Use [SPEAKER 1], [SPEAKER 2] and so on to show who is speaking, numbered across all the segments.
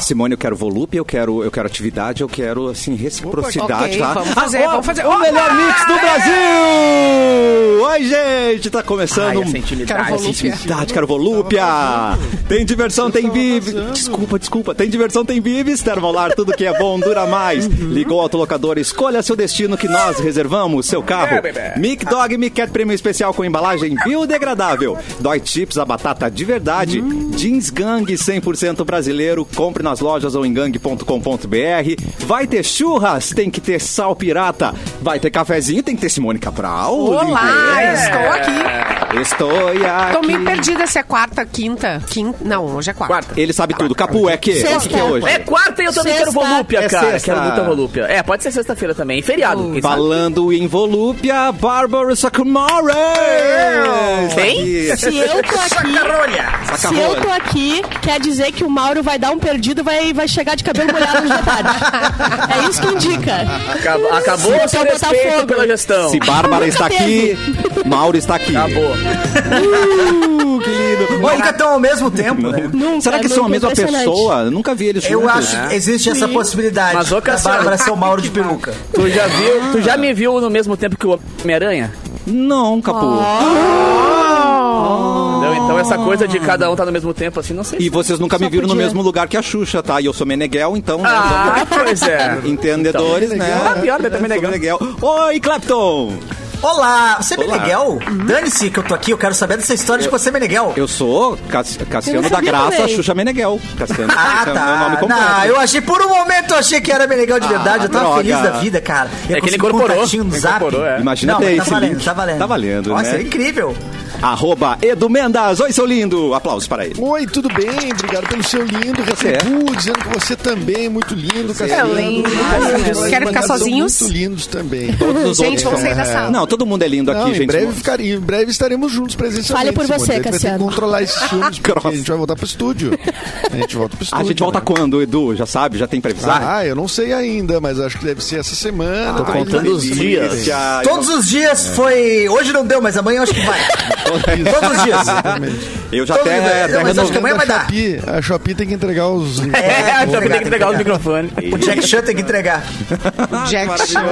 [SPEAKER 1] Simone, eu quero volume, eu quero, eu quero atividade, eu quero, assim, reciprocidade,
[SPEAKER 2] Ok,
[SPEAKER 1] tá?
[SPEAKER 2] vamos fazer,
[SPEAKER 1] ó,
[SPEAKER 2] vamos fazer.
[SPEAKER 1] O
[SPEAKER 2] Opa!
[SPEAKER 1] melhor mix do Brasil! Oi, gente, tá começando...
[SPEAKER 3] Ai, essa
[SPEAKER 1] um-
[SPEAKER 3] intimidade.
[SPEAKER 2] Quero
[SPEAKER 3] essa
[SPEAKER 2] volúpia.
[SPEAKER 3] intimidade.
[SPEAKER 1] Cidade, quero volúpia! Tem diversão, tem bibis. Desculpa, desculpa. Tem diversão, tem bibis. Termolar, tudo que é bom dura mais.
[SPEAKER 2] Uhum.
[SPEAKER 1] Ligou ao autolocador, escolha seu destino que nós reservamos, seu carro.
[SPEAKER 3] É, bebê.
[SPEAKER 1] Mic Dog Mic Cat Prêmio Especial com embalagem biodegradável. Dói Chips, a batata de verdade. Jeans Gang 100% brasileiro. Compre nas lojas ou em gang.com.br. Vai ter churras, tem que ter sal pirata. Vai ter cafezinho, tem que ter Simone Cabral.
[SPEAKER 2] Olá,
[SPEAKER 1] Lindeza.
[SPEAKER 2] estou aqui.
[SPEAKER 1] Estou É. aqui.
[SPEAKER 2] Tô meio perdida se é quarta, quinta. quinta não, hoje é quarta.
[SPEAKER 3] Quarta.
[SPEAKER 1] Ele sabe tudo. Capu, é que?
[SPEAKER 4] Sexta.
[SPEAKER 1] O que é hoje?
[SPEAKER 3] É quarta e eu também
[SPEAKER 4] Sexta.
[SPEAKER 3] quero volúpia,
[SPEAKER 1] É
[SPEAKER 3] cara.
[SPEAKER 1] sexta.
[SPEAKER 3] Quero muita volúpia. É, pode ser sexta-feira também. Feriado, quem sabe?
[SPEAKER 1] Falando em volúpia, Bárbara Sacamore!
[SPEAKER 3] Tem?
[SPEAKER 4] Se eu tô aqui.
[SPEAKER 3] Sacarolha.
[SPEAKER 4] Se eu tô aqui, quer dizer que o Mauro vai dar um perdido e vai, vai chegar de cabelo molhado hoje da tarde. É isso que indica.
[SPEAKER 3] Acab- Acabou
[SPEAKER 4] Se
[SPEAKER 3] o seu
[SPEAKER 4] eu botar
[SPEAKER 3] respeito
[SPEAKER 4] fogo.
[SPEAKER 3] pela gestão.
[SPEAKER 1] Se Bárbara está aqui, Mauro está aqui.
[SPEAKER 3] Acabou.
[SPEAKER 1] Uh, que lindo.
[SPEAKER 5] Mas nunca estão ao mesmo tempo, né?
[SPEAKER 4] Nunca,
[SPEAKER 1] Será que são a
[SPEAKER 4] nunca,
[SPEAKER 1] mesma
[SPEAKER 4] é impressionante.
[SPEAKER 1] pessoa? Eu nunca vi eles juntos. É.
[SPEAKER 5] Eu acho que existe essa possibilidade.
[SPEAKER 3] Mas, ô,
[SPEAKER 5] da
[SPEAKER 3] Cassiano.
[SPEAKER 5] Bárbara ser o Mauro de peruca.
[SPEAKER 3] Tu já viu? Tu já me viu no mesmo tempo que o Homem-Aranha?
[SPEAKER 1] Não, Capu.
[SPEAKER 3] Entendeu? Então essa coisa de cada um tá no mesmo tempo, assim, não sei.
[SPEAKER 1] E
[SPEAKER 3] se-
[SPEAKER 1] vocês nunca me viram no mesmo lugar que a Xuxa, tá? E eu sou Meneghel, então... né,
[SPEAKER 3] Ah, pois é.
[SPEAKER 1] Entendedores, né?
[SPEAKER 3] Ah, pior, Beto
[SPEAKER 1] Eu sou
[SPEAKER 3] Meneghel.
[SPEAKER 1] Meneghel. Oi, Clapton!
[SPEAKER 5] Olá, você é
[SPEAKER 1] Olá.
[SPEAKER 5] Meneghel? Dane-se que eu tô aqui, eu quero saber dessa história de que você é Meneghel.
[SPEAKER 1] Eu sou Cas-
[SPEAKER 4] Eu
[SPEAKER 1] Cassiano
[SPEAKER 4] não
[SPEAKER 1] da
[SPEAKER 4] sabia
[SPEAKER 1] Graça,
[SPEAKER 4] também.
[SPEAKER 1] Xuxa Meneghel. Cassiano
[SPEAKER 5] Ah,
[SPEAKER 1] esse é o meu nome
[SPEAKER 5] tá.
[SPEAKER 1] completo.
[SPEAKER 5] Não, eu achei por um momento eu achei que era Meneghel de verdade. Eu tava
[SPEAKER 1] droga.
[SPEAKER 5] feliz da vida, cara. Eu
[SPEAKER 3] É que ele
[SPEAKER 5] consegui um
[SPEAKER 3] incorporou.
[SPEAKER 5] contatinho no
[SPEAKER 3] Ele
[SPEAKER 5] zap.
[SPEAKER 3] incorporou, é.
[SPEAKER 1] Imagina
[SPEAKER 5] Não,
[SPEAKER 1] ter
[SPEAKER 5] mas
[SPEAKER 1] esse
[SPEAKER 5] tá valendo,
[SPEAKER 1] link.
[SPEAKER 5] tá valendo.
[SPEAKER 1] Tá valendo,
[SPEAKER 5] Nossa,
[SPEAKER 1] né?
[SPEAKER 5] é incrível.
[SPEAKER 1] Arroba Edu Mendas. Oi, seu lindo. Aplausos para ele.
[SPEAKER 6] Oi, tudo bem? Obrigado pelo seu lindo
[SPEAKER 1] Você é.
[SPEAKER 6] retribu, dizendo que você também é muito lindo, Cassiano.
[SPEAKER 2] lindo.
[SPEAKER 6] Vocês
[SPEAKER 2] Querem ficar
[SPEAKER 6] são
[SPEAKER 2] sozinhos?
[SPEAKER 6] muito lindos também.
[SPEAKER 1] Todos os
[SPEAKER 2] Gente,
[SPEAKER 1] outros
[SPEAKER 2] vamos
[SPEAKER 1] são-
[SPEAKER 2] sair da sala.
[SPEAKER 1] Não, todo mundo é lindo
[SPEAKER 6] Não,
[SPEAKER 1] aqui, gente.
[SPEAKER 6] em, breve ficar- em breve estaremos juntos
[SPEAKER 4] Fale
[SPEAKER 6] presencialmente.
[SPEAKER 4] por
[SPEAKER 6] Simone.
[SPEAKER 4] você,
[SPEAKER 6] A gente vai ter que
[SPEAKER 4] Cassiano.
[SPEAKER 6] controlar esses filmes, porque a
[SPEAKER 1] Grossa.
[SPEAKER 6] gente vai voltar pro estúdio. A gente volta pro
[SPEAKER 1] A
[SPEAKER 6] estúdio.
[SPEAKER 1] gente volta
[SPEAKER 6] né?
[SPEAKER 1] quando, Edu? Já sabe? Já tem previsão?
[SPEAKER 6] Ah, eu não sei ainda, mas acho que deve ser essa semana.
[SPEAKER 1] Tô
[SPEAKER 6] Tá
[SPEAKER 1] contando os
[SPEAKER 6] feliz.
[SPEAKER 3] dias.
[SPEAKER 1] Já-
[SPEAKER 5] Todos os dias foi. Hoje não deu, mas amanhã eu acho que vai. Todos os dias.
[SPEAKER 1] Eu já é,
[SPEAKER 5] Todo
[SPEAKER 1] até,
[SPEAKER 5] mundo-
[SPEAKER 1] até
[SPEAKER 5] Não, mas acho
[SPEAKER 1] renovei.
[SPEAKER 5] que amanhã vai
[SPEAKER 6] A
[SPEAKER 5] dar.
[SPEAKER 6] Shopee, a Shopee tem que entregar os.
[SPEAKER 5] É,
[SPEAKER 3] É,
[SPEAKER 5] vou
[SPEAKER 3] já tem
[SPEAKER 5] entregar,
[SPEAKER 3] que entregar os microfones.
[SPEAKER 5] O Jack Chan tem que entregar.
[SPEAKER 2] Jack Chan.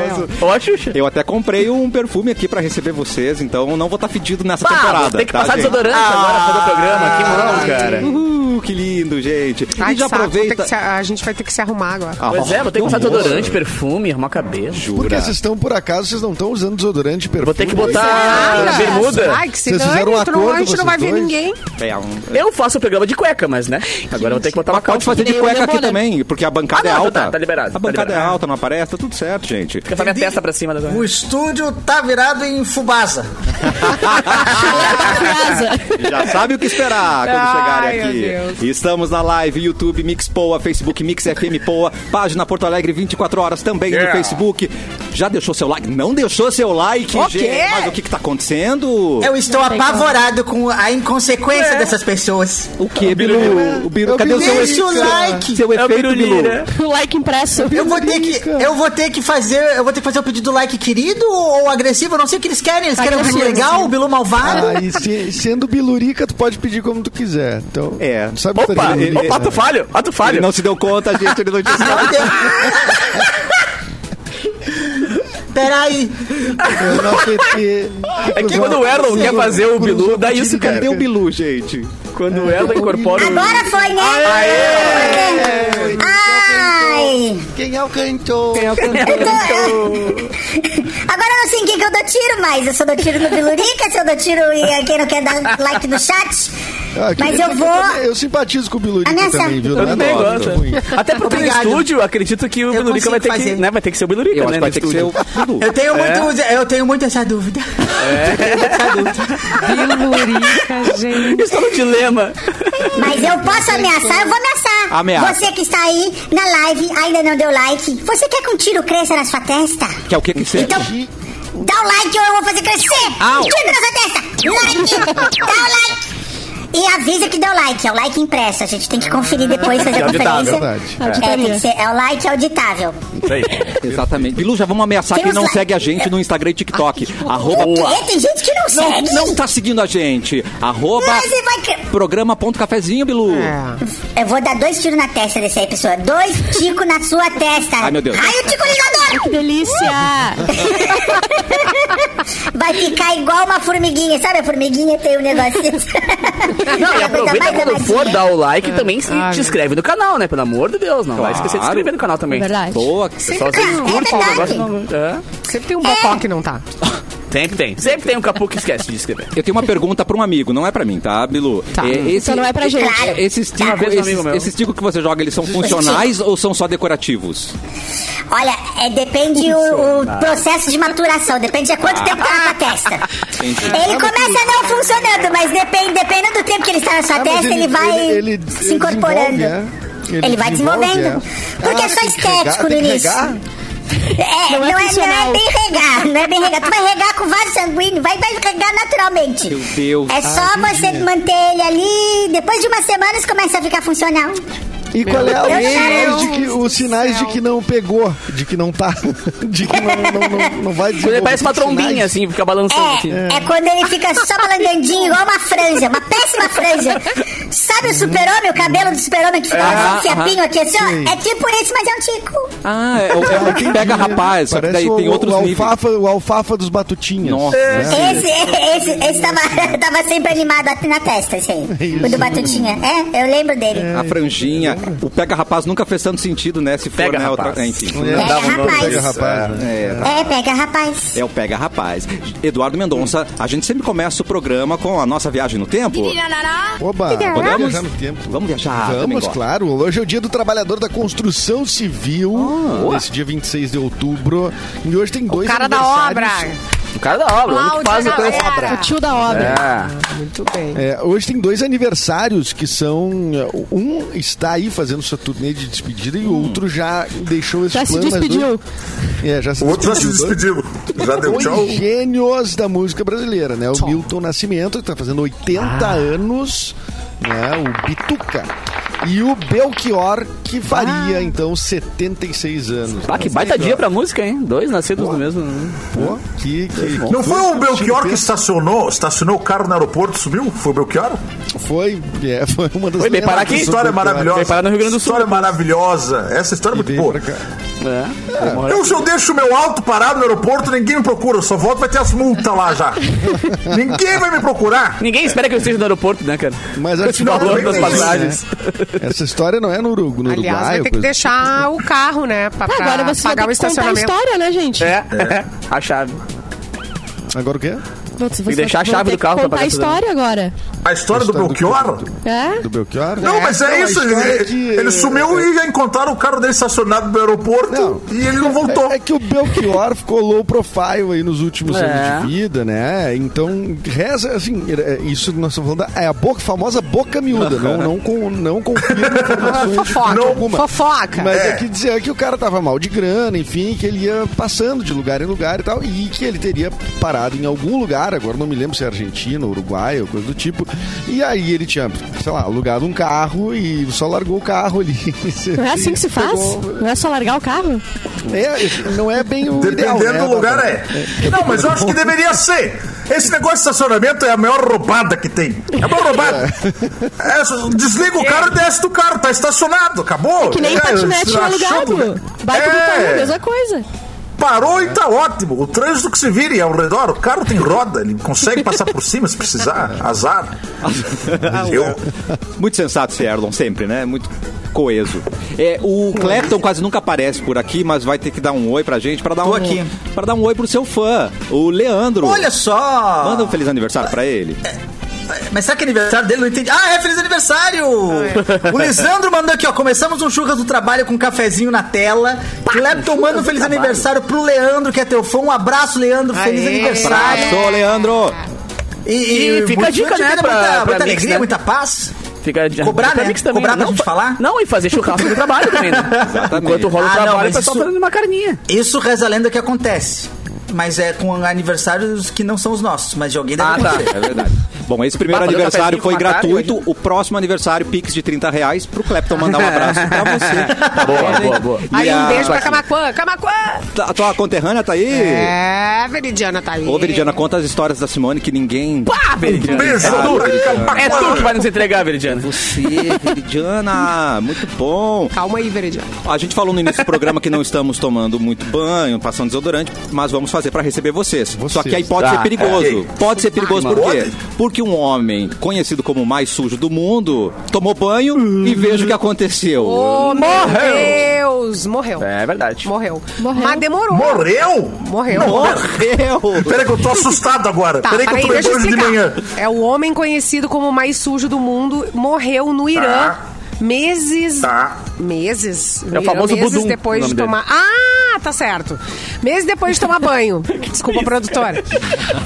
[SPEAKER 3] Ó, Xuxa.
[SPEAKER 1] Ah, Eu até comprei um perfume aqui pra receber vocês, então não vou estar fedido nessa
[SPEAKER 3] Bah,
[SPEAKER 1] temporada.
[SPEAKER 3] tem que
[SPEAKER 1] tá,
[SPEAKER 3] passar
[SPEAKER 1] gente?
[SPEAKER 3] desodorante agora pra
[SPEAKER 4] Ah,
[SPEAKER 3] fazer o programa. Que mal, cara.
[SPEAKER 1] Uhul, que lindo, gente.
[SPEAKER 2] Ai,
[SPEAKER 1] e
[SPEAKER 2] que
[SPEAKER 1] já
[SPEAKER 2] saco, vou ter
[SPEAKER 1] aproveita.
[SPEAKER 2] que se- a gente vai ter que se arrumar agora.
[SPEAKER 1] Ah,
[SPEAKER 3] Pois é, vou ter que
[SPEAKER 1] nossa.
[SPEAKER 3] passar desodorante, perfume, arrumar cabelo.
[SPEAKER 6] Porque
[SPEAKER 1] Jura?
[SPEAKER 6] vocês estão, por acaso, vocês não estão usando desodorante perfume.
[SPEAKER 3] Vou ter que botar
[SPEAKER 4] é
[SPEAKER 2] Ai,
[SPEAKER 3] Ah, bermuda.
[SPEAKER 2] Ai, que se
[SPEAKER 6] Vocês
[SPEAKER 2] dane,
[SPEAKER 6] fizeram um
[SPEAKER 2] entrou, a
[SPEAKER 6] acordo,
[SPEAKER 2] gente não vai
[SPEAKER 6] vocês
[SPEAKER 2] ver
[SPEAKER 6] dois?
[SPEAKER 2] ninguém.
[SPEAKER 1] É um-
[SPEAKER 3] Eu faço o programa de cueca, mas né? Agora eu vou ter que botar uma
[SPEAKER 1] Pode
[SPEAKER 3] calça.
[SPEAKER 1] fazer de
[SPEAKER 4] Nem o
[SPEAKER 1] cueca
[SPEAKER 4] Leonardo,
[SPEAKER 1] aqui
[SPEAKER 4] né?
[SPEAKER 1] também, porque a bancada
[SPEAKER 3] Ah, não,
[SPEAKER 1] é
[SPEAKER 3] tá,
[SPEAKER 1] alta.
[SPEAKER 3] tá, tá liberado,
[SPEAKER 1] A
[SPEAKER 3] tá
[SPEAKER 1] bancada é
[SPEAKER 3] liberado.
[SPEAKER 1] alta, não aparece, tá tudo certo, gente.
[SPEAKER 3] Fica só minha testa pra cima. Da...
[SPEAKER 5] O estúdio tá virado em Fubasa.
[SPEAKER 1] Já sabe o que esperar quando
[SPEAKER 2] Ai,
[SPEAKER 1] chegarem
[SPEAKER 2] meu
[SPEAKER 1] aqui. Estamos na live, YouTube, Mix Poa, Facebook, Mix FM Poa, página Porto Alegre 24 horas também no Facebook. Já deixou seu like? Não deixou seu like,
[SPEAKER 2] O
[SPEAKER 1] gente.
[SPEAKER 2] quê?
[SPEAKER 1] Mas o que, que tá acontecendo?
[SPEAKER 5] Eu estou apavorado com a inconsequência dessas pessoas.
[SPEAKER 1] O que, Bilu? O
[SPEAKER 6] É
[SPEAKER 1] Bilu,
[SPEAKER 6] o
[SPEAKER 1] cadê o seu,
[SPEAKER 6] Bilu,
[SPEAKER 5] Deixa o
[SPEAKER 6] cara.
[SPEAKER 5] like.
[SPEAKER 3] É
[SPEAKER 1] seu efeito, Bilu?
[SPEAKER 3] né?
[SPEAKER 4] O like impresso.
[SPEAKER 5] Eu vou ter que,
[SPEAKER 6] Birulica.
[SPEAKER 5] eu vou ter que fazer, eu vou ter que fazer o pedido do like querido ou agressivo, eu não sei o que eles querem. Eles querem um Bilu
[SPEAKER 4] Agressivo.
[SPEAKER 5] legal, um Bilu malvado.
[SPEAKER 6] Ah, e se- sendo bilurica, tu pode pedir como tu quiser. Então,
[SPEAKER 1] É.
[SPEAKER 6] Sabe o que tá
[SPEAKER 3] Opa,
[SPEAKER 6] de bilurica,
[SPEAKER 3] opa, tu
[SPEAKER 6] né?
[SPEAKER 3] Ah, falho, ó, tu
[SPEAKER 1] Ele
[SPEAKER 3] falho.
[SPEAKER 1] não se deu conta, gente, ele não disse nada.
[SPEAKER 5] Não tem- Peraí.
[SPEAKER 6] Eu não aceitei.
[SPEAKER 3] É que quando o Erlon quer fazer o Bilu, dá isso, cara.
[SPEAKER 1] Cadê o Bilu, gente? É.
[SPEAKER 3] Quando o Erlon incorpora o...
[SPEAKER 4] Agora foi, né?
[SPEAKER 7] Ah, Ai!
[SPEAKER 6] Quem é o cantor?
[SPEAKER 7] Agora eu não sei em quem que eu dou tiro mais. Eu só dou tiro no Bilurica, se eu dou tiro em quem não quer dar like no chat.
[SPEAKER 6] Ah, que-
[SPEAKER 7] Mas eu vou.
[SPEAKER 6] Eu simpatizo com o Bilurica
[SPEAKER 7] A minha
[SPEAKER 6] também,
[SPEAKER 7] sa-
[SPEAKER 6] viu?
[SPEAKER 3] Eu
[SPEAKER 6] Não é
[SPEAKER 3] também
[SPEAKER 6] nada
[SPEAKER 3] gosto.
[SPEAKER 6] ruim.
[SPEAKER 3] Até porque no
[SPEAKER 5] Obrigado.
[SPEAKER 3] estúdio, acredito que o
[SPEAKER 5] Eu
[SPEAKER 3] Bilurica vai ter
[SPEAKER 5] consigo
[SPEAKER 3] que,
[SPEAKER 5] fazer.
[SPEAKER 3] né, vai ter que ser o Bilurica,
[SPEAKER 1] Eu acho
[SPEAKER 3] né,
[SPEAKER 1] que
[SPEAKER 3] no
[SPEAKER 1] vai ter que ser
[SPEAKER 3] estúdio. É.
[SPEAKER 1] o Bilu.
[SPEAKER 5] Eu tenho muito, eu tenho muito essa dúvida.
[SPEAKER 2] Bilurica, gente.
[SPEAKER 3] Estou no é um dilema.
[SPEAKER 7] Mas eu posso ameaçar, eu vou ameaçar.
[SPEAKER 1] Ameaça.
[SPEAKER 7] Você que está aí na live, ainda não deu like. Você quer que um tiro cresça na sua testa?
[SPEAKER 1] Quer o que que seja?
[SPEAKER 7] Então, dá o like ou eu vou fazer crescer! Um
[SPEAKER 1] Au.
[SPEAKER 7] Tiro na sua testa! Like! dá o like! E avisa que deu like, é o like impresso. A gente tem que conferir depois, fazer a
[SPEAKER 1] auditável.
[SPEAKER 7] conferência.
[SPEAKER 6] Verdade. Ah,
[SPEAKER 7] É, tem que ser, é o like auditável.
[SPEAKER 8] Isso aí.
[SPEAKER 1] Exatamente. Bilu, já vamos ameaçar
[SPEAKER 7] Tem
[SPEAKER 1] quem
[SPEAKER 7] os
[SPEAKER 1] não
[SPEAKER 7] like-
[SPEAKER 1] segue a gente no Instagram e TikTok. Arroba.
[SPEAKER 7] O quê? Tem gente que não,
[SPEAKER 1] Não,
[SPEAKER 7] segue.
[SPEAKER 1] não tá seguindo a gente. Arroba.
[SPEAKER 7] Mas e vai que-
[SPEAKER 1] Programa.cafezinho, Bilu.
[SPEAKER 2] É.
[SPEAKER 7] Eu vou dar dois tiros na testa desse aí, pessoa. Dois ticos na sua testa.
[SPEAKER 1] Ai, meu Deus.
[SPEAKER 7] Ai, o tico
[SPEAKER 4] Que
[SPEAKER 7] ligador!
[SPEAKER 4] delícia!
[SPEAKER 7] Vai ficar igual uma formiguinha. Sabe a formiguinha tem um assim. negocinho?
[SPEAKER 3] Não, e aproveita quando for dar o like também se
[SPEAKER 2] Ah,
[SPEAKER 3] te inscreve no canal, né? Pelo amor de Deus, não vai esquecer de se
[SPEAKER 1] Claro.
[SPEAKER 3] inscrever no canal também.
[SPEAKER 4] Verdade.
[SPEAKER 1] Boa.
[SPEAKER 3] Pessoal,
[SPEAKER 7] tem
[SPEAKER 3] vocês
[SPEAKER 7] um.
[SPEAKER 3] curtam
[SPEAKER 7] É
[SPEAKER 3] o negócio.
[SPEAKER 7] verdade.
[SPEAKER 3] Não, é.
[SPEAKER 2] Sempre tem um bocó que não tá.
[SPEAKER 3] Sempre tem. Sempre tem um capu que esquece de escrever.
[SPEAKER 1] Eu tenho uma pergunta pra um amigo, não é pra mim, tá, Bilu?
[SPEAKER 2] Tá.
[SPEAKER 1] É, esse-
[SPEAKER 4] Então não é pra gente.
[SPEAKER 7] Claro.
[SPEAKER 1] Esses
[SPEAKER 7] Tá.
[SPEAKER 1] ticos
[SPEAKER 3] vez um amigo
[SPEAKER 1] esses,
[SPEAKER 3] meu.
[SPEAKER 1] esses tico que você joga, eles são funcionais ou são só decorativos?
[SPEAKER 7] Olha, é, depende o, o processo de maturação, depende de quanto tempo tá na tua testa. Ele começa não funcionando, mas depende, dependendo do tempo que ele está na sua
[SPEAKER 6] Ah, mas
[SPEAKER 7] testa, tá ele, vai
[SPEAKER 6] ele- ele-
[SPEAKER 7] se
[SPEAKER 6] ele
[SPEAKER 7] incorporando.
[SPEAKER 6] desenvolve, é.
[SPEAKER 7] Ele, vai
[SPEAKER 6] desenvolve,
[SPEAKER 7] desenvolvendo.
[SPEAKER 6] é.
[SPEAKER 7] Porque é
[SPEAKER 6] Ah,
[SPEAKER 7] só
[SPEAKER 6] tem que regar,
[SPEAKER 7] estético no
[SPEAKER 6] tem que
[SPEAKER 7] início.
[SPEAKER 6] regar?
[SPEAKER 7] É, não,
[SPEAKER 4] Não é
[SPEAKER 7] é, não é
[SPEAKER 4] funcional.
[SPEAKER 7] bem regar, não é bem regar. Tu vai regar com vaso sanguíneo, vai, vai regar naturalmente.
[SPEAKER 1] Meu Deus.
[SPEAKER 7] É só você manter ele ali, depois de umas semanas começa a ficar funcional.
[SPEAKER 6] E qual é a-
[SPEAKER 7] Deus
[SPEAKER 6] os sinais,
[SPEAKER 7] do
[SPEAKER 6] de que, os sinais de que não pegou, de que não tá, de que não, não, não, não vai
[SPEAKER 3] Quando
[SPEAKER 6] desenvolver.
[SPEAKER 3] ele parece uma trombinha,
[SPEAKER 6] sinais.
[SPEAKER 3] assim, fica balançando assim.
[SPEAKER 7] É, é quando ele fica só balangandinho, igual uma franja, uma péssima franja. Sabe o super-homem, o cabelo do super-homem que fica
[SPEAKER 1] Ah,
[SPEAKER 7] assim, fiapinho aqui assim, ó? É tipo esse, mas é um tico.
[SPEAKER 1] Ah, é, o- é o que pega rapaz, só que
[SPEAKER 6] Parece
[SPEAKER 1] daí
[SPEAKER 6] o,
[SPEAKER 1] tem outros
[SPEAKER 6] o,
[SPEAKER 1] níveis.
[SPEAKER 6] alfafa, o alfafa dos batutinhas. né? É.
[SPEAKER 1] Nossa.
[SPEAKER 7] É,
[SPEAKER 6] Ah,
[SPEAKER 7] Esse, esse, esse tava, tava sempre animado aqui na testa, esse aí. O do Batutinha. É, eu lembro dele.
[SPEAKER 1] A franjinha. O pega rapaz nunca fez tanto sentido, né? Se for,
[SPEAKER 3] Pega
[SPEAKER 1] né?
[SPEAKER 3] rapaz.
[SPEAKER 1] outra- é, enfim.
[SPEAKER 6] É,
[SPEAKER 7] Pega
[SPEAKER 6] dava um nome,
[SPEAKER 7] rapaz.
[SPEAKER 6] pega rapaz. né?
[SPEAKER 1] É,
[SPEAKER 7] É, pega, rapaz.
[SPEAKER 1] é o pega rapaz. Eduardo Mendonça, a gente sempre começa o programa com a nossa viagem no tempo.
[SPEAKER 7] É.
[SPEAKER 6] Oba,
[SPEAKER 1] Podemos?
[SPEAKER 6] viajar no tempo.
[SPEAKER 1] Vamos viajar. Ah, também
[SPEAKER 6] Vamos,
[SPEAKER 1] gosto.
[SPEAKER 6] claro. Hoje é o dia do trabalhador da construção civil.
[SPEAKER 1] Ah,
[SPEAKER 6] Esse dia 26 de outubro. E hoje tem dois
[SPEAKER 2] Cara da obra.
[SPEAKER 6] aniversários.
[SPEAKER 3] O cara da obra, o homem que faz
[SPEAKER 2] Cláudia
[SPEAKER 3] a coisa.
[SPEAKER 2] Galera.
[SPEAKER 4] O tio da obra.
[SPEAKER 3] É.
[SPEAKER 2] Muito bem.
[SPEAKER 6] É, hoje tem dois aniversários que são. é, Um está aí fazendo sua turnê de despedida
[SPEAKER 9] Hum.
[SPEAKER 6] e o outro já deixou esse
[SPEAKER 4] Já se
[SPEAKER 6] plano. mas
[SPEAKER 4] despediu.
[SPEAKER 6] dois- É, já se
[SPEAKER 9] O outro já se
[SPEAKER 6] despediu.
[SPEAKER 9] despediu. Já deu
[SPEAKER 6] Dois
[SPEAKER 9] tchau.
[SPEAKER 6] gênios da música brasileira, né? O Milton Nascimento, que tá fazendo 80
[SPEAKER 3] Ah.
[SPEAKER 6] anos, né? O Bituca. E o Belchior, que faria, então, 76 anos.
[SPEAKER 3] Ah, que baita dia pra música, hein? Dois nascidos no mesmo.
[SPEAKER 6] Pô, que, que-
[SPEAKER 9] Não
[SPEAKER 6] que
[SPEAKER 9] foi o Belchior que
[SPEAKER 6] gigantesco.
[SPEAKER 9] estacionou, estacionou o carro no aeroporto, subiu? Foi o Belchior?
[SPEAKER 6] Foi, é, foi uma das
[SPEAKER 3] Foi bem parar
[SPEAKER 6] lendas
[SPEAKER 3] aqui?
[SPEAKER 6] do
[SPEAKER 9] História
[SPEAKER 6] Belchior.
[SPEAKER 9] maravilhosa.
[SPEAKER 3] Vai parar no Rio Grande do Sul.
[SPEAKER 9] História maravilhosa. Essa história
[SPEAKER 6] E
[SPEAKER 9] é muito
[SPEAKER 6] veio
[SPEAKER 9] boa.
[SPEAKER 6] pra cá.
[SPEAKER 3] É. Demora-
[SPEAKER 9] Eu, se eu deixo meu auto parado no aeroporto, ninguém me procura. Eu só volto, vai ter as multas lá já. ninguém vai me procurar.
[SPEAKER 3] Ninguém espera que eu esteja no aeroporto, né, cara?
[SPEAKER 6] Mas acho que
[SPEAKER 3] O valor
[SPEAKER 6] não é
[SPEAKER 3] das
[SPEAKER 6] bem isso,
[SPEAKER 3] passagens.
[SPEAKER 6] né? Essa história não é no Urugu- no Uruguai.
[SPEAKER 2] Aliás, vai ter que
[SPEAKER 6] coisa-
[SPEAKER 2] deixar o carro, né? Pra, pra
[SPEAKER 4] É, Agora você vai
[SPEAKER 2] pagar o
[SPEAKER 4] ter que contar a
[SPEAKER 2] estacionamento.
[SPEAKER 4] história, né, gente?
[SPEAKER 3] É. A chave.
[SPEAKER 6] Agora o quê?
[SPEAKER 4] Você
[SPEAKER 3] que deixar a
[SPEAKER 4] vai
[SPEAKER 3] chave
[SPEAKER 4] ter
[SPEAKER 3] do
[SPEAKER 4] que
[SPEAKER 3] carro pra
[SPEAKER 4] contar
[SPEAKER 3] pagar
[SPEAKER 4] a
[SPEAKER 3] tudo.
[SPEAKER 4] história agora.
[SPEAKER 9] A história do
[SPEAKER 6] História do
[SPEAKER 9] Belchior?
[SPEAKER 4] É?
[SPEAKER 6] Do Belchior?
[SPEAKER 9] Não, mas é,
[SPEAKER 6] Não, a
[SPEAKER 9] isso.
[SPEAKER 6] história
[SPEAKER 9] Ele,
[SPEAKER 6] é que-
[SPEAKER 9] ele sumiu e já encontraram o carro dele estacionado no aeroporto
[SPEAKER 6] Não.
[SPEAKER 9] e ele não voltou.
[SPEAKER 6] É, é que o Belchior ficou low profile aí nos últimos
[SPEAKER 3] É.
[SPEAKER 6] anos de vida, né? Então, reza, assim, é, isso que nós estamos falando da- é a boca, famosa boca miúda. não, não, com, não confirma informações de
[SPEAKER 2] Fofoca.
[SPEAKER 6] forma alguma.
[SPEAKER 2] Fofoca.
[SPEAKER 6] Mas é. que dizer que o cara tava mal de grana, enfim, que ele ia passando de lugar em lugar e tal, e que ele teria parado em algum lugar, agora não me lembro se é Argentina, Uruguai ou coisa do tipo. E aí ele tinha, sei lá, alugado um carro e só largou o carro ali.
[SPEAKER 4] Não é assim que se faz? Não é só largar o carro?
[SPEAKER 6] É, não é bem o
[SPEAKER 9] Dependendo
[SPEAKER 6] ideal, né,
[SPEAKER 9] do lugar,
[SPEAKER 6] Dada?
[SPEAKER 9] é. Não, mas eu acho que deveria ser. Esse negócio de estacionamento é a maior roubada que tem. É a maior roubada. É, só desliga o carro e desce do carro. Tá estacionado, acabou.
[SPEAKER 4] Que nem
[SPEAKER 9] É,
[SPEAKER 4] patinete
[SPEAKER 9] achando-
[SPEAKER 4] alugado. Bike do
[SPEAKER 9] É.
[SPEAKER 4] carro, mesma coisa.
[SPEAKER 9] Parou e tá ótimo. O trânsito que se vire ao redor, o carro tem roda, ele consegue passar por cima se precisar. Azar. Eu,
[SPEAKER 1] Muito sensato esse Erlon, sempre, né? Muito coeso. É, o Clapton quase nunca aparece por aqui, mas vai ter que dar um oi pra gente para dar
[SPEAKER 5] Tô
[SPEAKER 1] um
[SPEAKER 5] aqui.
[SPEAKER 1] para dar um oi pro seu fã, o Leandro.
[SPEAKER 5] Olha só!
[SPEAKER 1] Manda um feliz aniversário pra ele.
[SPEAKER 5] Mas será que é aniversário dele? Não entendi. Ah, é feliz aniversário!
[SPEAKER 3] Ah, é.
[SPEAKER 5] O Lisandro mandou aqui, ó. Começamos um churras do trabalho com um cafezinho na tela. Clepton manda um feliz aniversário pro Leandro, que é teu fã. Um abraço, Leandro. Feliz
[SPEAKER 2] Aê.
[SPEAKER 5] aniversário.
[SPEAKER 1] Abraço, Leandro.
[SPEAKER 5] E,
[SPEAKER 3] E fica a
[SPEAKER 5] muito
[SPEAKER 3] dica,
[SPEAKER 5] grande,
[SPEAKER 3] né, pra-
[SPEAKER 5] Muita,
[SPEAKER 3] pra
[SPEAKER 5] muita
[SPEAKER 3] Mix,
[SPEAKER 5] alegria,
[SPEAKER 3] né?
[SPEAKER 5] muita paz.
[SPEAKER 3] Fica de-
[SPEAKER 5] Cobrar,
[SPEAKER 3] fica
[SPEAKER 5] né?
[SPEAKER 3] mix também,
[SPEAKER 5] Cobrar pra
[SPEAKER 3] não
[SPEAKER 5] gente
[SPEAKER 3] fa-
[SPEAKER 5] falar.
[SPEAKER 3] Não, e fazer churrasco no trabalho também, né?
[SPEAKER 1] Exatamente.
[SPEAKER 3] Enquanto rola o
[SPEAKER 5] Ah, não,
[SPEAKER 3] trabalho,
[SPEAKER 5] mas
[SPEAKER 3] o pessoal
[SPEAKER 5] isso-
[SPEAKER 3] fazendo uma carninha.
[SPEAKER 5] Isso reza a lenda que acontece. mas é com aniversários que não são os nossos, mas de alguém deve
[SPEAKER 3] Ah, tá.
[SPEAKER 5] acontecer.
[SPEAKER 1] É verdade. Bom, esse primeiro
[SPEAKER 3] Vai fazer um
[SPEAKER 1] aniversário
[SPEAKER 3] cafezinho
[SPEAKER 1] foi
[SPEAKER 3] com a Atari
[SPEAKER 1] gratuito.
[SPEAKER 3] hoje?
[SPEAKER 1] O próximo aniversário, Pix de 30 reais, pro Clepton mandar um abraço pra você. Tá
[SPEAKER 3] Boa,
[SPEAKER 1] bom, gente?
[SPEAKER 3] boa, boa.
[SPEAKER 1] E
[SPEAKER 2] Aí um
[SPEAKER 1] a-
[SPEAKER 2] beijo pra Camacuã. Camacuã!
[SPEAKER 1] A tua conterrânea tá aí?
[SPEAKER 2] É, Veridiana tá aí.
[SPEAKER 1] Ô, Veridiana, conta as histórias da Simone que ninguém.
[SPEAKER 3] Pá, Veridiana.
[SPEAKER 9] Beijo
[SPEAKER 1] Ah,
[SPEAKER 9] do
[SPEAKER 1] Veridiana.
[SPEAKER 9] Camacuã.
[SPEAKER 3] É tu que vai nos entregar, Veridiana.
[SPEAKER 1] Você, Veridiana, muito bom.
[SPEAKER 2] Calma aí, Veridiana.
[SPEAKER 1] A gente falou no início do programa que não estamos tomando muito banho, passando desodorante, mas vamos fazer pra receber vocês.
[SPEAKER 6] Vocês.
[SPEAKER 1] Só que aí pode
[SPEAKER 3] Tá,
[SPEAKER 1] ser perigoso. Pode ser perigoso por quê?
[SPEAKER 9] Ah, é. Pode?
[SPEAKER 1] Porque um homem conhecido como o mais sujo do mundo tomou banho e veja o que aconteceu.
[SPEAKER 2] Ô, meu Deus! Morreu.
[SPEAKER 3] É verdade.
[SPEAKER 2] Morreu. Mas demorou.
[SPEAKER 9] Morreu?
[SPEAKER 2] Morreu.
[SPEAKER 1] Morreu!
[SPEAKER 9] Peraí que eu tô assustado agora.
[SPEAKER 2] Tá,
[SPEAKER 9] Peraí que eu
[SPEAKER 2] peraí,
[SPEAKER 9] tô
[SPEAKER 2] deixa eu
[SPEAKER 9] lembrando de manhã.
[SPEAKER 2] explicar. É o homem conhecido como o mais sujo do mundo, morreu no Irã.
[SPEAKER 9] Tá.
[SPEAKER 2] Meses.
[SPEAKER 9] Tá.
[SPEAKER 2] Meses. no
[SPEAKER 3] É o
[SPEAKER 2] Irã,
[SPEAKER 3] famoso
[SPEAKER 2] meses
[SPEAKER 3] Budum,
[SPEAKER 2] depois
[SPEAKER 3] o
[SPEAKER 2] de
[SPEAKER 3] nome
[SPEAKER 2] tomar.
[SPEAKER 3] dele.
[SPEAKER 2] Ah, tá certo. Meses depois de tomar banho. Desculpa, produtora.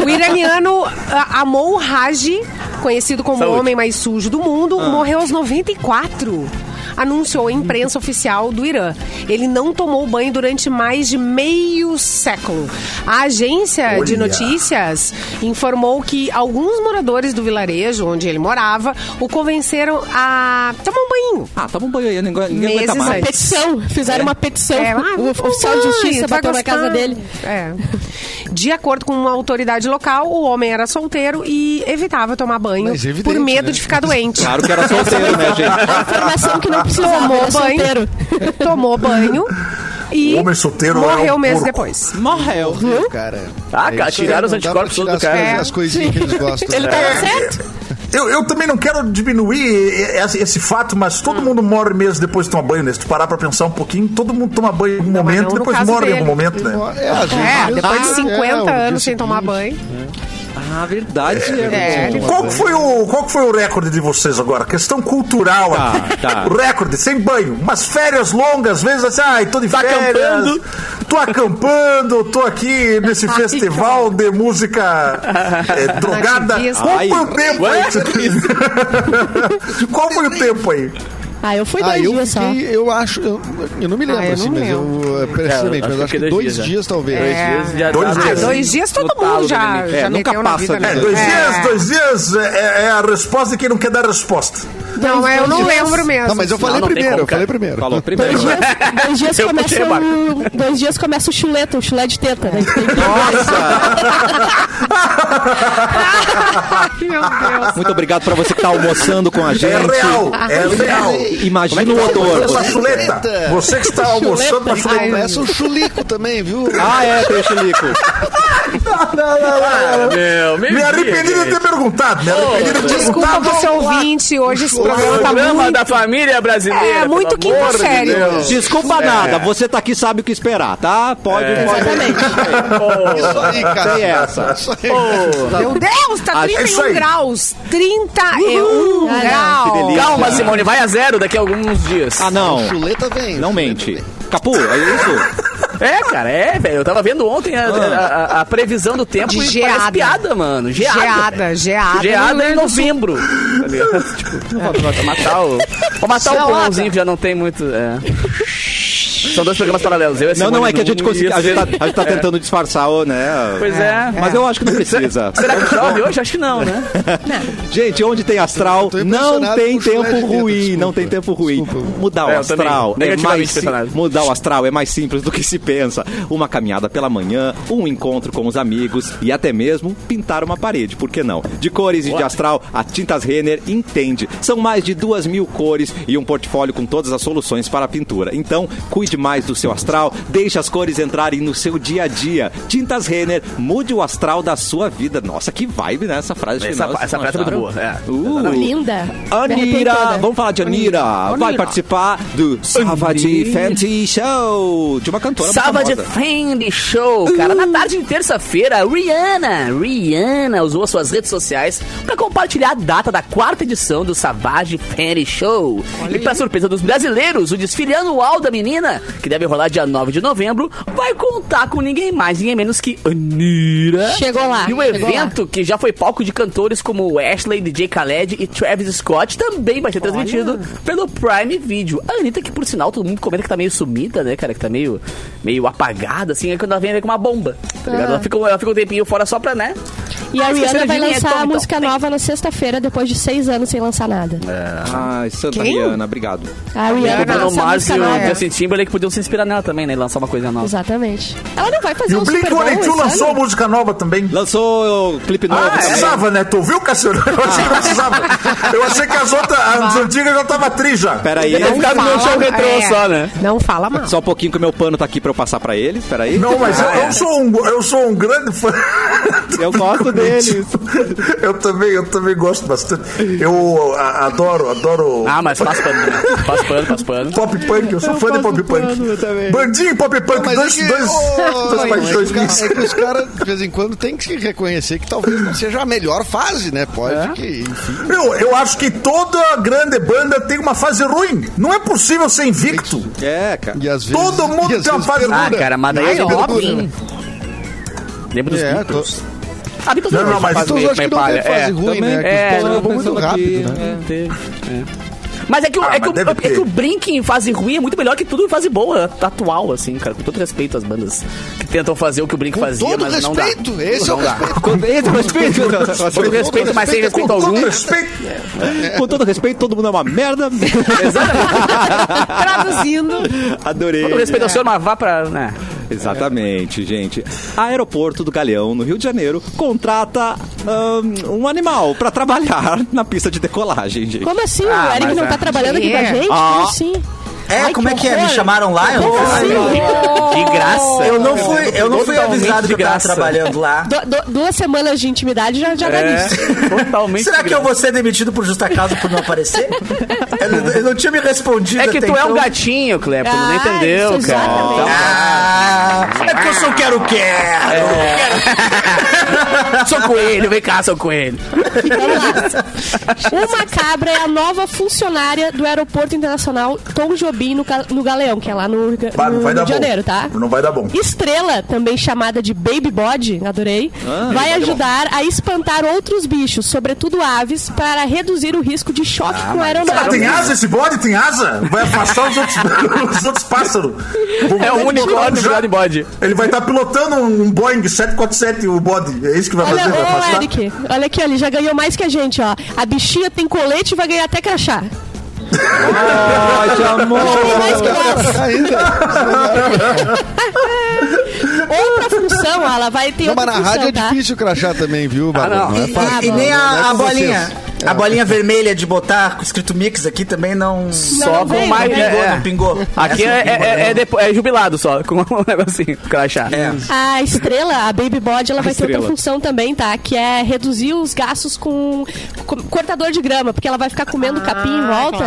[SPEAKER 2] O iraniano ah, Amon Haji, conhecido como o
[SPEAKER 3] Saúde. Ah.
[SPEAKER 2] homem mais sujo do mundo, morreu aos 94. Anunciou a imprensa
[SPEAKER 3] Uhum.
[SPEAKER 2] oficial do Irã. Ele não tomou banho durante mais de meio século. A agência de
[SPEAKER 9] Olha.
[SPEAKER 2] notícias polícias informou que alguns moradores do vilarejo onde ele morava o convenceram a tomar um banho.
[SPEAKER 1] Ah, toma um banho aí, ninguém, ninguém
[SPEAKER 2] Meses
[SPEAKER 1] aguenta mais.
[SPEAKER 2] antes.
[SPEAKER 4] Petição, fizeram uma petição.
[SPEAKER 2] É, ah,
[SPEAKER 4] o oficial de
[SPEAKER 2] vai,
[SPEAKER 4] justiça
[SPEAKER 2] vai
[SPEAKER 4] bateu na
[SPEAKER 2] gostar.
[SPEAKER 4] casa dele.
[SPEAKER 2] É. De acordo com uma autoridade local, o homem era solteiro e evitava tomar banho
[SPEAKER 6] Mas evidente,
[SPEAKER 2] por medo
[SPEAKER 6] né?
[SPEAKER 2] de ficar doente.
[SPEAKER 1] Claro que era solteiro, né, gente?
[SPEAKER 4] A informação que não precisava,
[SPEAKER 2] Tomou
[SPEAKER 4] era
[SPEAKER 2] banho.
[SPEAKER 4] solteiro.
[SPEAKER 2] Tomou banho e
[SPEAKER 9] O homem solteiro é um
[SPEAKER 2] morreu meses
[SPEAKER 9] porco.
[SPEAKER 2] depois.
[SPEAKER 1] Morreu.
[SPEAKER 6] Cara,
[SPEAKER 3] Ah, cara,
[SPEAKER 6] isso aí,
[SPEAKER 3] tiraram os
[SPEAKER 6] não dá
[SPEAKER 3] anticorpos
[SPEAKER 6] pra
[SPEAKER 3] todos
[SPEAKER 6] tirar
[SPEAKER 3] do
[SPEAKER 6] as
[SPEAKER 3] cara.
[SPEAKER 6] coisas- As coisinhas que eles gostam.
[SPEAKER 4] Ele tá-
[SPEAKER 6] né?
[SPEAKER 4] tava certo?
[SPEAKER 9] Eu, eu também não quero diminuir esse, esse fato, mas
[SPEAKER 2] Hum.
[SPEAKER 9] todo mundo morre meses depois de tomar banho, né? Se tu parar pra pensar um pouquinho, todo mundo toma banho em algum
[SPEAKER 2] mas
[SPEAKER 9] momento,
[SPEAKER 2] não no
[SPEAKER 9] depois
[SPEAKER 2] caso
[SPEAKER 9] morre em algum
[SPEAKER 2] dele.
[SPEAKER 9] momento, né?
[SPEAKER 6] É, às vezes
[SPEAKER 2] É,
[SPEAKER 6] mesmo.
[SPEAKER 2] depois de
[SPEAKER 6] Ah,
[SPEAKER 2] 50
[SPEAKER 6] é, o
[SPEAKER 2] anos
[SPEAKER 6] dia
[SPEAKER 2] sem tomar
[SPEAKER 6] seguinte.
[SPEAKER 2] banho.
[SPEAKER 1] Ah, verdade.
[SPEAKER 2] É,
[SPEAKER 1] É.
[SPEAKER 2] ele
[SPEAKER 9] Qual que foi o, qual que foi o recorde de vocês agora? Questão cultural
[SPEAKER 1] Tá,
[SPEAKER 9] aqui.
[SPEAKER 1] tá.
[SPEAKER 9] O recorde, sem banho. Umas férias longas, às vezes assim, ai, tô de
[SPEAKER 3] Tá
[SPEAKER 9] férias.
[SPEAKER 3] acampando.
[SPEAKER 9] Tô acampando, tô aqui nesse festival de música é, drogada.
[SPEAKER 2] Ativista.
[SPEAKER 9] Qual foi o
[SPEAKER 1] Ai.
[SPEAKER 9] tempo aí? que você- Qual foi o tempo aí?
[SPEAKER 4] Ah, eu fui
[SPEAKER 6] Ah,
[SPEAKER 4] dois
[SPEAKER 6] eu
[SPEAKER 9] é
[SPEAKER 4] dias só.
[SPEAKER 6] fiquei, eu acho, eu, eu não me lembro
[SPEAKER 2] Ah, eu
[SPEAKER 6] assim,
[SPEAKER 2] não
[SPEAKER 6] mas eu, precisamente,
[SPEAKER 3] É,
[SPEAKER 6] mas
[SPEAKER 3] eu
[SPEAKER 6] eu acho que dois
[SPEAKER 3] já.
[SPEAKER 6] dias, talvez. Tá,
[SPEAKER 3] Dois dias já
[SPEAKER 9] Dois
[SPEAKER 3] dá-
[SPEAKER 9] dias.
[SPEAKER 2] Ah, dois dias todo
[SPEAKER 3] Total,
[SPEAKER 2] mundo já,
[SPEAKER 3] Domenico.
[SPEAKER 1] É,
[SPEAKER 2] já
[SPEAKER 1] nunca
[SPEAKER 2] meteu na
[SPEAKER 1] passa,
[SPEAKER 2] vida.
[SPEAKER 1] né?
[SPEAKER 9] É,
[SPEAKER 2] né?
[SPEAKER 9] dois
[SPEAKER 2] É.
[SPEAKER 9] dias, dois dias é, é a resposta de quem não quer dar resposta.
[SPEAKER 2] Não, é,
[SPEAKER 4] Dois
[SPEAKER 2] eu não
[SPEAKER 4] dias.
[SPEAKER 2] lembro mesmo.
[SPEAKER 6] Tá, mas eu falei
[SPEAKER 3] não tem
[SPEAKER 6] primeiro,
[SPEAKER 3] como,
[SPEAKER 6] eu falei
[SPEAKER 3] cara.
[SPEAKER 6] primeiro.
[SPEAKER 1] Falou primeiro.
[SPEAKER 4] Dois dias, dois dias
[SPEAKER 3] Eu
[SPEAKER 4] começa
[SPEAKER 3] puxei,
[SPEAKER 4] o, dois dias começa o chuleta, o chulé de teta. Né?
[SPEAKER 2] Meu Deus.
[SPEAKER 1] Muito obrigado pra você que tá almoçando com a gente.
[SPEAKER 9] É real, é real. é
[SPEAKER 1] Imagina o odor.
[SPEAKER 9] Essa chuleta. Você que está almoçando na
[SPEAKER 6] Chuleta.
[SPEAKER 9] chuleta.
[SPEAKER 6] Começa o chulico também, viu?
[SPEAKER 1] Ah, é, tem o chilico.
[SPEAKER 3] Meu, me,
[SPEAKER 9] Me arrependi de ter perguntado. Me arrependi de ter
[SPEAKER 2] Desculpa
[SPEAKER 9] perguntado.
[SPEAKER 2] você é um ouvinte, hoje esse programa tá
[SPEAKER 3] Programa
[SPEAKER 2] muito...
[SPEAKER 3] da família brasileira.
[SPEAKER 2] É, muito
[SPEAKER 3] pelo amor
[SPEAKER 2] quinta
[SPEAKER 3] de
[SPEAKER 2] série.
[SPEAKER 9] É.
[SPEAKER 3] Deus.
[SPEAKER 1] Desculpa nada, você tá aqui sabe o que esperar, tá? Pode,
[SPEAKER 9] É.
[SPEAKER 1] pode.
[SPEAKER 6] Isso aí, cara.
[SPEAKER 3] é
[SPEAKER 1] Tem essa.
[SPEAKER 6] Isso aí.
[SPEAKER 2] Meu Deus, tá
[SPEAKER 1] Ah, é
[SPEAKER 2] 31
[SPEAKER 9] isso aí.
[SPEAKER 2] graus. 31
[SPEAKER 1] Que
[SPEAKER 2] graus.
[SPEAKER 1] delícia.
[SPEAKER 3] Calma, Simone, vai a zero daqui a alguns dias.
[SPEAKER 1] Ah, não.
[SPEAKER 6] Chuleta vem.
[SPEAKER 1] Não mente. Capu, é isso?
[SPEAKER 3] É, cara, é, velho. Eu tava vendo ontem
[SPEAKER 1] Ah.
[SPEAKER 3] a, a- a- a previsão do tempo
[SPEAKER 2] De
[SPEAKER 3] e
[SPEAKER 2] geada.
[SPEAKER 3] parece piada, mano. Geada.
[SPEAKER 2] Geada,
[SPEAKER 3] velho.
[SPEAKER 2] geada. é
[SPEAKER 3] Geada
[SPEAKER 2] Rio
[SPEAKER 3] em
[SPEAKER 2] Grande do Sul.
[SPEAKER 3] novembro. tá ligado? tipo, não vou- vou matar o. Vou matar o pulmãozinho que já não tem muito. é. São dois programas paralelos. Eu e a
[SPEAKER 1] Não,
[SPEAKER 3] Simone
[SPEAKER 1] não, é que a
[SPEAKER 3] num
[SPEAKER 1] gente
[SPEAKER 3] e
[SPEAKER 1] conseguiu. A
[SPEAKER 3] esse-
[SPEAKER 1] gente tá, a gente tá tentando disfarçar, ô, né?
[SPEAKER 3] Pois é.
[SPEAKER 1] Mas eu acho que não precisa.
[SPEAKER 2] É.
[SPEAKER 3] Será que chove hoje? Acho que não, né?
[SPEAKER 1] Gente, onde tem astral,
[SPEAKER 6] tô
[SPEAKER 1] não
[SPEAKER 6] impressionado
[SPEAKER 1] tem
[SPEAKER 6] com o chulé
[SPEAKER 1] tempo
[SPEAKER 6] de dedo,
[SPEAKER 1] ruim.
[SPEAKER 6] desculpa.
[SPEAKER 1] Não tem tempo ruim.
[SPEAKER 6] Desculpa.
[SPEAKER 1] Mudar o
[SPEAKER 3] É, eu também.
[SPEAKER 1] astral é
[SPEAKER 3] Negativamente
[SPEAKER 1] mais sim-
[SPEAKER 3] impressionado.
[SPEAKER 1] mudar o astral é mais simples do que se pensa. Uma caminhada pela manhã, um encontro com os amigos e até mesmo pintar uma parede, por que não? De cores e de astral, a Tintas Renner entende. São mais de duas mil cores e um portfólio com todas as soluções para a pintura. Então, cuide mais do seu astral, deixe as cores entrarem no seu dia a dia. Tintas Renner, mude o astral da sua vida. Nossa, que vibe, né? Essa frase
[SPEAKER 3] Essa-
[SPEAKER 1] final,
[SPEAKER 3] essa
[SPEAKER 1] vocês
[SPEAKER 3] frase é
[SPEAKER 1] não
[SPEAKER 3] muito
[SPEAKER 1] acharam?
[SPEAKER 3] boa, é.
[SPEAKER 1] Uh.
[SPEAKER 4] Linda. Me arrepiei
[SPEAKER 1] Anira,
[SPEAKER 4] toda.
[SPEAKER 1] vamos falar de Anira. Vai participar do Savage Fenty Show de uma cantora
[SPEAKER 3] Salva de
[SPEAKER 1] muito famosa. Uh.
[SPEAKER 3] Fendi Show, cara. Na tarde de terça-feira, a Rihanna, Rihanna usou as suas redes sociais pra compartilhar a data da quarta edição do Savage Fendi Show. e pra surpresa dos brasileiros, o desfile anual da menina Anitta, que deve rolar dia 9 de novembro, vai contar com ninguém mais, ninguém menos que Anira.
[SPEAKER 4] Chegou lá,
[SPEAKER 3] E um
[SPEAKER 4] chegou
[SPEAKER 3] evento que já foi palco de cantores como Ashley, DJ Khaled e Travis Scott também vai ser transmitido pelo Prime Video. A Anitta, que por sinal todo mundo comenta que tá meio sumida, né, cara? Que tá meio, meio apagada, assim. Aí quando ela vem, ela vem com uma bomba, tá
[SPEAKER 4] É.
[SPEAKER 3] ligado? Ela, fica, ela fica um tempinho fora só pra, né?
[SPEAKER 4] E a
[SPEAKER 3] Ah, esqueceram
[SPEAKER 4] Rihanna vai
[SPEAKER 3] de mim, é,
[SPEAKER 4] lançar
[SPEAKER 3] toma,
[SPEAKER 4] a
[SPEAKER 3] então.
[SPEAKER 4] música nova na sexta-feira, depois de seis anos sem lançar nada.
[SPEAKER 3] É.
[SPEAKER 1] Ai, Santa
[SPEAKER 2] Quem?
[SPEAKER 1] Rihanna, obrigado.
[SPEAKER 4] A Rihanna vai
[SPEAKER 3] Bruno
[SPEAKER 4] lançar a
[SPEAKER 3] Mars e
[SPEAKER 4] música
[SPEAKER 3] o
[SPEAKER 4] nova.
[SPEAKER 3] assim, um Justin Timberlake podiam se inspirar nela também, né? E lançar uma coisa nova.
[SPEAKER 4] Exatamente. Ela não vai fazer
[SPEAKER 9] E
[SPEAKER 4] um
[SPEAKER 9] o
[SPEAKER 4] Super Bowl esse
[SPEAKER 9] Blink-182 lançou
[SPEAKER 4] ano?
[SPEAKER 9] a música nova também.
[SPEAKER 1] Ah, Lançou o clipe novo.
[SPEAKER 9] Ah,
[SPEAKER 1] também.
[SPEAKER 9] precisava, né? Tu viu, Cassiano? Eu achei que não precisava. Eu achei que as outras, as antigas já tava tri já.
[SPEAKER 1] Peraí,
[SPEAKER 3] Deve ficar no meu show retrô só, né?
[SPEAKER 2] é, Não fala mal.
[SPEAKER 1] só um pouquinho que o meu pano tá aqui pra eu passar pra ele. Peraí.
[SPEAKER 9] Não, mas eu, eu sou um, eu sou um grande fã. do
[SPEAKER 1] Eu gosto deles.
[SPEAKER 9] Eu também, eu também gosto bastante. Eu a- adoro, adoro
[SPEAKER 3] Ah, mas faz pano, né? Faz pano, faz pano.
[SPEAKER 9] pop punk, eu sou fã de pop punk. Bandinho e pop punk,
[SPEAKER 6] Mas
[SPEAKER 9] dois,
[SPEAKER 6] é que,
[SPEAKER 9] dois,
[SPEAKER 6] ô,
[SPEAKER 9] dois
[SPEAKER 6] mas
[SPEAKER 9] paixões
[SPEAKER 6] é que os
[SPEAKER 9] minhas.
[SPEAKER 6] cara- é que os caras, de vez em quando, tem que reconhecer que talvez não seja a melhor fase, né? Pode
[SPEAKER 3] É.
[SPEAKER 6] que, enfim,
[SPEAKER 9] Meu, eu acho que toda grande banda tem uma fase ruim. Não é possível ser invicto.
[SPEAKER 1] É, cara.
[SPEAKER 6] e às vezes...
[SPEAKER 9] Todo mundo
[SPEAKER 6] e às
[SPEAKER 9] tem uma
[SPEAKER 6] vezes
[SPEAKER 9] fase
[SPEAKER 6] perdura.
[SPEAKER 3] Ah, cara, mas daí
[SPEAKER 6] Ai,
[SPEAKER 3] é
[SPEAKER 6] perdura.
[SPEAKER 3] Robin. Lembra dos
[SPEAKER 6] É,
[SPEAKER 3] Beatles?
[SPEAKER 6] to-
[SPEAKER 3] Ah, Beatles
[SPEAKER 9] Não, não, mas
[SPEAKER 3] faz
[SPEAKER 9] tu
[SPEAKER 6] todos
[SPEAKER 3] meio-
[SPEAKER 6] acho que
[SPEAKER 3] meio
[SPEAKER 6] não
[SPEAKER 3] palha.
[SPEAKER 6] tem fase
[SPEAKER 3] É.
[SPEAKER 6] ruim, né?
[SPEAKER 3] é,
[SPEAKER 6] Que os
[SPEAKER 3] não,
[SPEAKER 6] povos vão muito rápido, né?
[SPEAKER 3] Teve, é. Mas é que, o-
[SPEAKER 9] Ah,
[SPEAKER 3] é, que
[SPEAKER 9] mas
[SPEAKER 3] o,
[SPEAKER 9] deve
[SPEAKER 3] é que
[SPEAKER 9] ter.
[SPEAKER 3] o Brink em fase ruim é muito melhor que tudo em fase boa, atual, assim, cara. Com todo respeito às bandas que tentam fazer o que o Brink fazia,
[SPEAKER 6] todo
[SPEAKER 3] mas não
[SPEAKER 6] respeito,
[SPEAKER 3] dá.
[SPEAKER 6] esse é
[SPEAKER 3] não
[SPEAKER 6] o
[SPEAKER 3] dá.
[SPEAKER 6] respeito.
[SPEAKER 1] Com todo respeito,
[SPEAKER 3] Com todo respeito, mas sem respeito
[SPEAKER 9] Com
[SPEAKER 3] algum.
[SPEAKER 9] todo respeito.
[SPEAKER 1] com todo respeito, todo mundo é uma merda.
[SPEAKER 2] Traduzindo.
[SPEAKER 1] Adorei.
[SPEAKER 3] Todo respeito ao senhor, mas vá pra... né.
[SPEAKER 1] Exatamente, gente. Aeroporto do Galeão, no Rio de Janeiro, contrata ahn, um animal pra trabalhar na pista de decolagem, gente.
[SPEAKER 4] Como assim?
[SPEAKER 3] Ah,
[SPEAKER 4] o Eric
[SPEAKER 3] mas
[SPEAKER 4] não tá
[SPEAKER 3] é.
[SPEAKER 4] trabalhando aqui com a
[SPEAKER 2] Yeah.
[SPEAKER 4] gente?
[SPEAKER 1] Ah.
[SPEAKER 4] Como assim?
[SPEAKER 5] É,
[SPEAKER 4] Ai,
[SPEAKER 5] como é
[SPEAKER 4] que
[SPEAKER 5] que é? Me
[SPEAKER 4] horror.
[SPEAKER 5] chamaram lá? Eu não fui lá.
[SPEAKER 3] Que graça.
[SPEAKER 5] Eu não fui, eu não fui
[SPEAKER 3] Totalmente
[SPEAKER 5] avisado que
[SPEAKER 3] de
[SPEAKER 5] eu tava
[SPEAKER 3] graça.
[SPEAKER 5] trabalhando lá.
[SPEAKER 4] Du- du- duas semanas de intimidade já, já dá nisso.
[SPEAKER 3] É, totalmente
[SPEAKER 5] Será que
[SPEAKER 3] graça.
[SPEAKER 5] eu vou ser demitido por justa causa por não aparecer? eu, não- eu não tinha me respondido
[SPEAKER 3] É que
[SPEAKER 5] até
[SPEAKER 3] tu é um
[SPEAKER 5] então.
[SPEAKER 3] gatinho, Clepton, não
[SPEAKER 4] Ah,
[SPEAKER 3] entendeu,
[SPEAKER 4] isso,
[SPEAKER 3] cara.
[SPEAKER 4] exatamente.
[SPEAKER 5] Ah, é porque eu sou
[SPEAKER 6] É,
[SPEAKER 5] quero-quero.
[SPEAKER 3] Então, sou coelho, vem cá, sou coelho.
[SPEAKER 4] Uma cabra é a nova funcionária do Aeroporto Internacional Tom Jobim no, Ga- no Galeão, que é lá no, Rio-
[SPEAKER 9] Pá, não
[SPEAKER 4] no
[SPEAKER 9] vai dar
[SPEAKER 4] Rio de
[SPEAKER 9] bom.
[SPEAKER 4] Janeiro, tá?
[SPEAKER 9] Não vai dar bom.
[SPEAKER 4] Estrela, também chamada de Baby Body, adorei,
[SPEAKER 9] Ah,
[SPEAKER 4] vai ajudar a espantar outros bichos, sobretudo aves, para reduzir o risco de choque com a
[SPEAKER 9] Ah, tem
[SPEAKER 4] aeronave.
[SPEAKER 9] asa esse bode? Tem asa? Vai afastar os outros, os outros pássaros. Vou-
[SPEAKER 6] um
[SPEAKER 3] É o unicórnio virado em bode.
[SPEAKER 9] Ele vai estar pilotando um Boeing 747, o bode. É isso que vai
[SPEAKER 4] Olha,
[SPEAKER 9] fazer? Vai
[SPEAKER 4] ô,
[SPEAKER 9] afastar?
[SPEAKER 4] Eric, olha aqui, ele já ganhou mais que a gente, ó. A bichinha tem colete e vai ganhar até crachá.
[SPEAKER 1] Ai, que
[SPEAKER 4] Tem mais que
[SPEAKER 1] amor!
[SPEAKER 4] nós.
[SPEAKER 6] Tá Ainda.
[SPEAKER 4] Outra função, ó, ela vai ter
[SPEAKER 6] Não,
[SPEAKER 4] outra
[SPEAKER 6] mas na
[SPEAKER 4] função,
[SPEAKER 6] rádio é
[SPEAKER 4] tá?
[SPEAKER 6] difícil crachar também, viu, Bárbara?
[SPEAKER 3] não.
[SPEAKER 6] Não é
[SPEAKER 5] Ah, E-
[SPEAKER 6] fácil.
[SPEAKER 5] E, e nem
[SPEAKER 6] Não é
[SPEAKER 5] a, a
[SPEAKER 6] com vocês. É.
[SPEAKER 5] bolinha. A bolinha vermelha de botar com escrito mix aqui também não. Não
[SPEAKER 3] Só
[SPEAKER 4] não
[SPEAKER 3] com
[SPEAKER 4] veio,
[SPEAKER 3] mais.
[SPEAKER 4] não
[SPEAKER 3] é,
[SPEAKER 5] pingou,
[SPEAKER 3] é.
[SPEAKER 5] não pingou.
[SPEAKER 3] Aqui
[SPEAKER 5] Essa
[SPEAKER 3] é,
[SPEAKER 9] não pingou,
[SPEAKER 3] é- é-
[SPEAKER 9] né?
[SPEAKER 3] é depo- é jubilado só, com um negocinho, crachá.
[SPEAKER 5] É.
[SPEAKER 4] A estrela, a Baby Body, ela vai ter
[SPEAKER 1] estrela.
[SPEAKER 4] outra função também, tá? Que é reduzir os gastos com, com cortador de grama, porque ela vai ficar comendo capim em volta.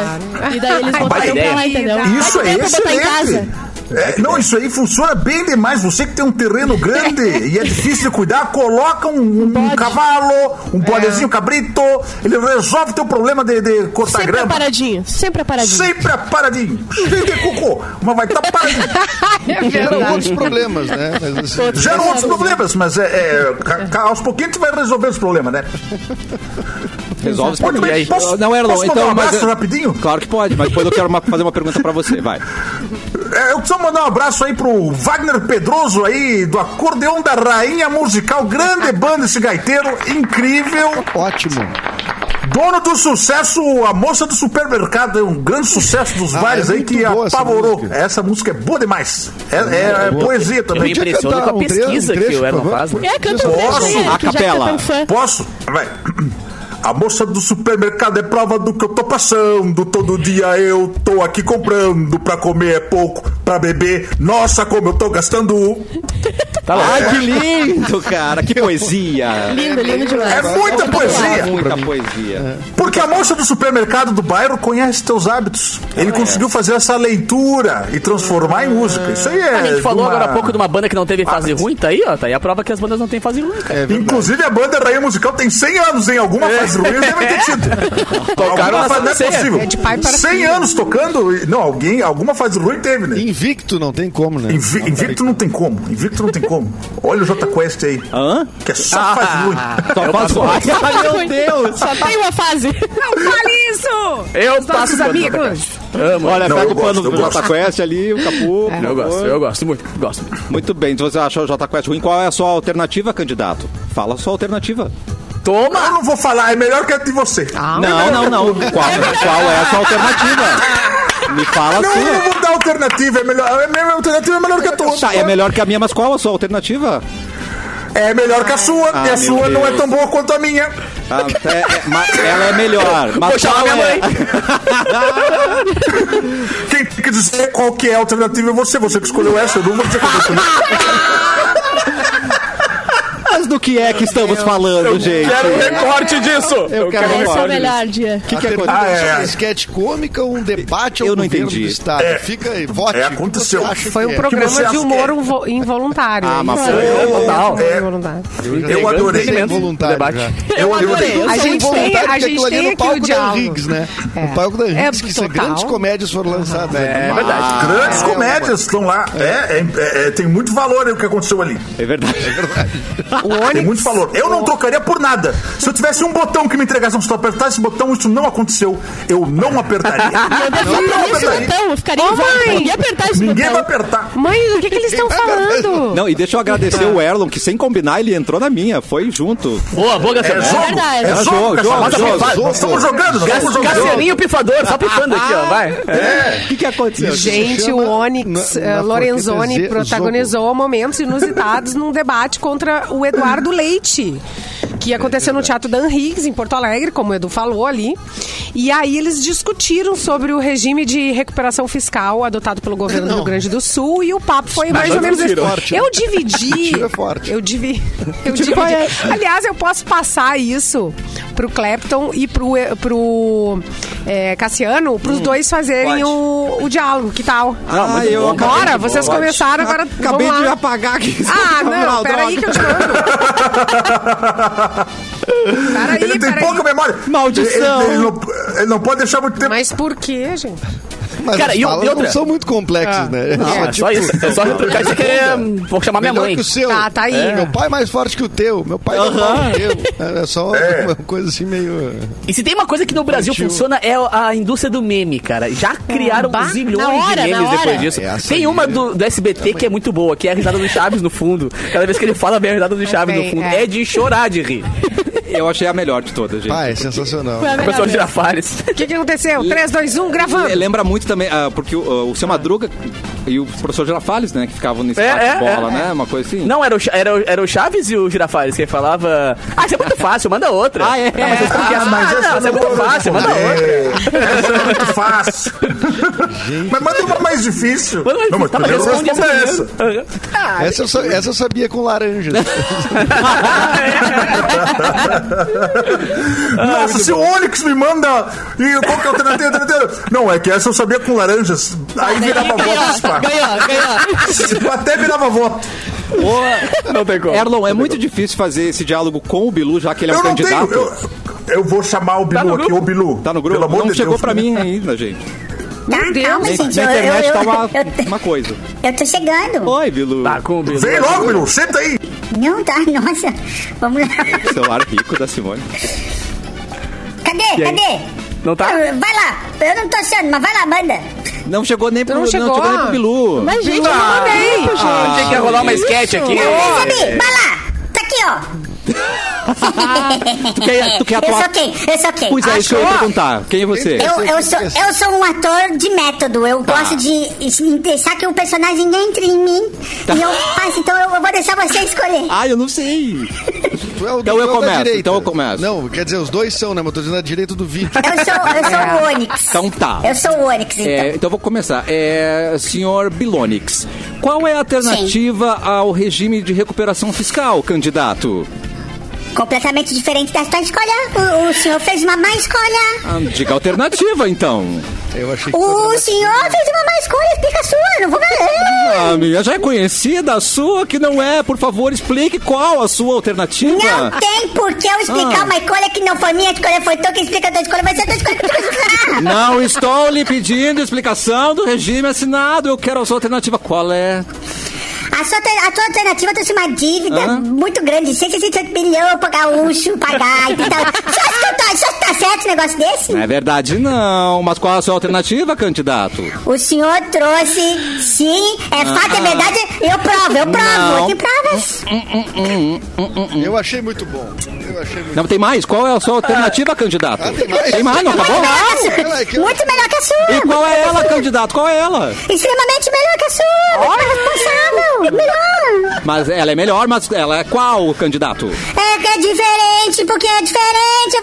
[SPEAKER 4] E daí eles
[SPEAKER 3] baita
[SPEAKER 4] botaram pra
[SPEAKER 3] ideia.
[SPEAKER 4] lá, entendeu?
[SPEAKER 9] Isso
[SPEAKER 4] Baita
[SPEAKER 9] é
[SPEAKER 4] ideia pra botar em
[SPEAKER 9] excelente.
[SPEAKER 4] casa.
[SPEAKER 9] É, não, isso aí funciona bem demais. Você que tem um terreno grande e é difícil de cuidar, coloca um, um
[SPEAKER 4] bode.
[SPEAKER 9] cavalo, um
[SPEAKER 4] É.
[SPEAKER 9] bodezinho cabrito, ele resolve teu problema de, de cortar
[SPEAKER 4] Sempre é
[SPEAKER 9] grama.
[SPEAKER 4] aparadinho, sempre aparadinho.
[SPEAKER 9] Sempre aparadinho. Cheio de cocô, mas vai estar paradinho.
[SPEAKER 6] Geram um outros problemas, né? Mas, assim,
[SPEAKER 9] Geram outros problemas, mas é, é, ca- ca- aos pouquinhos tu vai resolver os problemas, né?
[SPEAKER 1] Resolve os
[SPEAKER 9] Pode
[SPEAKER 1] problemas.
[SPEAKER 9] bem,
[SPEAKER 1] E aí?
[SPEAKER 9] posso-
[SPEAKER 1] Não, Erlon,
[SPEAKER 9] posso mandar
[SPEAKER 1] então.
[SPEAKER 9] um
[SPEAKER 1] mas-
[SPEAKER 9] abraço rapidinho?
[SPEAKER 1] Claro que pode, mas depois eu quero uma- fazer uma pergunta pra você. Vai.
[SPEAKER 9] É, eu preciso mandar um abraço aí pro Wagner Pedroso aí, do acordeão da Rainha Musical, grande banda esse gaiteiro, incrível,
[SPEAKER 6] Ótimo.
[SPEAKER 9] dono do sucesso, a moça do supermercado, é um grande sucesso dos
[SPEAKER 6] Ah,
[SPEAKER 9] bares
[SPEAKER 6] é
[SPEAKER 9] aí
[SPEAKER 6] muito
[SPEAKER 9] que
[SPEAKER 6] boa essa
[SPEAKER 9] apavorou.
[SPEAKER 6] música.
[SPEAKER 9] Essa música é boa demais. É, é- é poesia
[SPEAKER 3] Eu me
[SPEAKER 9] também.
[SPEAKER 6] Podia
[SPEAKER 3] impressiono
[SPEAKER 6] cantar
[SPEAKER 3] com a
[SPEAKER 6] um tre-
[SPEAKER 3] pesquisa
[SPEAKER 6] um trecho,
[SPEAKER 3] que o
[SPEAKER 6] por
[SPEAKER 3] Erlon
[SPEAKER 6] favor?
[SPEAKER 3] faz. né?
[SPEAKER 4] É, canta um trecho aí,
[SPEAKER 1] Posso?
[SPEAKER 4] Eric, já que tu é
[SPEAKER 1] Acapela.
[SPEAKER 4] tão fã.
[SPEAKER 9] Posso? Vai. A moça do supermercado é prova do que eu tô passando. Todo dia eu tô aqui comprando. Pra comer é pouco, pra beber. Nossa, como eu tô gastando.
[SPEAKER 3] Tá louco.
[SPEAKER 1] Ai, que lindo, cara. Que poesia.
[SPEAKER 4] Lindo, lindo demais.
[SPEAKER 9] É muita poesia.
[SPEAKER 1] Muita poesia.
[SPEAKER 9] Porque a moça do supermercado do bairro conhece teus hábitos. Ele conseguiu fazer essa leitura e transformar em música. Isso aí é.
[SPEAKER 3] A gente falou
[SPEAKER 9] de uma-
[SPEAKER 3] agora há pouco de uma banda que não teve fase ruim, tá aí, ó. Tá aí a prova que as bandas não têm fase ruim,
[SPEAKER 1] É
[SPEAKER 3] cara.
[SPEAKER 9] Inclusive a banda Rainha Musical tem 100 anos em alguma fase ruim, eles devem ter tido.
[SPEAKER 3] Tocaram
[SPEAKER 9] alguma
[SPEAKER 3] na
[SPEAKER 9] fase não é
[SPEAKER 3] ceia.
[SPEAKER 9] possível.
[SPEAKER 2] É de pai para
[SPEAKER 9] 100
[SPEAKER 2] filho.
[SPEAKER 9] anos tocando, e- não, alguém, alguma fase ruim teve, né?
[SPEAKER 6] Invicto não tem como, né?
[SPEAKER 9] Invi- invicto não tem como, Invicto não tem como. Olha o Jota Quest aí,
[SPEAKER 1] Hã? Ah.
[SPEAKER 9] que é só fase ruim.
[SPEAKER 1] Só faço... Ai, meu Deus.
[SPEAKER 4] Só tem uma fase.
[SPEAKER 2] Não fale isso!
[SPEAKER 3] Eu
[SPEAKER 2] Nossos
[SPEAKER 3] passo
[SPEAKER 2] amigos.
[SPEAKER 3] Amo.
[SPEAKER 1] Olha,
[SPEAKER 9] Não,
[SPEAKER 1] pega
[SPEAKER 9] eu
[SPEAKER 1] o pano
[SPEAKER 9] gosto, eu
[SPEAKER 1] do Jota
[SPEAKER 9] gosto.
[SPEAKER 1] Quest ali, o capu. por
[SPEAKER 3] Eu gosto,
[SPEAKER 1] favor.
[SPEAKER 3] eu gosto muito. Gosto.
[SPEAKER 1] Muito bem, se você achou o Jota Quest ruim, qual é a sua alternativa, candidato? Fala a sua alternativa.
[SPEAKER 3] Toma!
[SPEAKER 9] Eu não vou falar, é melhor que a de você.
[SPEAKER 2] Ah.
[SPEAKER 1] não, não, não. Qual, qual é a sua alternativa? Me fala assim. a
[SPEAKER 9] Não, eu não
[SPEAKER 1] sua.
[SPEAKER 9] vou dar alternativa, é melhor, a minha alternativa é melhor que a tua.
[SPEAKER 1] Tá, é melhor que a minha, mas qual a sua alternativa?
[SPEAKER 9] É melhor que a sua,
[SPEAKER 1] Ah,
[SPEAKER 9] e a
[SPEAKER 1] meu
[SPEAKER 9] sua não é
[SPEAKER 1] Deus.
[SPEAKER 9] tão boa quanto a minha.
[SPEAKER 1] Ah, é- é- mas ela é melhor. Mas
[SPEAKER 3] Vou chamar
[SPEAKER 1] qual
[SPEAKER 3] minha
[SPEAKER 1] é?
[SPEAKER 3] mãe.
[SPEAKER 9] Quem tem que dizer qual que é a alternativa é você, você que escolheu essa, eu não vou dizer é que eu escolhi.
[SPEAKER 1] Mas do que é que estamos falando, gente?
[SPEAKER 3] Quero um recorte disso!
[SPEAKER 1] Eu quero um
[SPEAKER 4] Esse é o
[SPEAKER 1] recorte.
[SPEAKER 4] melhor dia.
[SPEAKER 1] O que, que aconteceu?
[SPEAKER 9] Ah, é.
[SPEAKER 6] uma sketch cômica ou um debate ao
[SPEAKER 1] Eu não
[SPEAKER 6] governo
[SPEAKER 1] entendi.
[SPEAKER 6] do Estado?
[SPEAKER 9] É.
[SPEAKER 6] Fica aí, vote.
[SPEAKER 9] É, aconteceu.
[SPEAKER 6] O que você acha
[SPEAKER 2] Foi
[SPEAKER 6] que
[SPEAKER 2] um
[SPEAKER 6] é?
[SPEAKER 9] você
[SPEAKER 2] programa de
[SPEAKER 9] acha
[SPEAKER 2] humor
[SPEAKER 9] que é?
[SPEAKER 2] invo- involuntário. é
[SPEAKER 1] Ah, mas
[SPEAKER 2] Isso. um
[SPEAKER 1] foi
[SPEAKER 3] total.
[SPEAKER 2] Humor involuntário. É.
[SPEAKER 9] Eu adorei.
[SPEAKER 6] Sem voluntário
[SPEAKER 3] Debate.
[SPEAKER 6] já. é um
[SPEAKER 4] Eu adorei.
[SPEAKER 2] A gente tem- a gente
[SPEAKER 6] aquilo ali
[SPEAKER 2] tem
[SPEAKER 6] é
[SPEAKER 2] aqui
[SPEAKER 6] no palco
[SPEAKER 2] o
[SPEAKER 6] da
[SPEAKER 2] diálogo.
[SPEAKER 6] Riggs, né?
[SPEAKER 2] É.
[SPEAKER 6] No palco da
[SPEAKER 2] É,
[SPEAKER 6] Riggs, que se
[SPEAKER 2] total.
[SPEAKER 6] grandes comédias foram lançadas. né?
[SPEAKER 3] É verdade.
[SPEAKER 9] Grandes
[SPEAKER 1] Ah,
[SPEAKER 9] comédias estão lá. É, é, é, é, tem muito valor aí o que aconteceu ali.
[SPEAKER 1] É verdade.
[SPEAKER 2] O
[SPEAKER 9] Tem
[SPEAKER 2] Onix-
[SPEAKER 9] muito valor. Eu não trocaria por nada. Se eu tivesse um botão que me entregasse, se tu apertasse esse botão, isso não aconteceu. Eu não apertaria.
[SPEAKER 4] Eu
[SPEAKER 9] Ah, não,
[SPEAKER 4] defenderia esse
[SPEAKER 9] mas aí-
[SPEAKER 4] botão, eu ficaria
[SPEAKER 2] Ô,
[SPEAKER 4] em volta.
[SPEAKER 2] mãe!
[SPEAKER 4] Eu ia apertar esse
[SPEAKER 9] Ninguém vai
[SPEAKER 4] botão.
[SPEAKER 9] apertar.
[SPEAKER 2] Mãe, o que, que eles estão falando?
[SPEAKER 1] Não, e deixa eu agradecer o Erlon, que sem combinar ele entrou na minha, foi junto.
[SPEAKER 3] Boa, boa,
[SPEAKER 9] É
[SPEAKER 3] Gaciano.
[SPEAKER 9] jogo.
[SPEAKER 4] verdade.
[SPEAKER 9] É
[SPEAKER 1] Era
[SPEAKER 9] jogo.
[SPEAKER 1] jogo,
[SPEAKER 9] Cassiano.
[SPEAKER 1] jogo,
[SPEAKER 9] Nós
[SPEAKER 1] jogo,
[SPEAKER 9] estamos-
[SPEAKER 6] jogo.
[SPEAKER 9] Nós estamos jogando. Nós estamos jogando.
[SPEAKER 3] Cassianinho pifador, só pifando aqui, ó, vai.
[SPEAKER 1] É.
[SPEAKER 6] O que, que aconteceu?
[SPEAKER 2] Gente, o Onyx eh, Lorenzoni protagonizou momentos inusitados num debate contra o Eduardo Leite, que aconteceu no Teatro Dan Riggs, em Porto Alegre, como o Edu falou ali. E aí eles discutiram sobre o regime de recuperação fiscal adotado pelo governo do Rio Grande do Sul e o papo foi mais ou menos esse.
[SPEAKER 6] tiro é forte, né?
[SPEAKER 2] Eu dividi.
[SPEAKER 6] Tiro é forte.
[SPEAKER 2] Eu, divi, eu dividi. Aliás, eu posso passar isso pro Clapton e pro, eh, pro eh, Cassiano, pros dois fazerem
[SPEAKER 1] pode.
[SPEAKER 2] o, o diálogo, que tal?
[SPEAKER 1] Ah, mas eu acabei
[SPEAKER 2] Bora,
[SPEAKER 1] de-
[SPEAKER 2] vocês
[SPEAKER 1] Pode.
[SPEAKER 2] começaram, agora
[SPEAKER 1] Acabei
[SPEAKER 2] vamos
[SPEAKER 1] de
[SPEAKER 2] lá.
[SPEAKER 1] apagar aqui.
[SPEAKER 2] Ah, não,
[SPEAKER 1] Ronaldo,
[SPEAKER 2] peraí que eu te mando. peraí,
[SPEAKER 9] Ele tem
[SPEAKER 2] peraí.
[SPEAKER 9] pouca memória.
[SPEAKER 1] Maldição.
[SPEAKER 9] Ele, ele não, ele não pode deixar muito tempo.
[SPEAKER 2] Mas por que, gente?
[SPEAKER 6] Mas
[SPEAKER 3] Cara,
[SPEAKER 6] Cara,
[SPEAKER 3] e o- e outra?
[SPEAKER 6] não são muito complexos, né?
[SPEAKER 3] Não, é só isso. É só retrucar isso aqui. é, Vou chamar minha
[SPEAKER 6] Melhor
[SPEAKER 3] mãe.
[SPEAKER 6] que o seu.
[SPEAKER 2] Tá, tá aí.
[SPEAKER 6] É. Meu pai é mais forte que o teu. Meu pai é mais forte que o teu. É só
[SPEAKER 9] É.
[SPEAKER 6] uma coisa assim meio...
[SPEAKER 3] E se tem uma coisa que no Brasil
[SPEAKER 6] Tio.
[SPEAKER 3] funciona é a indústria do meme, cara. Já criaram
[SPEAKER 2] bah,
[SPEAKER 3] zilhões
[SPEAKER 4] na hora,
[SPEAKER 3] de memes
[SPEAKER 4] na hora.
[SPEAKER 3] depois disso.
[SPEAKER 6] É, essa aí
[SPEAKER 3] tem uma
[SPEAKER 6] é-
[SPEAKER 3] do, do SBT que é muito boa, que é a risada do Chaves no fundo. Cada vez que ele fala, vem a risada do Chaves no
[SPEAKER 2] bem,
[SPEAKER 3] fundo.
[SPEAKER 2] é.
[SPEAKER 3] É de chorar de rir.
[SPEAKER 1] Eu achei a melhor de todas, gente.
[SPEAKER 6] Pai, é sensacional.
[SPEAKER 4] Foi a
[SPEAKER 3] O
[SPEAKER 4] melhor
[SPEAKER 3] pessoal
[SPEAKER 4] mesmo.
[SPEAKER 3] tira falhas.
[SPEAKER 2] O que, que aconteceu? 3, 2, 1, gravando.
[SPEAKER 1] É, Lembra muito também, ah, porque o, o seu Madruga e o professor Girafales, né? Que ficavam nesse
[SPEAKER 3] É,
[SPEAKER 1] bate-bola,
[SPEAKER 3] é, é.
[SPEAKER 1] né? Uma coisa assim.
[SPEAKER 3] Não, era o, Cha- era, o- era o Chaves e o Girafales que falava. Ah, isso é muito fácil, manda outra.
[SPEAKER 1] Ah, é.
[SPEAKER 3] Ah, mas essa
[SPEAKER 9] Ah,
[SPEAKER 3] piada-
[SPEAKER 9] mas
[SPEAKER 3] ah,
[SPEAKER 9] essa
[SPEAKER 3] não, isso é
[SPEAKER 9] não
[SPEAKER 3] muito
[SPEAKER 9] vou
[SPEAKER 3] fácil, manda
[SPEAKER 9] responder.
[SPEAKER 3] outra.
[SPEAKER 9] Essa é muito fácil. Mas manda uma mais difícil.
[SPEAKER 3] Manda mais-
[SPEAKER 9] não, mas
[SPEAKER 3] tá, mas
[SPEAKER 9] primeiro
[SPEAKER 3] responde
[SPEAKER 9] responda
[SPEAKER 3] essa
[SPEAKER 9] essa.
[SPEAKER 3] primeiro.
[SPEAKER 6] Essa eu, sa- essa eu sabia com laranja.
[SPEAKER 3] Ah,
[SPEAKER 9] Nossa, se o Onyx me manda. E qual que é a alternativa? alternativa? Não, é que essa eu sabia com laranjas. Aí virava voto. pá.
[SPEAKER 4] Ganhou, ganhou.
[SPEAKER 9] Se- Até virava voto.
[SPEAKER 3] Não tem como.
[SPEAKER 1] Erlon, é muito difícil fazer esse diálogo com o Bilu, já que ele é um
[SPEAKER 9] Eu não
[SPEAKER 1] candidato.
[SPEAKER 9] tenho. Eu, eu vou chamar o
[SPEAKER 3] no
[SPEAKER 9] Bilu aqui,
[SPEAKER 3] grupo?
[SPEAKER 9] ô Bilu.
[SPEAKER 1] Tá no grupo?
[SPEAKER 9] Pelo amor
[SPEAKER 1] não
[SPEAKER 9] de
[SPEAKER 1] chegou
[SPEAKER 9] Deus,
[SPEAKER 1] pra
[SPEAKER 9] né?
[SPEAKER 1] mim ainda, gente.
[SPEAKER 7] Tá, calma,
[SPEAKER 1] Na
[SPEAKER 7] gente. Eu,
[SPEAKER 1] internet
[SPEAKER 7] eu,
[SPEAKER 1] tá uma,
[SPEAKER 7] eu,
[SPEAKER 1] uma coisa.
[SPEAKER 7] eu, eu tô chegando.
[SPEAKER 1] Oi, Bilu.
[SPEAKER 3] Tá com o Bilu.
[SPEAKER 9] Vem logo, Bilu, senta aí.
[SPEAKER 7] Não, tá, nossa. Vamos lá.
[SPEAKER 1] Celular rico da Simone.
[SPEAKER 7] Cadê?
[SPEAKER 3] E aí?
[SPEAKER 7] Cadê?
[SPEAKER 3] Não tá?
[SPEAKER 7] Ah, Vai lá. Eu não tô achando, mas vai lá, manda.
[SPEAKER 1] Não chegou nem pro,
[SPEAKER 2] não
[SPEAKER 1] não
[SPEAKER 2] chegou?
[SPEAKER 1] chegou nem pro Bilu.
[SPEAKER 4] Mas, gente, eu não
[SPEAKER 9] Ah,
[SPEAKER 4] mandei.
[SPEAKER 7] Então,
[SPEAKER 3] Tinha que rolar uma sketch aqui.
[SPEAKER 1] é.
[SPEAKER 7] Não, recebi. Vai lá. Tá aqui, ó. É,
[SPEAKER 1] tu quer, É, tu quer
[SPEAKER 7] Eu
[SPEAKER 1] atuar?
[SPEAKER 7] sou quem? Eu sou quem?
[SPEAKER 1] Pois é, isso que eu ia perguntar. Quem é você?
[SPEAKER 7] Eu, eu, sou, eu sou um ator de método. Eu
[SPEAKER 1] Tá.
[SPEAKER 7] gosto de deixar que o personagem entre em mim
[SPEAKER 1] Tá.
[SPEAKER 7] e eu faço. Então eu vou deixar você escolher.
[SPEAKER 1] Ah, eu não sei.
[SPEAKER 6] Tu é o
[SPEAKER 1] Então
[SPEAKER 6] tu
[SPEAKER 1] eu
[SPEAKER 6] é o da
[SPEAKER 1] começo,
[SPEAKER 6] direita.
[SPEAKER 1] então eu começo.
[SPEAKER 6] Não, quer dizer, os dois são, né? Mas eu tô dizendo a direita do vídeo.
[SPEAKER 7] Eu sou, eu sou o Onix.
[SPEAKER 1] Então tá.
[SPEAKER 7] Eu sou o Onix, então.
[SPEAKER 1] É, então vou começar. É, senhor Bilonix, qual é a alternativa ao regime de recuperação fiscal, candidato? É.
[SPEAKER 7] Completamente diferente da sua escolha. O, o senhor fez uma má escolha.
[SPEAKER 1] Ah, Diga a alternativa, então.
[SPEAKER 6] Eu achei que...
[SPEAKER 7] O senhor fez uma má escolha. Explica a sua, não vou ver.
[SPEAKER 1] A minha já é conhecida, a sua que não é. Por favor, explique qual a sua
[SPEAKER 7] Não
[SPEAKER 1] alternativa.
[SPEAKER 7] tem por que eu explicar
[SPEAKER 1] Ah.
[SPEAKER 7] uma escolha que não foi minha escolha, foi tu que explica a tua escolha, vai ser a tua escolha que tu vai explicar.
[SPEAKER 1] Não estou lhe pedindo explicação do regime assinado. Eu quero a sua alternativa. Qual é?
[SPEAKER 7] Ah, A, sua, alter- a tua alternativa trouxe uma dívida
[SPEAKER 1] Ah.
[SPEAKER 7] muito grande, 168 bilhão pra gaúcho pagar e tal. Você acha que eu tô- você acha que tá certo um negócio desse?
[SPEAKER 1] Não é verdade, não. Mas qual é a sua alternativa, candidato?
[SPEAKER 7] O senhor trouxe, sim, é fato, é verdade, eu provo, eu provo.
[SPEAKER 1] Ah.
[SPEAKER 7] é
[SPEAKER 1] Não.
[SPEAKER 7] Tem provas?
[SPEAKER 6] Eu achei muito bom. Eu achei muito
[SPEAKER 1] Não tem mais? Qual é a sua alternativa, candidato?
[SPEAKER 6] Ah, tem mais?
[SPEAKER 1] Tem mais, não acabou?
[SPEAKER 7] Muito melhor que a
[SPEAKER 6] Não, é que
[SPEAKER 7] sua.
[SPEAKER 6] eu-
[SPEAKER 7] Muito melhor que a sua.
[SPEAKER 1] Tá E qual é ela, candidato? Qual é ela?
[SPEAKER 7] Extremamente melhor que a sua. Muito mais responsável. Melhor.
[SPEAKER 1] Mas ela é melhor, mas ela é qual, candidato?
[SPEAKER 7] É que é diferente, porque é diferente.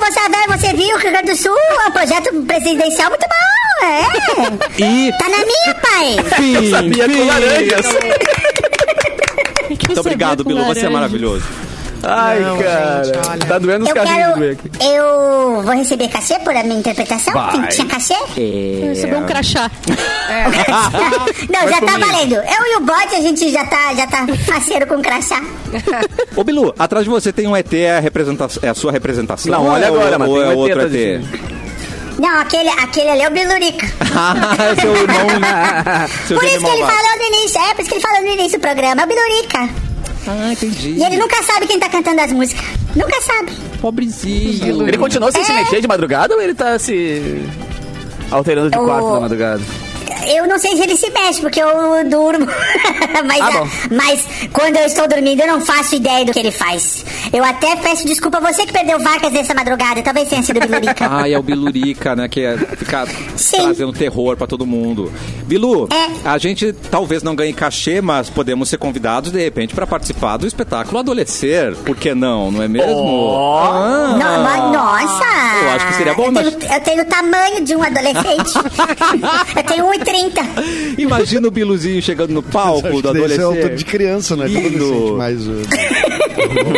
[SPEAKER 7] Você, é velho, você viu o Rio Grande do Sul é um projeto presidencial muito bom. É.
[SPEAKER 1] E
[SPEAKER 7] Tá na minha, pai.
[SPEAKER 1] fim,
[SPEAKER 3] sabia com
[SPEAKER 1] fim.
[SPEAKER 3] laranjas.
[SPEAKER 1] Muito obrigado, Bilu. Você é maravilhoso.
[SPEAKER 3] Ai,
[SPEAKER 2] Não,
[SPEAKER 3] cara.
[SPEAKER 2] gente, olha.
[SPEAKER 3] Tá doendo os
[SPEAKER 7] Eu
[SPEAKER 3] carrinhos do meio aqui.
[SPEAKER 7] quero. Eu vou receber cachê por a minha interpretação? Tem- Tinha cachê?
[SPEAKER 4] Recebeu um crachá.
[SPEAKER 7] Não, já tá valendo. Eu e o Bot, a gente já tá, já tá faceiro com crachá.
[SPEAKER 1] Ô, Bilu, atrás de você tem um ET, é a, representação, é a sua representação?
[SPEAKER 3] Não,
[SPEAKER 1] Ou
[SPEAKER 3] olha
[SPEAKER 1] é o-
[SPEAKER 3] agora, mas
[SPEAKER 1] Ou
[SPEAKER 3] tem
[SPEAKER 1] é
[SPEAKER 3] um ET
[SPEAKER 1] outro
[SPEAKER 3] atrás de
[SPEAKER 1] ET?
[SPEAKER 7] Não, aquele, aquele ali é o Bilurica. é
[SPEAKER 1] Ah, seu irmão. seu
[SPEAKER 7] né? Por isso
[SPEAKER 1] gênio
[SPEAKER 7] que ele
[SPEAKER 1] malvado.
[SPEAKER 7] falou no início. É, por isso que ele falou no início do programa. É o Bilurica.
[SPEAKER 1] Ah, entendi.
[SPEAKER 7] E ele nunca sabe quem tá cantando as músicas. Nunca sabe.
[SPEAKER 1] Pobrezinho.
[SPEAKER 3] Ele continuou sem se mexer de madrugada ou ele tá se. Alterando de
[SPEAKER 7] Eu-
[SPEAKER 3] quarto na madrugada?
[SPEAKER 7] Eu não sei se ele se mexe, porque eu durmo. mas, é,
[SPEAKER 3] Ah, bom.
[SPEAKER 7] mas quando eu estou dormindo, eu não faço ideia do que ele faz. Eu até peço desculpa a você que perdeu vacas nessa madrugada. Talvez tenha sido o Bilurica.
[SPEAKER 1] Ah, é o Bilurica, né? Que é ficar
[SPEAKER 7] Sim.
[SPEAKER 1] trazendo terror pra todo mundo. Bilu,
[SPEAKER 7] É.
[SPEAKER 1] a gente talvez não ganhe cachê, mas podemos ser convidados, de repente, pra participar do espetáculo Adolescer. Por que não? Não é mesmo? Ah.
[SPEAKER 7] No- no- nossa!
[SPEAKER 1] Eu acho que seria bom,
[SPEAKER 7] eu
[SPEAKER 1] mas-
[SPEAKER 7] tenho, eu tenho o tamanho de um adolescente. eu tenho 1,30.
[SPEAKER 1] Imagina o Biluzinho chegando no palco do
[SPEAKER 6] Acho que daí isso é autor
[SPEAKER 1] Adolescer.
[SPEAKER 6] de criança, né? Como
[SPEAKER 1] Lindo.
[SPEAKER 6] adolescente, mas... uh,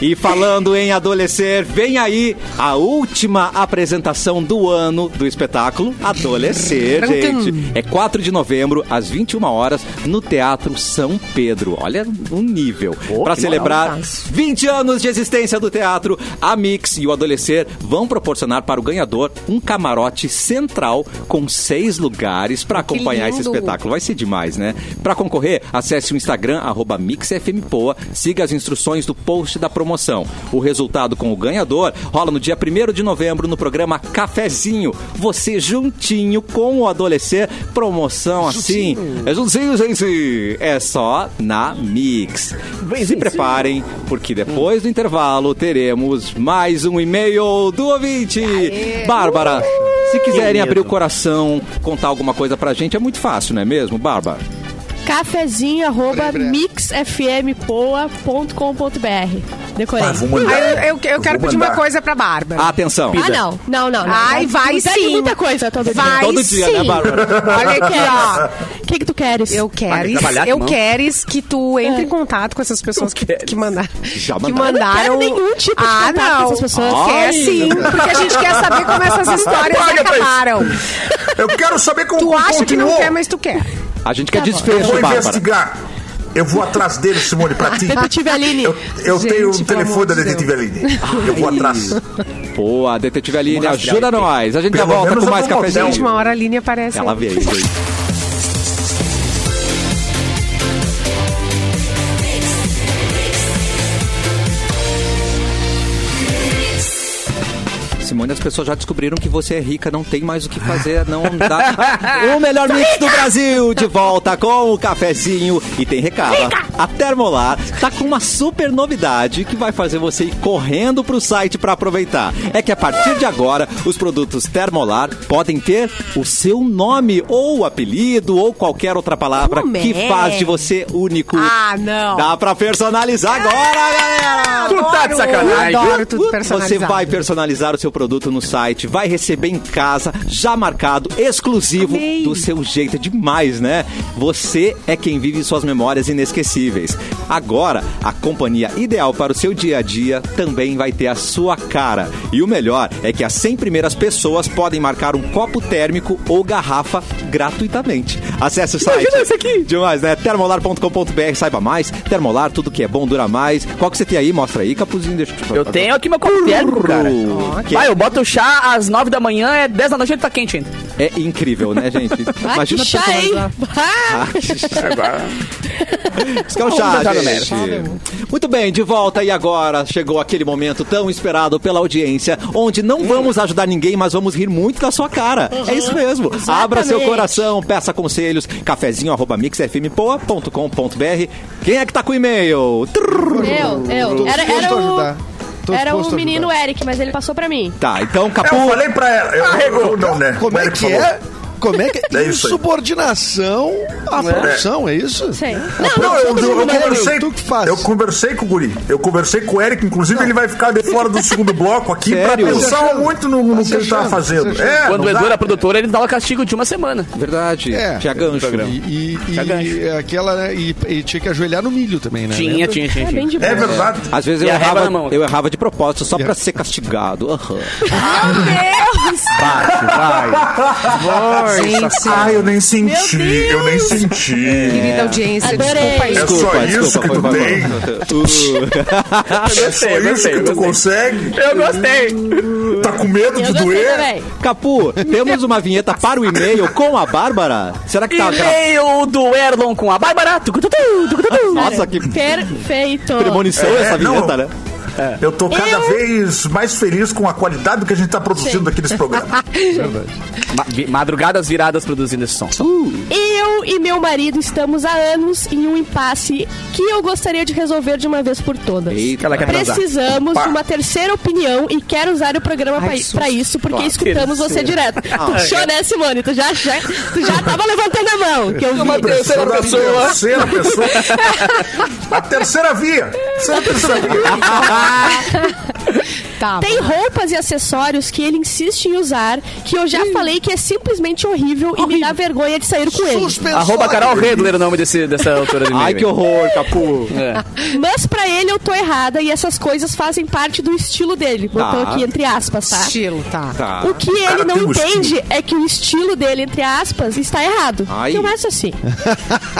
[SPEAKER 1] E falando em adolescer, vem aí a última apresentação do ano do espetáculo Adolescer, gente. É 4 de novembro, às 21 horas, no Teatro São Pedro. Olha um nível. Para celebrar 20 anos de existência do teatro, a Mix e o Adolescer vão proporcionar para o ganhador um camarote central com seis lugares para acompanhar esse
[SPEAKER 2] lindo.
[SPEAKER 1] espetáculo espetáculo. Vai ser demais, né? Pra concorrer, acesse o Instagram, arroba MixFMPoa, siga as instruções do post da promoção. O resultado com o ganhador rola no dia 1 de novembro no programa Cafezinho. Você juntinho com o adolescer, promoção assim. É juntinho, gente. É só na Mix. Se preparem, porque depois do intervalo teremos mais um e-mail do ouvinte. Bárbara, se quiserem abrir o coração, contar alguma coisa pra gente, é muito fácil, não é mesmo, Bárbara?
[SPEAKER 4] Cafezinho arroba mixfmpoa.com.br. Decorei.
[SPEAKER 9] Ah, vou
[SPEAKER 2] Ah,
[SPEAKER 9] mandar.
[SPEAKER 2] eu, eu- eu quero
[SPEAKER 9] vou
[SPEAKER 2] pedir
[SPEAKER 9] mandar.
[SPEAKER 2] uma coisa pra Bárbara.
[SPEAKER 1] Atenção.
[SPEAKER 4] Ah, não. Não, não. não.
[SPEAKER 2] Ai, vai
[SPEAKER 4] Mudar de
[SPEAKER 2] sim.
[SPEAKER 4] muita coisa todo dia.
[SPEAKER 2] Vai
[SPEAKER 1] Todo dia,
[SPEAKER 2] sim.
[SPEAKER 1] né, Bárbara?
[SPEAKER 2] Olha aqui, ó.
[SPEAKER 4] O que, que tu queres?
[SPEAKER 2] Eu
[SPEAKER 3] tem
[SPEAKER 2] queres,
[SPEAKER 3] que trabalhar,
[SPEAKER 2] eu
[SPEAKER 3] não.
[SPEAKER 2] queres que tu entre em contato com essas pessoas que, que mandaram.
[SPEAKER 1] Já
[SPEAKER 2] que
[SPEAKER 1] mandaram.
[SPEAKER 2] mandaram.
[SPEAKER 4] Eu não quero nenhum tipo de
[SPEAKER 2] ah,
[SPEAKER 4] contato com
[SPEAKER 2] não.
[SPEAKER 4] essas pessoas.
[SPEAKER 2] Quer
[SPEAKER 1] Ai.
[SPEAKER 2] sim, assim, porque a gente quer saber como essas histórias
[SPEAKER 9] Paga pra isso.
[SPEAKER 2] acabaram.
[SPEAKER 9] Eu quero saber como
[SPEAKER 2] Tu acha que não
[SPEAKER 9] continuou.
[SPEAKER 2] quer, mas tu quer.
[SPEAKER 1] A gente quer
[SPEAKER 9] Tá Eu vou
[SPEAKER 1] desfecho, Bárbara.
[SPEAKER 9] investigar. Eu vou atrás dele, Simone, pra ti.
[SPEAKER 4] Detetive Aline.
[SPEAKER 9] Eu, eu
[SPEAKER 2] Gente,
[SPEAKER 9] tenho o
[SPEAKER 2] pelo
[SPEAKER 9] telefone
[SPEAKER 2] amor
[SPEAKER 9] da
[SPEAKER 2] de Deus.
[SPEAKER 9] Detetive Aline. Eu vou atrás.
[SPEAKER 1] Boa, detetive Aline, ajuda nós. A gente já
[SPEAKER 9] Pelo
[SPEAKER 1] volta
[SPEAKER 9] menos
[SPEAKER 1] com
[SPEAKER 9] eu
[SPEAKER 1] mais
[SPEAKER 9] vou no
[SPEAKER 1] cafezinho.
[SPEAKER 9] hotel.
[SPEAKER 2] Gente, uma hora a linha aparece.
[SPEAKER 1] um- Ela
[SPEAKER 2] aí.
[SPEAKER 1] veio. veio. Simone, as pessoas já descobriram que você é rica, não tem mais o que fazer, não dá. o melhor mix do Brasil, de volta com o cafezinho. E tem recado. A Termolar tá com uma super novidade que vai fazer você ir correndo pro site para aproveitar. É que a partir de agora, os produtos Termolar podem ter o seu nome ou apelido ou qualquer outra palavra
[SPEAKER 2] Como
[SPEAKER 1] que
[SPEAKER 2] é?
[SPEAKER 1] faz de você único.
[SPEAKER 2] Ah, não.
[SPEAKER 1] Dá pra personalizar agora, galera!
[SPEAKER 3] Tu tá de sacanagem.
[SPEAKER 2] Adoro tudo
[SPEAKER 1] Você
[SPEAKER 2] personalizado.
[SPEAKER 1] vai personalizar o seu produto no site, vai receber em casa, já marcado, exclusivo,
[SPEAKER 2] Amei.
[SPEAKER 1] do seu jeito. É demais, né? Você é quem vive suas memórias inesquecíveis. Agora, a companhia ideal para o seu dia a dia também vai ter a sua cara. E o melhor é que as 100 primeiras pessoas podem marcar um copo térmico ou garrafa gratuitamente. Acesse o site.
[SPEAKER 3] isso aqui.
[SPEAKER 1] Demais, né? Termolar.com.br, saiba mais. Termolar, tudo que é bom dura mais. Qual que você tem aí? Mostra aí, Capuzinho. Deixa te
[SPEAKER 3] Eu tenho aqui meu copo térmico, cara.
[SPEAKER 1] Que
[SPEAKER 3] Tá Vai, eu boto o chá às 9 da manhã, é 10 da noite, ele tá quente ainda.
[SPEAKER 1] é incrível, né, gente?
[SPEAKER 4] Ah,
[SPEAKER 1] Imagina
[SPEAKER 4] que chá, hein?
[SPEAKER 1] personalizar.
[SPEAKER 4] Ah,
[SPEAKER 1] Isso que é um chá, gente. Muito bem, de volta e agora chegou aquele momento tão esperado pela audiência, onde
[SPEAKER 3] Hum.
[SPEAKER 1] não vamos ajudar ninguém, mas vamos rir muito da sua cara. É isso mesmo. Abra seu coração, peça conselhos, cafezinho arroba mixfmpoa.com.br. Quem é que tá com o e-mail? Trrr.
[SPEAKER 4] eu, eu.
[SPEAKER 6] Tô
[SPEAKER 4] É, Era, era
[SPEAKER 6] disposto a
[SPEAKER 4] o,
[SPEAKER 6] ajudar. Tô
[SPEAKER 4] era
[SPEAKER 6] disposto
[SPEAKER 4] o
[SPEAKER 6] a
[SPEAKER 4] menino
[SPEAKER 6] ajudar.
[SPEAKER 4] Eric, mas ele passou pra mim.
[SPEAKER 1] Tá, então, Capu.
[SPEAKER 9] Eu falei pra ela. Eu, eu- não, né?
[SPEAKER 6] Como
[SPEAKER 9] O
[SPEAKER 6] é
[SPEAKER 9] Eric
[SPEAKER 6] que
[SPEAKER 9] falou.
[SPEAKER 6] é? Como é que é?
[SPEAKER 9] É isso aí.
[SPEAKER 6] Insubordinação à produção, é isso?
[SPEAKER 4] Sei.
[SPEAKER 9] Não, eu, eu-
[SPEAKER 6] Não,
[SPEAKER 9] eu conversei.
[SPEAKER 6] tu que faz.
[SPEAKER 9] Eu conversei com o Guri. Eu conversei com o Eric, inclusive ele vai ficar de fora do segundo bloco aqui
[SPEAKER 1] Sério?
[SPEAKER 9] pra pensar
[SPEAKER 6] Tá se achando,
[SPEAKER 9] muito no, no
[SPEAKER 6] tá se
[SPEAKER 9] que ele tá
[SPEAKER 6] achando,
[SPEAKER 9] fazendo.
[SPEAKER 6] tá se achando.
[SPEAKER 9] É,
[SPEAKER 3] Quando o
[SPEAKER 9] não dá.
[SPEAKER 3] Edu era produtor, ele dava castigo de uma semana.
[SPEAKER 1] Verdade.
[SPEAKER 6] É.
[SPEAKER 1] Tinha gancho.
[SPEAKER 6] E, e-
[SPEAKER 3] Já gancho.
[SPEAKER 6] e aquela, né, e, e tinha que ajoelhar no milho também, né?
[SPEAKER 3] Tinha, tinha, tinha.
[SPEAKER 4] É
[SPEAKER 3] tinha.
[SPEAKER 4] bem de
[SPEAKER 9] É
[SPEAKER 4] boa.
[SPEAKER 9] verdade.
[SPEAKER 1] Às vezes
[SPEAKER 3] E
[SPEAKER 1] eu
[SPEAKER 3] a régua na
[SPEAKER 1] errava,
[SPEAKER 3] mão.
[SPEAKER 1] eu errava de propósito só pra ser castigado. Aham.
[SPEAKER 2] Meu Deus!
[SPEAKER 1] Bate, vai.
[SPEAKER 2] Gente,
[SPEAKER 9] Ah, eu nem
[SPEAKER 4] Meu
[SPEAKER 9] senti.
[SPEAKER 4] Deus.
[SPEAKER 9] Eu nem senti.
[SPEAKER 2] querida audiência, desculpa
[SPEAKER 4] Adorei.
[SPEAKER 2] aí.
[SPEAKER 9] É só
[SPEAKER 1] Desculpa,
[SPEAKER 9] isso
[SPEAKER 1] desculpa, Uh.
[SPEAKER 9] que
[SPEAKER 1] foi
[SPEAKER 9] tu
[SPEAKER 1] mal.
[SPEAKER 9] tem.
[SPEAKER 3] Eu
[SPEAKER 9] É
[SPEAKER 3] gostei,
[SPEAKER 9] só
[SPEAKER 3] eu
[SPEAKER 9] isso
[SPEAKER 3] gostei,
[SPEAKER 9] que tu
[SPEAKER 3] eu gostei.
[SPEAKER 9] consegue.
[SPEAKER 3] Eu gostei.
[SPEAKER 9] Tá com medo de
[SPEAKER 4] Eu gostei
[SPEAKER 9] doer?
[SPEAKER 4] também.
[SPEAKER 1] Capu, temos uma vinheta para o e-mail com a Bárbara? Será que tá gravando?
[SPEAKER 3] E-mail do Erlon com a Bárbara. Tucututu, tucututu.
[SPEAKER 1] Nossa, que
[SPEAKER 4] né? Perfeito.
[SPEAKER 1] premonição
[SPEAKER 9] É,
[SPEAKER 1] essa vinheta,
[SPEAKER 9] não.
[SPEAKER 1] né?
[SPEAKER 9] Eu tô cada
[SPEAKER 4] Eu-
[SPEAKER 9] vez mais feliz com a qualidade que a gente tá produzindo aqui nesse programa.
[SPEAKER 3] Ma- vi- Madrugadas viradas produzindo esse som.
[SPEAKER 4] Eu e meu marido estamos há anos em um impasse que eu gostaria de resolver de uma vez por todas.
[SPEAKER 1] Eita,
[SPEAKER 3] ela quer transar.
[SPEAKER 4] Precisamos
[SPEAKER 9] Pá.
[SPEAKER 4] de uma terceira opinião e quero usar o programa pra- pra isso, porque escutamos você direto. Tu achou, né, Simone? Tu já, já, tu já tava levantando a mão, que eu vi.
[SPEAKER 9] Terceira pessoa. Terceira pessoa. A terceira via. Essa é a terceira via.
[SPEAKER 2] Tá.
[SPEAKER 4] Tem roupas e acessórios que ele insiste em usar, que eu já falei que é simplesmente horrível, e me dá vergonha de sair com ele.
[SPEAKER 6] Suspensório.
[SPEAKER 3] Arroba Carol Redler é o nome desse, dessa autora de
[SPEAKER 1] Ai, que horror, Capu.
[SPEAKER 3] É.
[SPEAKER 4] Mas pra ele eu tô errada e essas coisas fazem parte do estilo dele. Botou
[SPEAKER 1] Tá.
[SPEAKER 4] aqui entre aspas, tá?
[SPEAKER 2] Estilo, tá.
[SPEAKER 1] Tá.
[SPEAKER 4] O que ele
[SPEAKER 9] cara
[SPEAKER 4] não
[SPEAKER 9] tem um
[SPEAKER 4] entende é que o estilo dele, entre aspas, está errado.
[SPEAKER 1] Ai.
[SPEAKER 4] Não é isso assim.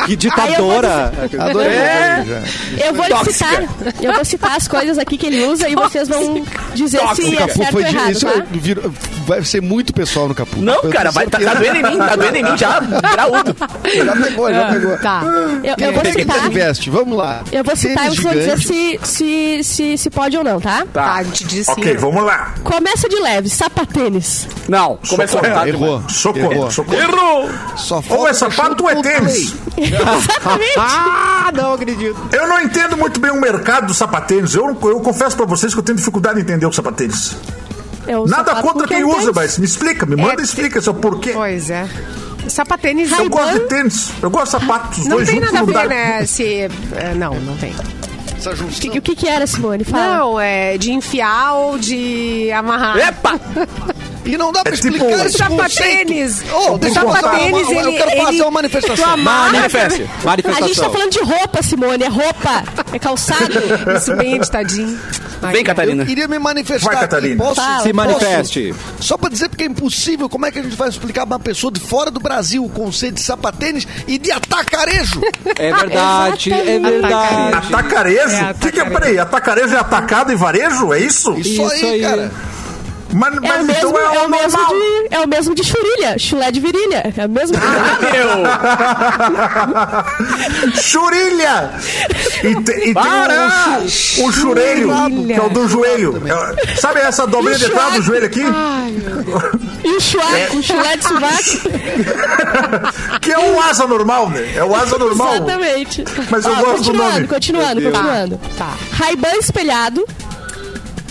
[SPEAKER 1] Que ditadora.
[SPEAKER 6] Adorei.
[SPEAKER 4] É.
[SPEAKER 6] adorei já.
[SPEAKER 4] Eu vou lhe
[SPEAKER 3] Tóxica.
[SPEAKER 4] citar, eu vou citar as coisas aqui que ele usa e vocês vão dizer se é
[SPEAKER 6] Capu
[SPEAKER 4] certo
[SPEAKER 6] foi
[SPEAKER 4] ou
[SPEAKER 6] de-
[SPEAKER 4] errado,
[SPEAKER 6] isso
[SPEAKER 4] tá?
[SPEAKER 6] virou- vai ser muito pessoal no Capu.
[SPEAKER 3] Não,
[SPEAKER 6] Eu
[SPEAKER 3] cara, vai,
[SPEAKER 6] tenho
[SPEAKER 3] tá, tá
[SPEAKER 6] certeza.
[SPEAKER 3] doendo em mim, tá doendo em mim já, graúdo.
[SPEAKER 6] Já pegou, já pegou.
[SPEAKER 2] Tá.
[SPEAKER 4] Eu, Ah, eu vou
[SPEAKER 6] Quem
[SPEAKER 4] citar,
[SPEAKER 6] investe? Vamos lá.
[SPEAKER 4] eu vou citar e
[SPEAKER 6] Tênis
[SPEAKER 4] vocês vão dizer
[SPEAKER 6] gigante.
[SPEAKER 4] se, se, se, se pode ou não, tá?
[SPEAKER 2] Tá, a gente disse.
[SPEAKER 9] Ok, vamos lá.
[SPEAKER 4] Começa de leve, sapatênis.
[SPEAKER 3] Não, começou
[SPEAKER 9] Socorro.
[SPEAKER 3] errado.
[SPEAKER 6] Errou.
[SPEAKER 9] Socorro,
[SPEAKER 6] Errou.
[SPEAKER 9] socorro.
[SPEAKER 3] Errou!
[SPEAKER 6] Só falta
[SPEAKER 9] Ou é
[SPEAKER 6] fechar
[SPEAKER 9] sapato
[SPEAKER 6] o
[SPEAKER 9] ou é
[SPEAKER 6] Coldplay.
[SPEAKER 9] tênis.
[SPEAKER 1] Ah, não acredito.
[SPEAKER 9] Eu não entendo muito bem o mercado dos sapatênis. Eu, eu confesso pra vocês que eu tenho dificuldade em entender os sapatênis.
[SPEAKER 4] É o
[SPEAKER 9] Nada
[SPEAKER 4] sapato
[SPEAKER 9] contra
[SPEAKER 4] com
[SPEAKER 9] quem
[SPEAKER 4] quem
[SPEAKER 9] usa,
[SPEAKER 4] tem.
[SPEAKER 9] mas me explica, me manda e explica seu porquê.
[SPEAKER 2] Pois é. Sapatênis
[SPEAKER 9] Eu
[SPEAKER 2] Ray-Ban
[SPEAKER 9] gosto de tênis, eu gosto de sapatos, os
[SPEAKER 2] Não
[SPEAKER 9] dois
[SPEAKER 2] tem
[SPEAKER 9] juntos
[SPEAKER 2] nada a
[SPEAKER 9] não dá.
[SPEAKER 2] ver, né? Se, é, não, não tem.
[SPEAKER 4] Tá.
[SPEAKER 6] Essa junção.
[SPEAKER 4] Que- O que que era, Simone? Fala.
[SPEAKER 2] Não, é de enfiar ou de amarrar.
[SPEAKER 1] É,
[SPEAKER 3] Epa!
[SPEAKER 6] E não dá pra
[SPEAKER 9] É tipo
[SPEAKER 6] explicar
[SPEAKER 9] um
[SPEAKER 6] esse
[SPEAKER 2] sapatênis.
[SPEAKER 6] conceito. Ô,
[SPEAKER 2] O
[SPEAKER 6] deixa eu passar
[SPEAKER 2] sapatênis,
[SPEAKER 6] uma- uma-
[SPEAKER 2] ele-
[SPEAKER 6] Eu quero
[SPEAKER 2] ele-
[SPEAKER 6] fazer uma
[SPEAKER 2] Tu
[SPEAKER 6] manifestação.
[SPEAKER 2] amarra-
[SPEAKER 3] Manifeste.
[SPEAKER 4] A gente tá
[SPEAKER 1] Manifestação.
[SPEAKER 4] falando de roupa, Simone, é roupa, é calçado.
[SPEAKER 2] Isso bem editadinho. Ai,
[SPEAKER 3] Vem, Catarina.
[SPEAKER 6] Eu queria me manifestar.
[SPEAKER 9] Vai,
[SPEAKER 6] aqui.
[SPEAKER 9] Catarina.
[SPEAKER 6] Posso?
[SPEAKER 2] Ah,
[SPEAKER 4] Fala.
[SPEAKER 1] Se
[SPEAKER 6] Posso?
[SPEAKER 1] manifeste.
[SPEAKER 6] Só pra dizer porque é impossível, como é que a gente vai explicar pra uma pessoa de fora do Brasil o conceito de sapatênis e de atacarejo?
[SPEAKER 1] É verdade, é
[SPEAKER 4] Exatamente.
[SPEAKER 1] verdade.
[SPEAKER 9] Atacarejo? O
[SPEAKER 2] É,
[SPEAKER 9] que, que é?
[SPEAKER 2] atacarejo.
[SPEAKER 9] Peraí, atacarejo é atacado e varejo? É isso?
[SPEAKER 6] Isso,
[SPEAKER 1] Isso
[SPEAKER 6] aí,
[SPEAKER 1] aí.
[SPEAKER 6] cara.
[SPEAKER 9] Mas,
[SPEAKER 4] É o
[SPEAKER 9] mas
[SPEAKER 4] mesmo,
[SPEAKER 9] então é,
[SPEAKER 4] é o mesmo
[SPEAKER 9] normal.
[SPEAKER 4] de, é o mesmo de churilha, chulé de virilha, é o mesmo.
[SPEAKER 9] Ah, Churilha! E, te- e tem
[SPEAKER 3] Para!
[SPEAKER 9] o, chu- o churelho, que é o do joelho. É, sabe essa dobrinha de trás do joelho aqui?
[SPEAKER 4] e o
[SPEAKER 9] é.
[SPEAKER 4] chulé, o chulé de sovaco.
[SPEAKER 9] Que é o asa normal, né? É o asa normal.
[SPEAKER 4] Exatamente.
[SPEAKER 9] Mas eu
[SPEAKER 4] Ó,
[SPEAKER 9] gosto do
[SPEAKER 4] continuando,
[SPEAKER 9] nome.
[SPEAKER 4] Continuando,
[SPEAKER 1] Meu Deus.
[SPEAKER 4] continuando.
[SPEAKER 2] Tá.
[SPEAKER 4] Ray-Ban espelhado.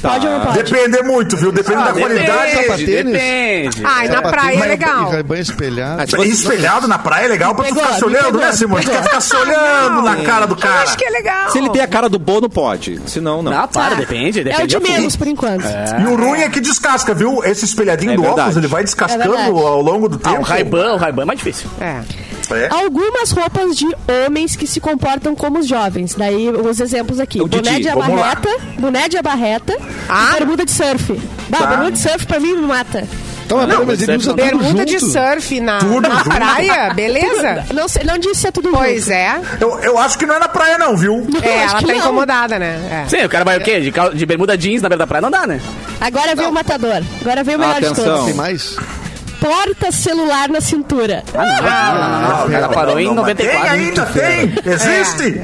[SPEAKER 4] Pode ou não pode?
[SPEAKER 9] Tá. Depende muito, viu? Depende
[SPEAKER 1] Ah,
[SPEAKER 9] da qualidade.
[SPEAKER 6] sapatênis.
[SPEAKER 3] depende.
[SPEAKER 2] Ai, na praia é legal.
[SPEAKER 6] E Ray-Ban espelhado.
[SPEAKER 9] E Espelhado na praia é legal pra tu
[SPEAKER 4] Pegou,
[SPEAKER 9] ficar se
[SPEAKER 4] me
[SPEAKER 9] olhando,
[SPEAKER 4] pegou,
[SPEAKER 9] né, Simone? Tu
[SPEAKER 4] pegou.
[SPEAKER 9] quer ficar se olhando na cara do
[SPEAKER 2] Eu
[SPEAKER 9] cara.
[SPEAKER 2] acho que é legal.
[SPEAKER 1] Se ele tem a cara do Bono, pode. Se não, não.
[SPEAKER 3] Não, para,
[SPEAKER 4] Tá.
[SPEAKER 3] depende. depende
[SPEAKER 4] É o de
[SPEAKER 3] da fonte.
[SPEAKER 4] menos, por enquanto.
[SPEAKER 9] E o ruim é que descasca, viu? Esse espelhadinho
[SPEAKER 1] É
[SPEAKER 9] do
[SPEAKER 1] verdade.
[SPEAKER 9] óculos, ele vai
[SPEAKER 4] É
[SPEAKER 9] descascando
[SPEAKER 4] verdade.
[SPEAKER 9] ao longo do
[SPEAKER 3] Ah,
[SPEAKER 9] tempo.
[SPEAKER 3] o Ray-Ban, o Ray-Ban é mais difícil.
[SPEAKER 2] É.
[SPEAKER 9] É.
[SPEAKER 4] Algumas roupas de homens que se comportam como os jovens. Daí, os exemplos
[SPEAKER 9] É
[SPEAKER 4] aqui.
[SPEAKER 1] O Didi,
[SPEAKER 4] boné de
[SPEAKER 1] vamos
[SPEAKER 4] abarreta, boné de abarreta
[SPEAKER 2] Ah.
[SPEAKER 4] e bermuda de surf. Bah,
[SPEAKER 9] Tá.
[SPEAKER 4] bermuda de surf pra mim me mata.
[SPEAKER 6] Então, mas peraí, mas ele usa tudo
[SPEAKER 2] Bermuda de
[SPEAKER 6] junto?
[SPEAKER 2] surf na,
[SPEAKER 9] Tudo
[SPEAKER 2] na
[SPEAKER 9] junto.
[SPEAKER 2] praia, beleza?
[SPEAKER 4] Não, sei, não disse se é tudo
[SPEAKER 2] Pois
[SPEAKER 4] junto.
[SPEAKER 2] é.
[SPEAKER 9] Eu, eu acho que não é na praia, não, viu?
[SPEAKER 4] Não,
[SPEAKER 2] É,
[SPEAKER 4] acho
[SPEAKER 2] ela
[SPEAKER 4] que
[SPEAKER 2] tá
[SPEAKER 4] não.
[SPEAKER 2] incomodada, né? É.
[SPEAKER 3] Sim, o cara vai o quê? De, cal- de bermuda jeans na beira da praia não dá, né?
[SPEAKER 4] Agora vem o matador. Agora vem o melhor
[SPEAKER 1] Atenção.
[SPEAKER 4] de todos.
[SPEAKER 6] Tem mais?
[SPEAKER 4] Porta celular na cintura.
[SPEAKER 3] Ah, o cara parou em
[SPEAKER 9] mas Tem
[SPEAKER 3] 94.
[SPEAKER 9] ainda, tem! Existe!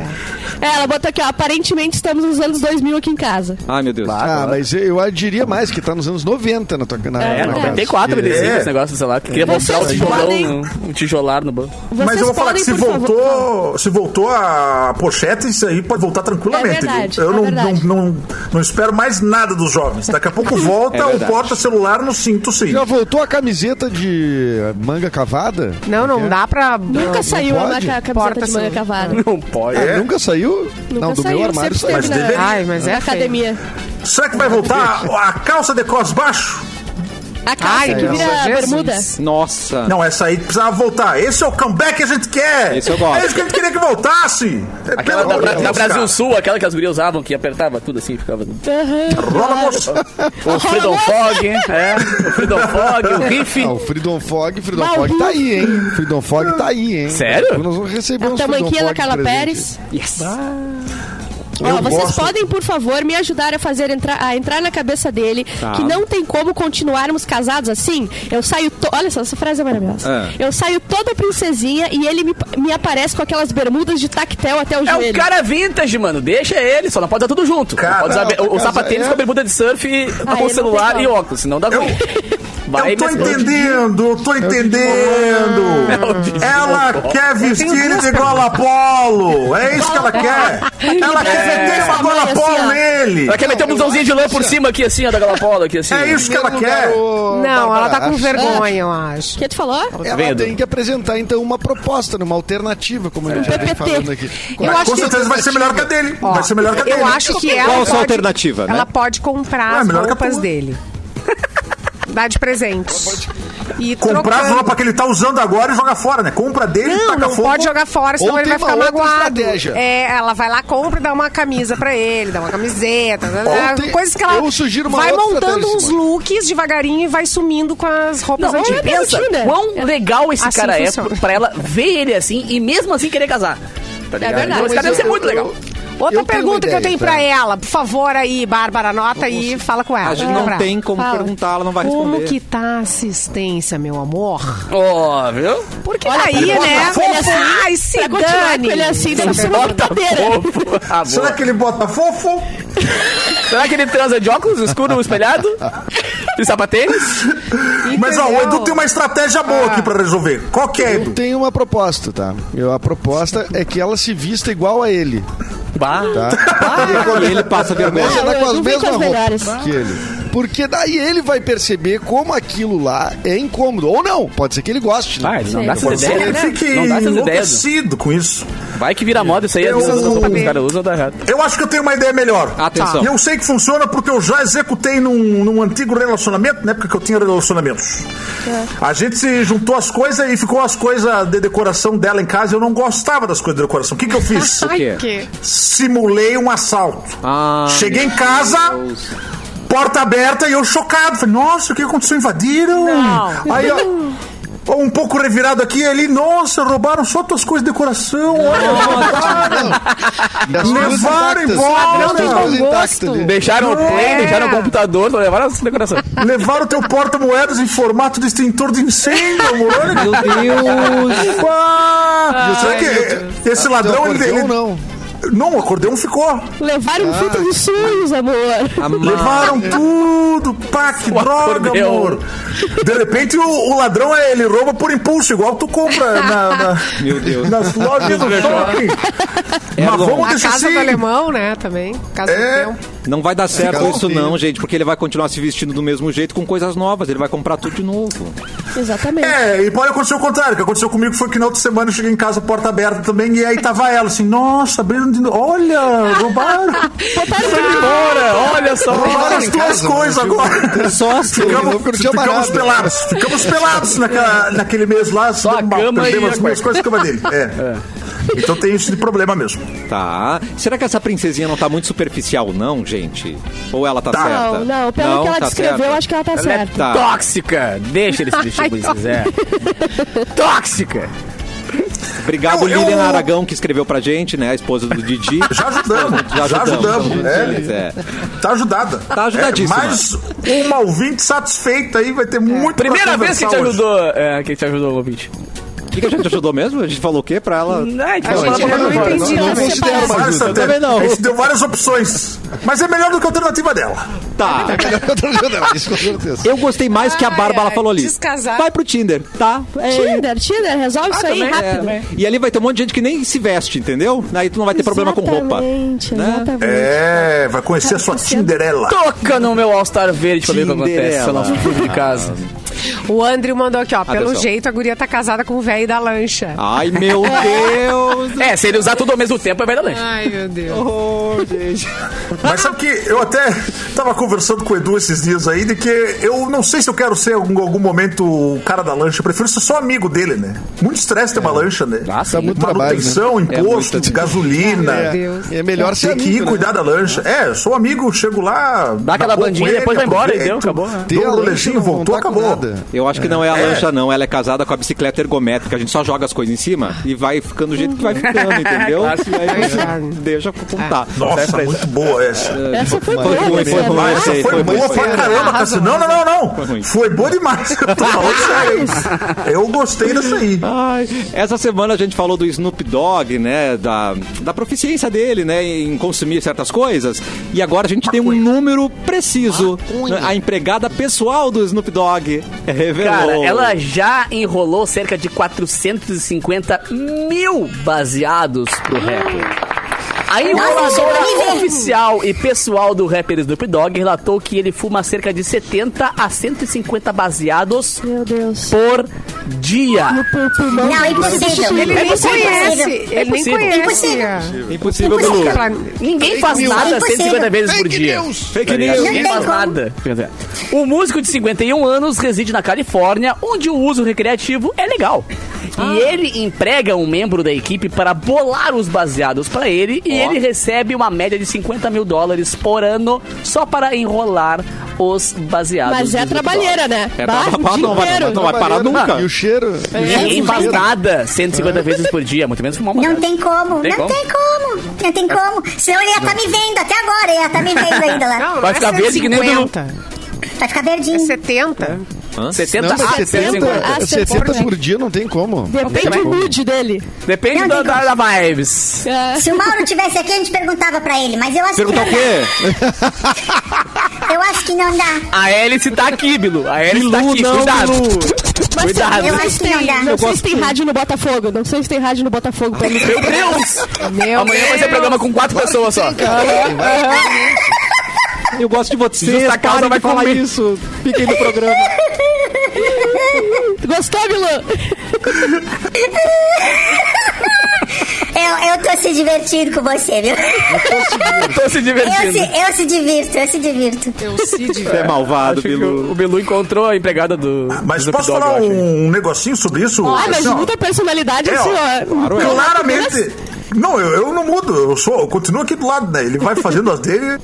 [SPEAKER 4] É, ela botou aqui, ó. Aparentemente estamos nos anos 2000 aqui em casa.
[SPEAKER 1] Ai, meu Deus.
[SPEAKER 6] Ah, mas eu diria mais, que tá nos anos 90 na tua na,
[SPEAKER 4] É,
[SPEAKER 3] É,
[SPEAKER 6] na
[SPEAKER 3] 94,
[SPEAKER 6] casa.
[SPEAKER 3] me dizia
[SPEAKER 9] É.
[SPEAKER 3] esse negócio, sei lá. Que queria
[SPEAKER 4] Vocês
[SPEAKER 3] mostrar o tijolão,
[SPEAKER 4] podem-
[SPEAKER 3] um tijolar no banco.
[SPEAKER 4] Vocês
[SPEAKER 9] Mas eu vou falar que
[SPEAKER 4] podem,
[SPEAKER 9] se
[SPEAKER 4] por favor-
[SPEAKER 9] voltou, se voltou a pochete, isso aí pode voltar tranquilamente.
[SPEAKER 4] É verdade,
[SPEAKER 9] eu
[SPEAKER 4] é
[SPEAKER 9] não,
[SPEAKER 4] verdade.
[SPEAKER 9] Não, não, não espero mais nada dos jovens. Daqui a pouco volta o
[SPEAKER 1] verdade.
[SPEAKER 9] porta-celular no cinto, sim.
[SPEAKER 6] Já voltou a camiseta de manga cavada?
[SPEAKER 2] Não, não dá pra.
[SPEAKER 4] Nunca saiu a
[SPEAKER 6] pode?
[SPEAKER 4] maca- a
[SPEAKER 2] Porta
[SPEAKER 4] camiseta de manga
[SPEAKER 2] celular.
[SPEAKER 4] cavada.
[SPEAKER 3] Não pode.
[SPEAKER 9] É?
[SPEAKER 6] Ah, Nunca saiu? não, do meu armário
[SPEAKER 4] sempre né? esteve
[SPEAKER 6] saiu.
[SPEAKER 9] Mas
[SPEAKER 4] na,
[SPEAKER 9] deveria.
[SPEAKER 2] Ai, mas é
[SPEAKER 4] na academia.
[SPEAKER 9] Será que vai voltar a, a calça de cos baixo?
[SPEAKER 4] A calça
[SPEAKER 2] Ai,
[SPEAKER 4] que
[SPEAKER 2] não.
[SPEAKER 4] vira
[SPEAKER 2] Jesus.
[SPEAKER 4] bermuda.
[SPEAKER 1] Nossa.
[SPEAKER 9] Não, essa aí precisava voltar. Esse é o comeback que a gente quer.
[SPEAKER 1] Esse eu gosto.
[SPEAKER 9] É isso que a gente queria que voltasse. É,
[SPEAKER 3] Aquela
[SPEAKER 9] pelo
[SPEAKER 3] da,
[SPEAKER 9] amor
[SPEAKER 3] Bra- da
[SPEAKER 9] de Deus,
[SPEAKER 3] Brasil
[SPEAKER 9] cara.
[SPEAKER 3] Sul, aquela que as gurias usavam, que apertava tudo assim, ficava...
[SPEAKER 9] Rola, moço.
[SPEAKER 3] O Freedom Fog, é. O Freedom Fog, o Riff.
[SPEAKER 6] Ah, o Freedom Fog, Freedom
[SPEAKER 4] Mas o
[SPEAKER 6] Fog
[SPEAKER 4] Rio-
[SPEAKER 6] tá aí, hein? Freedom Fog tá aí, hein?
[SPEAKER 3] Sério?
[SPEAKER 6] Nós
[SPEAKER 4] A
[SPEAKER 6] recebemos Freedom
[SPEAKER 4] tamanquinha da
[SPEAKER 6] Fog
[SPEAKER 4] Carla
[SPEAKER 6] de presente.
[SPEAKER 4] Pérez.
[SPEAKER 1] Yes.
[SPEAKER 4] Ó, vocês
[SPEAKER 9] gosto.
[SPEAKER 4] podem, por favor, me ajudar a fazer entrar, a entrar na cabeça dele
[SPEAKER 1] Tá.
[SPEAKER 4] que não tem como continuarmos casados assim? Eu saio. to- Olha só, essa frase é maravilhosa. Eu saio toda princesinha e ele me, me aparece com aquelas bermudas de tactel até o
[SPEAKER 3] É um
[SPEAKER 4] joelho.
[SPEAKER 3] cara vintage, mano. Deixa ele, só não pode usar tudo junto. Não
[SPEAKER 9] Cara,
[SPEAKER 3] pode usar be-
[SPEAKER 6] não,
[SPEAKER 3] o- o
[SPEAKER 6] casa-
[SPEAKER 3] sapatênis
[SPEAKER 6] é.
[SPEAKER 3] com a bermuda de surf,
[SPEAKER 4] não
[SPEAKER 3] com o
[SPEAKER 4] tem
[SPEAKER 3] celular
[SPEAKER 4] como.
[SPEAKER 3] e óculos, senão dá ruim. Vai
[SPEAKER 9] Eu tô
[SPEAKER 3] mesclando.
[SPEAKER 9] entendendo, eu tô entendendo. Ela quer vestir ele de gola polo. É isso que ela quer. Ela quer meter uma gola
[SPEAKER 2] assim,
[SPEAKER 9] polo nele.
[SPEAKER 3] Ela quer meter um blusãozinho de lã por cima aqui, assim, ó, da Galapolo aqui, assim.
[SPEAKER 9] É isso que ela
[SPEAKER 6] Primeiro
[SPEAKER 9] quer.
[SPEAKER 6] lugar, ô,
[SPEAKER 2] Não, ela tá com
[SPEAKER 6] Bárbara,
[SPEAKER 2] vergonha, eu acho.
[SPEAKER 4] O que tu falou?
[SPEAKER 6] É, Ela
[SPEAKER 3] Vendo.
[SPEAKER 6] tem que apresentar, então, uma proposta, né, uma alternativa, como a gente já vem
[SPEAKER 4] PPT.
[SPEAKER 6] falando aqui.
[SPEAKER 2] Eu acho
[SPEAKER 9] Com
[SPEAKER 2] que-
[SPEAKER 9] certeza vai ser melhor que a dele.
[SPEAKER 2] Ó,
[SPEAKER 9] Vai ser melhor que a dele.
[SPEAKER 2] Eu acho que ela.
[SPEAKER 1] Qual a sua
[SPEAKER 2] pode-
[SPEAKER 1] alternativa, né?
[SPEAKER 2] Ela pode comprar
[SPEAKER 9] Ah,
[SPEAKER 2] as
[SPEAKER 9] melhor que a
[SPEAKER 2] roupas
[SPEAKER 9] tua.
[SPEAKER 2] dele. Dá de presente. E
[SPEAKER 9] Comprar as
[SPEAKER 2] trocando.
[SPEAKER 9] roupas que ele tá usando agora e jogar fora, né? Compra dele e
[SPEAKER 2] Não,
[SPEAKER 9] taca
[SPEAKER 2] não
[SPEAKER 9] fogo.
[SPEAKER 2] pode jogar fora, senão
[SPEAKER 6] Ou
[SPEAKER 2] ele
[SPEAKER 6] tem
[SPEAKER 2] vai ficar
[SPEAKER 6] uma outra
[SPEAKER 2] magoado.
[SPEAKER 6] estratégia.
[SPEAKER 2] É, ela vai lá, compra e dá uma camisa pra ele, dá uma camiseta, né?
[SPEAKER 6] tem-
[SPEAKER 2] coisas que ela
[SPEAKER 6] eu sugiro uma
[SPEAKER 2] vai
[SPEAKER 6] outra
[SPEAKER 2] montando
[SPEAKER 6] estratégia,
[SPEAKER 2] uns
[SPEAKER 6] Simone.
[SPEAKER 2] looks devagarinho e vai sumindo com as roupas
[SPEAKER 3] Não, olha,
[SPEAKER 2] antigas.
[SPEAKER 3] pensa
[SPEAKER 4] Tinder.
[SPEAKER 3] quão legal esse
[SPEAKER 2] né? Assim
[SPEAKER 3] cara
[SPEAKER 2] funciona.
[SPEAKER 3] é pra ela ver ele assim e mesmo assim querer casar. Tá ligado?
[SPEAKER 4] verdade.
[SPEAKER 3] Então, esse cara deve
[SPEAKER 6] Mas
[SPEAKER 3] ser
[SPEAKER 6] eu-
[SPEAKER 3] muito
[SPEAKER 6] eu-
[SPEAKER 3] legal.
[SPEAKER 2] Outra
[SPEAKER 6] Eu tenho uma
[SPEAKER 2] pergunta que eu
[SPEAKER 6] ideia,
[SPEAKER 2] tenho
[SPEAKER 6] tá?
[SPEAKER 2] pra ela, por favor aí, Bárbara, anota aí e fala com ela.
[SPEAKER 1] A gente
[SPEAKER 2] Pra-
[SPEAKER 1] não tem como
[SPEAKER 4] Fala.
[SPEAKER 1] perguntar, ela não vai
[SPEAKER 2] Como
[SPEAKER 1] responder.
[SPEAKER 2] que tá a assistência, meu amor?
[SPEAKER 3] Ó, viu?
[SPEAKER 2] Porque
[SPEAKER 4] Olha,
[SPEAKER 2] aí,
[SPEAKER 4] pra
[SPEAKER 2] né?
[SPEAKER 4] continuar com ele assim,
[SPEAKER 2] Ai, se
[SPEAKER 4] pra continuar
[SPEAKER 2] dane.
[SPEAKER 4] com ele assim, deve ser uma
[SPEAKER 3] Bota
[SPEAKER 4] brincadeira.
[SPEAKER 3] fofo. Ah, boa.
[SPEAKER 9] Será que ele bota fofo?
[SPEAKER 3] Será que ele transa de óculos escuro espelhado? E sapatênis?
[SPEAKER 9] Mas ó, o
[SPEAKER 2] Entendeu? Ah.
[SPEAKER 9] Edu tem uma estratégia boa aqui pra resolver. Qual que é,
[SPEAKER 6] Eu
[SPEAKER 9] Edu?
[SPEAKER 6] tenho uma proposta, tá? Eu, a proposta é que ela se vista igual a ele,
[SPEAKER 3] Bah.
[SPEAKER 6] tá?
[SPEAKER 1] E ele passa vergonha.
[SPEAKER 6] Você tá
[SPEAKER 4] eu
[SPEAKER 6] com as
[SPEAKER 4] não vim com
[SPEAKER 6] mesmas
[SPEAKER 4] as melhores.
[SPEAKER 6] roupas que ele. Porque daí ele vai perceber como aquilo lá é incômodo. Ou não, pode ser que ele goste, né?
[SPEAKER 3] Ah, ele não dá
[SPEAKER 9] Pode
[SPEAKER 3] essas
[SPEAKER 9] ser que
[SPEAKER 3] ideias.
[SPEAKER 9] ele
[SPEAKER 3] né?
[SPEAKER 9] fique
[SPEAKER 3] Não dá essas ideias.
[SPEAKER 9] enlouquecido com isso.
[SPEAKER 3] Vai que vira moda isso aí, as
[SPEAKER 9] Eu-
[SPEAKER 3] pessoas usam, os caras usam, dá errado.
[SPEAKER 9] Eu acho que eu tenho uma ideia melhor.
[SPEAKER 1] Atenção.
[SPEAKER 9] E eu sei que funciona porque eu já executei num, num antigo relacionamento, na época que eu tinha relacionamentos.
[SPEAKER 2] É.
[SPEAKER 9] A gente se juntou as coisas e ficou as coisas de decoração dela em casa e eu não gostava das coisas de decoração. O que, que eu fiz?
[SPEAKER 1] quê?
[SPEAKER 2] Ai, que...
[SPEAKER 9] Simulei um assalto.
[SPEAKER 1] Ah,
[SPEAKER 9] Cheguei em casa. Porta aberta e eu chocado. Falei, nossa, o que aconteceu? Invadiram?
[SPEAKER 2] Não.
[SPEAKER 9] Aí, ó, um pouco revirado aqui, ele, nossa, roubaram só tuas coisas de decoração, Ah, é
[SPEAKER 6] E as coisas
[SPEAKER 9] Levaram
[SPEAKER 6] intactas.
[SPEAKER 9] embora.
[SPEAKER 6] E as coisas intactas ali.
[SPEAKER 3] Deixaram o play,
[SPEAKER 9] É.
[SPEAKER 3] deixaram o computador, só levaram essa decoração.
[SPEAKER 9] levaram teu porta-moedas em formato de extintor de incêndio, amor. Olha que-
[SPEAKER 1] Meu Deus!
[SPEAKER 9] Pá! Será que
[SPEAKER 1] Ah,
[SPEAKER 9] esse
[SPEAKER 6] Então,
[SPEAKER 9] ladrão, ele,
[SPEAKER 6] acordeon,
[SPEAKER 9] ele-
[SPEAKER 6] não.
[SPEAKER 9] Não, o acordeão ficou.
[SPEAKER 1] Ah.
[SPEAKER 4] Levaram fruta um dos sonhos, amor.
[SPEAKER 9] Levaram
[SPEAKER 1] é.
[SPEAKER 9] tudo, pá, que droga,
[SPEAKER 3] acordeão.
[SPEAKER 9] amor. De repente o, o ladrão é, ele rouba por impulso, igual tu compra na, na-
[SPEAKER 1] Meu Deus.
[SPEAKER 9] nas lojas do shopping. Mas
[SPEAKER 1] Erlon.
[SPEAKER 9] vamos
[SPEAKER 2] A
[SPEAKER 9] deixar
[SPEAKER 2] casa do
[SPEAKER 9] assim.
[SPEAKER 2] alemão, né, também. Casa
[SPEAKER 9] É.
[SPEAKER 2] do tempo.
[SPEAKER 1] Não vai dar certo
[SPEAKER 6] Fica
[SPEAKER 1] isso
[SPEAKER 6] bom.
[SPEAKER 1] não, gente, porque ele vai continuar se vestindo do mesmo jeito com coisas novas. Ele vai comprar tudo de novo.
[SPEAKER 4] Exatamente.
[SPEAKER 9] É, e pode acontecer o contrário. O que aconteceu comigo foi que na outra semana eu cheguei em casa, porta aberta também, e aí tava ela assim, nossa, abriram de novo. Olha, roubaram,
[SPEAKER 1] Tá
[SPEAKER 4] Botaram
[SPEAKER 3] Foi embora, olha só.
[SPEAKER 9] roubaram as
[SPEAKER 6] em
[SPEAKER 9] tuas
[SPEAKER 6] casa,
[SPEAKER 9] coisas
[SPEAKER 6] mano,
[SPEAKER 9] agora.
[SPEAKER 1] Só
[SPEAKER 9] Ficamos,
[SPEAKER 6] Não, porque não tinha
[SPEAKER 9] ficamos
[SPEAKER 6] parado.
[SPEAKER 9] pelados, ficamos pelados naquela- naquele mês lá, se
[SPEAKER 3] a
[SPEAKER 9] deu mal,
[SPEAKER 3] cama
[SPEAKER 9] perdemos
[SPEAKER 3] e
[SPEAKER 9] as
[SPEAKER 3] a
[SPEAKER 9] minhas coisas e a cama dele. É. Então tem isso de problema mesmo.
[SPEAKER 1] Tá. Será que essa princesinha não tá muito superficial, não, gente? Ou ela tá
[SPEAKER 9] Tá.
[SPEAKER 1] certa?
[SPEAKER 4] Não, não, pelo que ela
[SPEAKER 1] tá
[SPEAKER 4] descreveu,
[SPEAKER 1] certa?
[SPEAKER 4] acho que ela tá
[SPEAKER 3] Ela é
[SPEAKER 4] certa.
[SPEAKER 1] Tá.
[SPEAKER 3] tóxica. Deixa ele se vestir como ele quiser. tóxica.
[SPEAKER 1] Obrigado,
[SPEAKER 9] Eu- eu-
[SPEAKER 1] Lilian Aragão, que escreveu pra gente, né? A esposa do Didi.
[SPEAKER 9] Já ajudamos, já, ajudamos.
[SPEAKER 1] eles,
[SPEAKER 9] É,
[SPEAKER 1] é.
[SPEAKER 9] tá ajudada.
[SPEAKER 1] Tá ajudadíssima.
[SPEAKER 9] É, mais uma ouvinte satisfeita aí, vai ter muito pra
[SPEAKER 3] Primeira vez que
[SPEAKER 9] conversar
[SPEAKER 3] te
[SPEAKER 9] hoje.
[SPEAKER 3] ajudou. É, que te ajudou, ouvinte.
[SPEAKER 1] O que, que a gente ajudou mesmo? A gente falou o quê pra ela?
[SPEAKER 3] Ai,
[SPEAKER 2] A gente, eu não entendi
[SPEAKER 6] Não
[SPEAKER 2] também.
[SPEAKER 6] considero uma
[SPEAKER 9] Várias
[SPEAKER 6] ajuda.
[SPEAKER 9] até.
[SPEAKER 1] Também não.
[SPEAKER 9] A gente deu várias opções. Mas é melhor do que a alternativa dela.
[SPEAKER 1] Tá.
[SPEAKER 6] Isso com certeza.
[SPEAKER 1] Eu gostei mais que a Bárbara
[SPEAKER 2] Ai,
[SPEAKER 1] ela
[SPEAKER 2] ai,
[SPEAKER 1] falou ali.
[SPEAKER 2] descasar.
[SPEAKER 1] Vai pro Tinder, tá? É.
[SPEAKER 4] Tinder, Tinder, resolve isso aí rápido.
[SPEAKER 1] E ali vai ter um monte de gente que nem se veste, entendeu? Aí tu não vai ter problema com roupa.
[SPEAKER 4] Exatamente,
[SPEAKER 1] né?
[SPEAKER 4] exatamente.
[SPEAKER 9] É, vai conhecer a sua Tinderela.
[SPEAKER 3] Toca no meu All-Star verde pra ver o que acontece
[SPEAKER 1] Cinderela.
[SPEAKER 3] se eu não for de casa.
[SPEAKER 2] O André mandou aqui, Ah, ó. Pelo
[SPEAKER 1] Atenção.
[SPEAKER 2] jeito, a guria tá casada com o velho da lancha.
[SPEAKER 1] Ai, meu
[SPEAKER 2] É.
[SPEAKER 1] Deus!
[SPEAKER 3] É, se ele usar tudo ao mesmo tempo, é vai dar lanche.
[SPEAKER 2] Ai, meu Deus.
[SPEAKER 1] Oh, gente.
[SPEAKER 9] Mas sabe que eu até tava conversando com o Edu esses dias aí, de que eu não sei se eu quero ser em algum, algum momento o cara da lancha. Eu prefiro ser só amigo dele, né? Muito estresse ter uma lancha, né?
[SPEAKER 3] Ah,
[SPEAKER 6] Dá muito trabalho, né?
[SPEAKER 9] Manutenção, imposto,
[SPEAKER 1] muita-
[SPEAKER 9] gasolina.
[SPEAKER 2] Meu
[SPEAKER 6] É,
[SPEAKER 2] Deus.
[SPEAKER 6] é melhor ser
[SPEAKER 9] Tem que ir
[SPEAKER 6] amigo, né?
[SPEAKER 9] cuidar da lancha. É, sou amigo, chego lá.
[SPEAKER 3] Dá aquela
[SPEAKER 9] dou
[SPEAKER 3] bandinha,
[SPEAKER 9] com ele,
[SPEAKER 3] depois vai embora,
[SPEAKER 9] aproveito,
[SPEAKER 3] entendeu? Acabou, né?
[SPEAKER 9] Deu
[SPEAKER 6] Ter a
[SPEAKER 9] um
[SPEAKER 6] lancha
[SPEAKER 9] rolezinho,
[SPEAKER 6] não
[SPEAKER 9] voltou,
[SPEAKER 6] tá com
[SPEAKER 9] acabou.
[SPEAKER 6] nada.
[SPEAKER 1] Eu acho que não é a lancha, não. Ela é casada com a bicicleta ergométrica. A gente só joga as coisas em cima e vai ficando do jeito que vai
[SPEAKER 2] Uhum.
[SPEAKER 1] ficando, entendeu? Aí, deixa apontar.
[SPEAKER 9] Nossa, muito boa essa.
[SPEAKER 4] Essa foi
[SPEAKER 1] É, Foi
[SPEAKER 4] boa,
[SPEAKER 1] ruim, foi
[SPEAKER 4] Luciano.
[SPEAKER 1] ruim.
[SPEAKER 9] Essa
[SPEAKER 1] sei,
[SPEAKER 9] Ah, foi,
[SPEAKER 1] foi
[SPEAKER 9] boa
[SPEAKER 1] muito
[SPEAKER 9] pra
[SPEAKER 1] sério.
[SPEAKER 9] caramba, Cassio. Não, não, não, não.
[SPEAKER 1] Foi ruim.
[SPEAKER 9] Foi boa demais. Eu tô falando sério. Eu gostei dessa aí.
[SPEAKER 1] Ai, essa semana a gente falou do Snoop Dogg, né? Da, da proficiência dele, né? Em consumir certas coisas. E agora a gente tem um número preciso. né, A empregada pessoal do Snoop Dogg revelou.
[SPEAKER 3] Cara, ela já enrolou cerca de 450 mil baseados pro rapper. A enroladora oficial e pessoal do rapper Snoop Dogg relatou que ele fuma cerca de 70 a 150 baseados
[SPEAKER 4] Meu Deus.
[SPEAKER 3] por dia.
[SPEAKER 4] Pô, pulmão.
[SPEAKER 7] Não, impossível.
[SPEAKER 2] Ele
[SPEAKER 4] é
[SPEAKER 2] nem
[SPEAKER 7] Impossível.
[SPEAKER 2] conhece. Ele nem
[SPEAKER 3] possível.
[SPEAKER 2] conhece.
[SPEAKER 7] Impossível.
[SPEAKER 1] Impossível, Belu.
[SPEAKER 7] Impossível.
[SPEAKER 3] Ninguém faz
[SPEAKER 7] news.
[SPEAKER 3] nada
[SPEAKER 7] Impossível.
[SPEAKER 3] 150 vezes por dia.
[SPEAKER 1] Fake
[SPEAKER 3] Tá ligado?
[SPEAKER 1] news.
[SPEAKER 3] Ninguém
[SPEAKER 7] Não tem
[SPEAKER 3] faz nada. O músico de 51 anos reside na Califórnia, onde o uso recreativo é legal. E
[SPEAKER 1] Ah.
[SPEAKER 3] ele emprega um membro da equipe para bolar os baseados para ele e ele recebe uma média de 50 mil dólares por ano só para enrolar os baseados.
[SPEAKER 4] Mas é
[SPEAKER 3] dos
[SPEAKER 4] trabalheira, né?
[SPEAKER 1] É,
[SPEAKER 4] Bah,
[SPEAKER 1] tá,
[SPEAKER 4] o
[SPEAKER 1] tá,
[SPEAKER 4] dia
[SPEAKER 1] não, vai,
[SPEAKER 4] inteiro.
[SPEAKER 1] não vai parar nunca.
[SPEAKER 6] é, E o cheiro?
[SPEAKER 3] Dogg. Ninguém
[SPEAKER 7] É,
[SPEAKER 3] faz
[SPEAKER 7] mas-
[SPEAKER 3] nada 150 vezes por dia, muito menos fumar uma
[SPEAKER 7] Não
[SPEAKER 3] maconha.
[SPEAKER 7] tem como,
[SPEAKER 3] Tem
[SPEAKER 7] não
[SPEAKER 3] como?
[SPEAKER 7] tem como, não tem como. Senão ele ia estar me vendo até agora, ele ia estar me vendo ainda lá.
[SPEAKER 2] Não,
[SPEAKER 3] Vai
[SPEAKER 2] não
[SPEAKER 3] ficar
[SPEAKER 2] é
[SPEAKER 3] verde que nem o Belu.
[SPEAKER 2] 50,
[SPEAKER 7] Vai ficar
[SPEAKER 2] É
[SPEAKER 7] verdinho.
[SPEAKER 2] 70.
[SPEAKER 1] Hã?
[SPEAKER 3] 70
[SPEAKER 6] Não,
[SPEAKER 3] a
[SPEAKER 6] mas
[SPEAKER 3] 150.
[SPEAKER 6] 70,
[SPEAKER 4] Ah,
[SPEAKER 6] 70
[SPEAKER 4] 70
[SPEAKER 6] por dia não tem como.
[SPEAKER 4] Depende do mood dele.
[SPEAKER 3] Depende
[SPEAKER 7] Não
[SPEAKER 3] da,
[SPEAKER 7] tem
[SPEAKER 3] da, da vibes.
[SPEAKER 4] É.
[SPEAKER 7] Se o Mauro tivesse aqui, a gente perguntava pra ele, mas eu acho
[SPEAKER 1] Perguntar o
[SPEAKER 7] que não
[SPEAKER 1] quê?
[SPEAKER 7] dá. Eu acho que não dá.
[SPEAKER 3] A hélice tá aqui, Bilu. A hélice tá
[SPEAKER 1] Bilu,
[SPEAKER 3] aqui.
[SPEAKER 1] não,
[SPEAKER 3] Cuidado.
[SPEAKER 1] Bilu.
[SPEAKER 4] Mas
[SPEAKER 3] Cuidado.
[SPEAKER 4] eu
[SPEAKER 7] Eu
[SPEAKER 4] não sei
[SPEAKER 7] acho
[SPEAKER 4] se
[SPEAKER 7] que não
[SPEAKER 4] tem,
[SPEAKER 7] dá.
[SPEAKER 4] não
[SPEAKER 7] Eu
[SPEAKER 4] sei se
[SPEAKER 1] gosto-
[SPEAKER 4] tem rádio no Botafogo. Não sei se tem rádio no Botafogo. Pra mim.
[SPEAKER 3] Meu Deus!
[SPEAKER 2] Meu
[SPEAKER 3] Amanhã vai ser
[SPEAKER 2] Deus.
[SPEAKER 3] programa com quatro pessoas só.
[SPEAKER 1] Eu gosto de vocês.
[SPEAKER 3] Justa causa
[SPEAKER 1] Para
[SPEAKER 3] vai
[SPEAKER 1] de falar
[SPEAKER 3] comer.
[SPEAKER 1] isso. Fiquem no programa.
[SPEAKER 4] Gostou, Bilu?
[SPEAKER 7] Eu, eu tô se divertindo com você, viu?
[SPEAKER 3] Tô se
[SPEAKER 7] Eu
[SPEAKER 3] divertindo.
[SPEAKER 7] se, eu se divirto, eu se divirto.
[SPEAKER 2] Eu se divirto.
[SPEAKER 1] É malvado,
[SPEAKER 3] Acho que
[SPEAKER 1] Bilu. Ah,
[SPEAKER 3] o Bilu encontrou a empregada do.
[SPEAKER 9] Mas
[SPEAKER 3] do
[SPEAKER 9] posso
[SPEAKER 3] Snoop
[SPEAKER 9] falar
[SPEAKER 3] Dogg, eu acho.
[SPEAKER 9] um negocinho sobre isso?
[SPEAKER 4] Ah, mas
[SPEAKER 9] Assim, ó,
[SPEAKER 4] muita personalidade,
[SPEAKER 9] É,
[SPEAKER 4] assim,
[SPEAKER 9] ó.
[SPEAKER 4] ó.
[SPEAKER 1] Claro, é.
[SPEAKER 9] claramente. Não, eu, eu não mudo, eu sou, eu continuo aqui do lado, né? Ele vai fazendo as dele.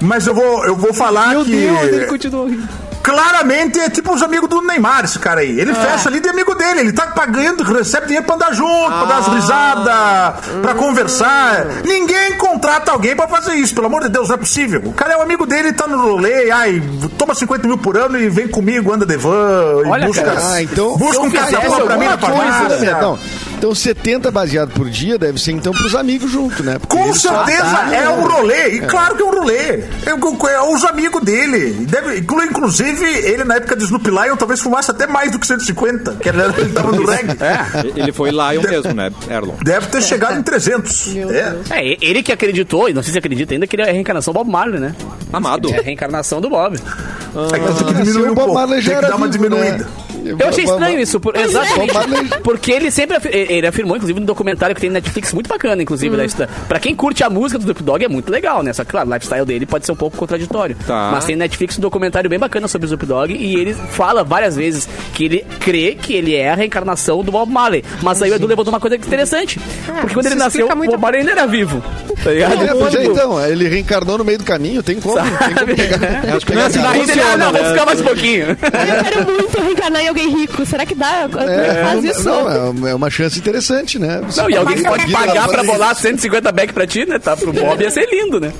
[SPEAKER 9] Mas eu vou, eu vou falar
[SPEAKER 1] Meu
[SPEAKER 9] que.
[SPEAKER 1] Deus, ele continuou rindo.
[SPEAKER 9] claramente é tipo os amigos do Neymar, esse cara aí. Ele fecha ali de amigo dele. Ele tá pagando, recebe dinheiro pra andar junto, pra dar as risadas, pra conversar. Ninguém contrata alguém pra fazer isso, pelo amor de Deus, não é possível. O cara é o amigo dele, tá no rolê, ai, toma 50 mil por ano e vem comigo, anda de van, e
[SPEAKER 3] Olha,
[SPEAKER 9] busca.
[SPEAKER 3] cara,
[SPEAKER 6] Ah, então.
[SPEAKER 9] Busca um
[SPEAKER 3] se eu fizesse
[SPEAKER 9] catapora pra mim na
[SPEAKER 3] alguma coisa, né,
[SPEAKER 9] farmácia.
[SPEAKER 6] Não, então 70 baseado por dia deve ser então pros amigos junto, né? Porque
[SPEAKER 9] Com
[SPEAKER 6] eles só-
[SPEAKER 9] certeza
[SPEAKER 6] Ah, tá.
[SPEAKER 9] é um rolê, e claro que é um rolê. É, o- é os amigos dele. Deve, inclu- inclusive, ele na época de Snoop Lion talvez fumasse até mais do que 150, que era, ele tava no reggae.
[SPEAKER 6] É.
[SPEAKER 3] É.
[SPEAKER 1] Ele foi Lion mesmo, né, Erlon?
[SPEAKER 9] Deve ter chegado em 300. É.
[SPEAKER 3] É, e- ele que acreditou, e não sei se acredita ainda, que ele é a reencarnação do Bob Marley, né?
[SPEAKER 1] Amado.
[SPEAKER 3] Ele É a reencarnação do Bob.
[SPEAKER 9] É
[SPEAKER 6] Ah,
[SPEAKER 9] que tem que
[SPEAKER 6] Nasceu
[SPEAKER 9] diminuir
[SPEAKER 6] o
[SPEAKER 9] um
[SPEAKER 6] Bob
[SPEAKER 9] pouco.
[SPEAKER 6] Marley
[SPEAKER 9] Tem
[SPEAKER 6] já
[SPEAKER 9] que
[SPEAKER 6] era
[SPEAKER 9] dar uma
[SPEAKER 6] vivo, né?
[SPEAKER 9] diminuída.
[SPEAKER 3] Eu achei
[SPEAKER 6] Bob-
[SPEAKER 3] estranho isso, por,
[SPEAKER 4] Pois é.
[SPEAKER 3] exatamente.
[SPEAKER 6] Bob Marley-
[SPEAKER 3] Porque ele sempre afi- ele ele afirmou, inclusive, no documentário que tem na Netflix, muito bacana, inclusive,
[SPEAKER 2] Hum.
[SPEAKER 3] da história. Pra quem curte a música do Snoop Dogg é muito legal, né? Só que, claro, o lifestyle dele pode ser um pouco contraditório.
[SPEAKER 1] Tá.
[SPEAKER 3] Mas tem na Netflix um documentário bem bacana sobre o Snoop Dogg e ele fala várias vezes que ele crê que ele é a reencarnação do Bob Marley. Mas aí o Edu levantou uma coisa é interessante. Porque quando
[SPEAKER 2] Ah, isso
[SPEAKER 3] ele nasceu,
[SPEAKER 2] explica
[SPEAKER 3] o
[SPEAKER 2] muito-
[SPEAKER 3] Bob Marley ainda era vivo. Tá ligado?
[SPEAKER 6] É, pois é,
[SPEAKER 3] Quando-
[SPEAKER 6] então, ele reencarnou no meio do caminho, tem como. Tem como pegar.
[SPEAKER 1] Acho que não é assim que
[SPEAKER 3] Daí ele, ah,
[SPEAKER 1] funciona,
[SPEAKER 3] não, vou
[SPEAKER 1] né?
[SPEAKER 3] ficar mais um pouquinho.
[SPEAKER 4] Eu quero muito reencarnar em alguém rico. Será que dá? Como é que
[SPEAKER 6] É,
[SPEAKER 4] faz
[SPEAKER 6] uma-
[SPEAKER 4] isso?
[SPEAKER 6] não, é uma- é uma chance interessante, né? Você
[SPEAKER 3] Não, e alguém
[SPEAKER 6] paga-
[SPEAKER 3] pode
[SPEAKER 6] vida
[SPEAKER 3] pagar pra
[SPEAKER 6] lavando-
[SPEAKER 3] bolar 150 back pra ti, né? Tá pro Bob ia ser lindo, né?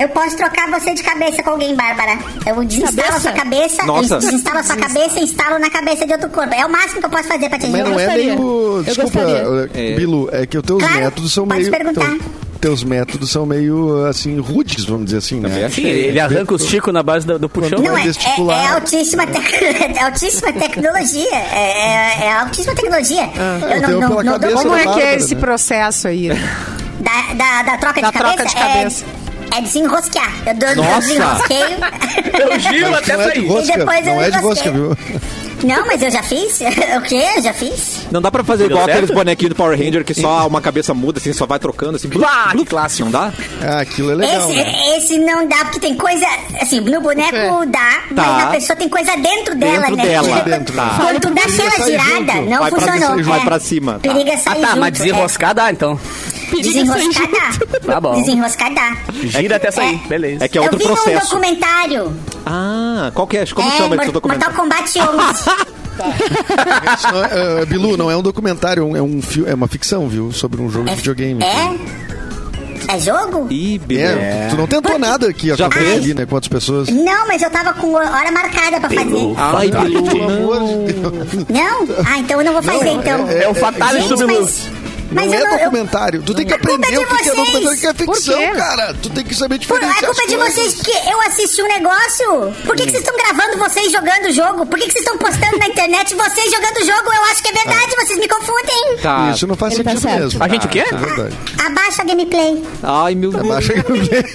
[SPEAKER 7] Eu posso trocar você de cabeça com alguém, Bárbara. Eu desinstalo a
[SPEAKER 4] Cabeça?
[SPEAKER 7] sua cabeça,
[SPEAKER 1] Nossa.
[SPEAKER 7] e desinstalo a sua cabeça e instalo na cabeça de outro corpo. É o máximo que eu posso fazer pra te
[SPEAKER 6] Mas
[SPEAKER 7] ajudar.
[SPEAKER 6] não é
[SPEAKER 4] gostaria.
[SPEAKER 6] meio.
[SPEAKER 4] Eu
[SPEAKER 6] Desculpa,
[SPEAKER 4] gostaria.
[SPEAKER 6] eh, Bilu, é que os teus
[SPEAKER 7] Claro,
[SPEAKER 6] métodos são
[SPEAKER 7] pode
[SPEAKER 6] meio.
[SPEAKER 7] perguntar.
[SPEAKER 6] teu- Teus métodos são meio, assim, rudes, vamos dizer assim, né?
[SPEAKER 3] Sim, ele arranca os tico na base do, do puxão. né?
[SPEAKER 6] Quando-
[SPEAKER 7] Não, é,
[SPEAKER 6] vestibular.
[SPEAKER 7] é, é altíssima, tec- é altíssima tecnologia. É, é- é altíssima tecnologia.
[SPEAKER 6] eu tenho pela
[SPEAKER 7] dou-
[SPEAKER 6] cabeça
[SPEAKER 2] Como é que
[SPEAKER 6] Bárbara,
[SPEAKER 2] é esse
[SPEAKER 6] né?
[SPEAKER 2] processo aí?
[SPEAKER 7] da, da, da troca
[SPEAKER 2] Da
[SPEAKER 7] de
[SPEAKER 2] troca
[SPEAKER 7] cabeça?
[SPEAKER 2] de cabeça.
[SPEAKER 7] É, é desenrosquear. Eu dou eu
[SPEAKER 1] Nossa!
[SPEAKER 7] desenrosqueio.
[SPEAKER 3] Eu giro
[SPEAKER 6] Mas
[SPEAKER 3] até
[SPEAKER 6] não é de
[SPEAKER 3] sair.
[SPEAKER 6] rosca,
[SPEAKER 7] depois eu
[SPEAKER 6] não é de rosca,
[SPEAKER 7] gostei.
[SPEAKER 6] viu?
[SPEAKER 7] não, mas eu já fiz. o quê? Eu já fiz?
[SPEAKER 1] Não dá pra fazer igual
[SPEAKER 3] Deu certo?
[SPEAKER 1] aqueles bonequinhos do Power Ranger que só uma cabeça muda, assim, só vai trocando, assim.
[SPEAKER 3] Bah, que
[SPEAKER 1] clássico. Não dá?
[SPEAKER 6] Ah, aquilo é legal.
[SPEAKER 7] esse,
[SPEAKER 6] né?
[SPEAKER 7] esse não dá, porque tem coisa. Assim, no boneco
[SPEAKER 2] É.
[SPEAKER 7] dá,
[SPEAKER 1] Tá.
[SPEAKER 7] mas na pessoa tem coisa dentro dela,
[SPEAKER 1] Dentro
[SPEAKER 7] né?
[SPEAKER 1] dela.
[SPEAKER 7] Quando,
[SPEAKER 1] Dentro, tá.
[SPEAKER 7] quando tu dá aquela
[SPEAKER 6] sair
[SPEAKER 7] girada,
[SPEAKER 6] junto.
[SPEAKER 7] não
[SPEAKER 1] Vai pra-
[SPEAKER 7] funcionou.
[SPEAKER 1] vai
[SPEAKER 7] é.
[SPEAKER 1] pra cima, tá.
[SPEAKER 7] Periga
[SPEAKER 3] Ah
[SPEAKER 7] sair
[SPEAKER 3] tá, mas
[SPEAKER 7] junto, é.
[SPEAKER 3] desenroscar dá então.
[SPEAKER 4] Pedir que saia
[SPEAKER 7] Desenroscar
[SPEAKER 4] junto.
[SPEAKER 7] dá.
[SPEAKER 3] Tá bom.
[SPEAKER 7] Desenroscar dá.
[SPEAKER 3] Gira até sair, beleza.
[SPEAKER 1] É que é
[SPEAKER 7] eu
[SPEAKER 1] outro
[SPEAKER 7] vi num
[SPEAKER 1] processo.
[SPEAKER 7] documentário.
[SPEAKER 1] Ah, qual que é? Como
[SPEAKER 7] é,
[SPEAKER 1] chama
[SPEAKER 7] Mor-
[SPEAKER 1] esse
[SPEAKER 7] Mortal
[SPEAKER 1] documento?
[SPEAKER 7] Kombat 11.
[SPEAKER 6] Isso não é- eh, Bilu, não é um documentário, é, um, é um fio- é uma ficção, viu? Sobre um jogo de videogame.
[SPEAKER 7] é? É jogo?
[SPEAKER 1] Ih,
[SPEAKER 6] É,
[SPEAKER 1] beleza.
[SPEAKER 6] tu- tu não tentou nada aqui,
[SPEAKER 1] Já
[SPEAKER 6] a coisa
[SPEAKER 1] fez?
[SPEAKER 6] ali, né? Quantas pessoas?
[SPEAKER 7] Não, mas eu tava com hora marcada pra fazer.
[SPEAKER 1] Ai, Bilu,
[SPEAKER 6] Pelo
[SPEAKER 1] não.
[SPEAKER 6] amor de Deus.
[SPEAKER 7] Não? Ah, então eu não vou fazer, então.
[SPEAKER 3] É o Fatality
[SPEAKER 7] Gente,
[SPEAKER 3] do Bilu.
[SPEAKER 7] mas,
[SPEAKER 6] Não
[SPEAKER 7] mas
[SPEAKER 6] é
[SPEAKER 7] eu não... eu-
[SPEAKER 6] documentário. Tu tem que
[SPEAKER 7] A culpa
[SPEAKER 6] aprender
[SPEAKER 7] é de
[SPEAKER 6] o que que é
[SPEAKER 7] vocês.
[SPEAKER 6] documentário e o que é
[SPEAKER 2] Por quê?
[SPEAKER 6] ficção, cara. Tu tem que saber
[SPEAKER 7] Por, a
[SPEAKER 6] diferenciar
[SPEAKER 7] culpa é
[SPEAKER 6] as
[SPEAKER 7] de
[SPEAKER 6] coisas.
[SPEAKER 7] vocês, porque eu assisti um negócio. Por que, que vocês estão gravando vocês jogando o jogo? Por que, que vocês estão postando na internet vocês jogando o jogo? Eu acho que é verdade,
[SPEAKER 6] Ah.
[SPEAKER 7] vocês me confundem.
[SPEAKER 1] Tá.
[SPEAKER 6] Isso não faz
[SPEAKER 4] Ele tá
[SPEAKER 6] sentido
[SPEAKER 4] certo.
[SPEAKER 6] mesmo.
[SPEAKER 3] A gente o quê?
[SPEAKER 6] É verdade.
[SPEAKER 7] Abaixa a gameplay.
[SPEAKER 1] Ai, meu Deus.
[SPEAKER 6] Abaixa aí pra ver.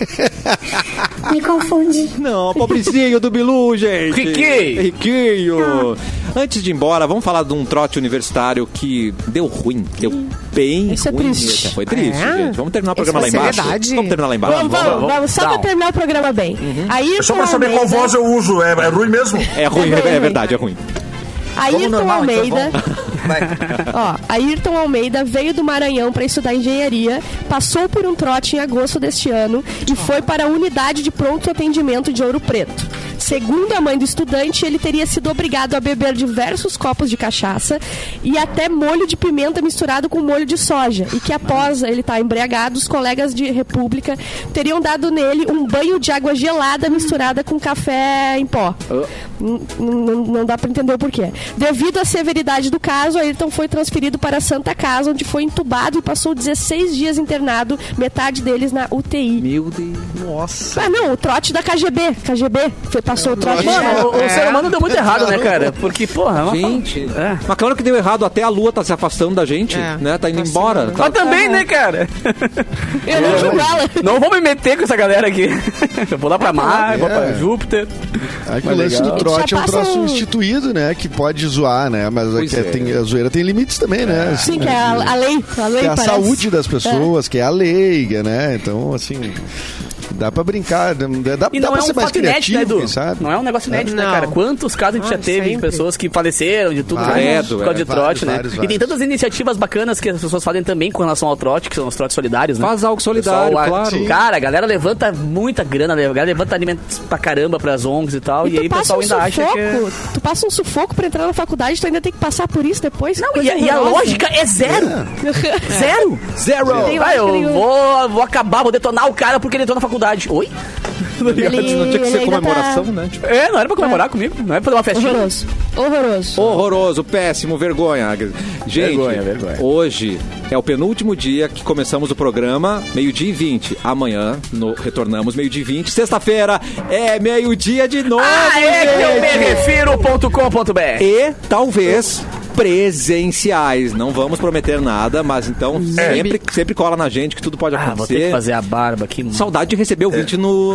[SPEAKER 7] Me confunde. Um
[SPEAKER 1] Não, pobrezinho do Bilu, gente.
[SPEAKER 3] Riquinho.
[SPEAKER 1] Riquinho. Antes de ir embora, vamos falar de um trote universitário que deu ruim. Deu bem
[SPEAKER 4] Isso é
[SPEAKER 1] ruim.
[SPEAKER 4] triste.
[SPEAKER 1] mesmo. Foi triste,
[SPEAKER 2] É?
[SPEAKER 1] gente. Vamos terminar o programa lá
[SPEAKER 2] Isso é
[SPEAKER 1] embaixo.
[SPEAKER 2] seriedade.
[SPEAKER 1] Vamos terminar lá embaixo.
[SPEAKER 4] Vamos, vamos, vamos, só pra
[SPEAKER 3] Não.
[SPEAKER 4] terminar o programa bem. Aí,
[SPEAKER 9] É só pra saber qual voz eu uso. É, é ruim mesmo?
[SPEAKER 1] É ruim, é,
[SPEAKER 4] Vamos,
[SPEAKER 1] é
[SPEAKER 4] vamos.
[SPEAKER 1] verdade, é ruim.
[SPEAKER 4] Ayrton
[SPEAKER 5] normal, então,
[SPEAKER 4] Almeida. ó, Ayrton Almeida veio do Maranhão para estudar engenharia, passou por um trote em agosto deste ano e foi para a unidade de pronto atendimento de Ouro Preto. Segundo a mãe do estudante, ele teria sido obrigado a beber diversos copos de cachaça e até molho de pimenta misturado com molho de soja. E que após ele estar embriagado, os colegas de República teriam dado nele um banho de água gelada misturada com café em pó. N- n- n- Não dá para entender o porquê. Devido à severidade do caso, Ayrton foi transferido para a Santa Casa, onde foi entubado e passou 16 dias internado, metade deles na UTI.
[SPEAKER 1] Meu Deus.
[SPEAKER 4] Ah, não, o trote da KGB. KGB foi, passou o trote.
[SPEAKER 3] Mano, o, o
[SPEAKER 6] É.
[SPEAKER 3] ser humano deu muito errado, né, cara? Porque, porra, é uma
[SPEAKER 1] Gente.
[SPEAKER 3] É.
[SPEAKER 1] Mas claro que deu errado. Até a lua tá se afastando da gente,
[SPEAKER 2] É,
[SPEAKER 1] né? Tá indo
[SPEAKER 2] tá
[SPEAKER 1] embora.
[SPEAKER 2] sendo-
[SPEAKER 1] Tá-
[SPEAKER 3] Mas também, né, cara? É.
[SPEAKER 4] Eu não julgá-la.
[SPEAKER 3] Não vou me meter com essa galera aqui. Eu vou lá pra Mar, vou pra Júpiter.
[SPEAKER 6] Aí que o lance do
[SPEAKER 4] legal.
[SPEAKER 6] trote é um
[SPEAKER 4] Já passa
[SPEAKER 6] troço
[SPEAKER 4] um-
[SPEAKER 6] instituído, né? Que pode zoar, né? Mas
[SPEAKER 1] Pois
[SPEAKER 6] é que
[SPEAKER 1] é.
[SPEAKER 6] tem- a zoeira tem limites também, né? Assim,
[SPEAKER 4] Sim, que é a, a lei. A lei
[SPEAKER 6] que é a
[SPEAKER 4] parece.
[SPEAKER 6] saúde das pessoas, que é a lei, né? Então, assim, dá pra brincar, dá, dá,
[SPEAKER 3] E
[SPEAKER 6] dá
[SPEAKER 3] não
[SPEAKER 6] Tá pra
[SPEAKER 3] é um
[SPEAKER 6] ser mais
[SPEAKER 3] fato inédito,
[SPEAKER 6] criativo,
[SPEAKER 3] né, Edu?
[SPEAKER 6] quem sabe? Ah,
[SPEAKER 3] Não é um negócio inédito, né,
[SPEAKER 2] Não.
[SPEAKER 3] cara? Quantos casos a gente
[SPEAKER 2] Ai,
[SPEAKER 3] já teve de
[SPEAKER 2] sempre.
[SPEAKER 3] pessoas que faleceram de tudo
[SPEAKER 6] Vários, é,
[SPEAKER 3] né, por causa
[SPEAKER 1] vários,
[SPEAKER 3] de trote, né?
[SPEAKER 6] vários,
[SPEAKER 3] E tem
[SPEAKER 6] vários.
[SPEAKER 3] tantas iniciativas bacanas que as pessoas fazem também com relação ao trote, que são os trotes solidários, né?
[SPEAKER 1] Faz algo solidário,
[SPEAKER 3] Pessoal, a-
[SPEAKER 1] claro. Sim.
[SPEAKER 3] Cara, a galera levanta muita grana, né? a galera levanta alimentos pra caramba pras ONGs e tal, e,
[SPEAKER 4] E tu
[SPEAKER 3] aí o
[SPEAKER 4] passa
[SPEAKER 3] pessoal
[SPEAKER 4] um
[SPEAKER 3] ainda acha
[SPEAKER 4] sufoco.
[SPEAKER 3] que é-
[SPEAKER 4] Tu passa um sufoco pra entrar na faculdade, tu ainda tem que passar por isso depois.
[SPEAKER 3] Não,
[SPEAKER 4] Coisa
[SPEAKER 3] e, a- e a
[SPEAKER 4] horrorosa.
[SPEAKER 3] lógica é zero. Zero.
[SPEAKER 1] Zero!
[SPEAKER 4] Tem
[SPEAKER 3] Ah,
[SPEAKER 4] lógica
[SPEAKER 3] eu
[SPEAKER 4] nenhuma.
[SPEAKER 3] vou, vou acabar, vou detonar o cara porque ele entrou na faculdade. Oi?
[SPEAKER 4] Ele-
[SPEAKER 1] Não tinha que
[SPEAKER 4] ele
[SPEAKER 1] ser
[SPEAKER 4] ainda
[SPEAKER 1] comemoração,
[SPEAKER 4] tá
[SPEAKER 1] né? Tipo,
[SPEAKER 3] É, não era pra comemorar comigo, não era pra fazer uma festinha.
[SPEAKER 4] Horroroso. Horroroso.
[SPEAKER 1] Horroroso, péssimo, vergonha. Gente,
[SPEAKER 3] Vergonha, vergonha.
[SPEAKER 1] hoje é o penúltimo dia que começamos o programa, meio-dia e 20. Amanhã no, retornamos meio-dia e 20. Sexta-feira é meio-dia de novo.
[SPEAKER 4] Ah,
[SPEAKER 3] Aê, Ah, é que eu me
[SPEAKER 1] gente.
[SPEAKER 3] refiro.com.br.
[SPEAKER 1] E talvez presenciais. Não vamos prometer nada, mas então sempre, sempre cola na gente que tudo pode
[SPEAKER 3] Ah,
[SPEAKER 1] acontecer.
[SPEAKER 3] vou ter que fazer a barba aqui. mano.
[SPEAKER 1] Saudade de receber o ouvinte no,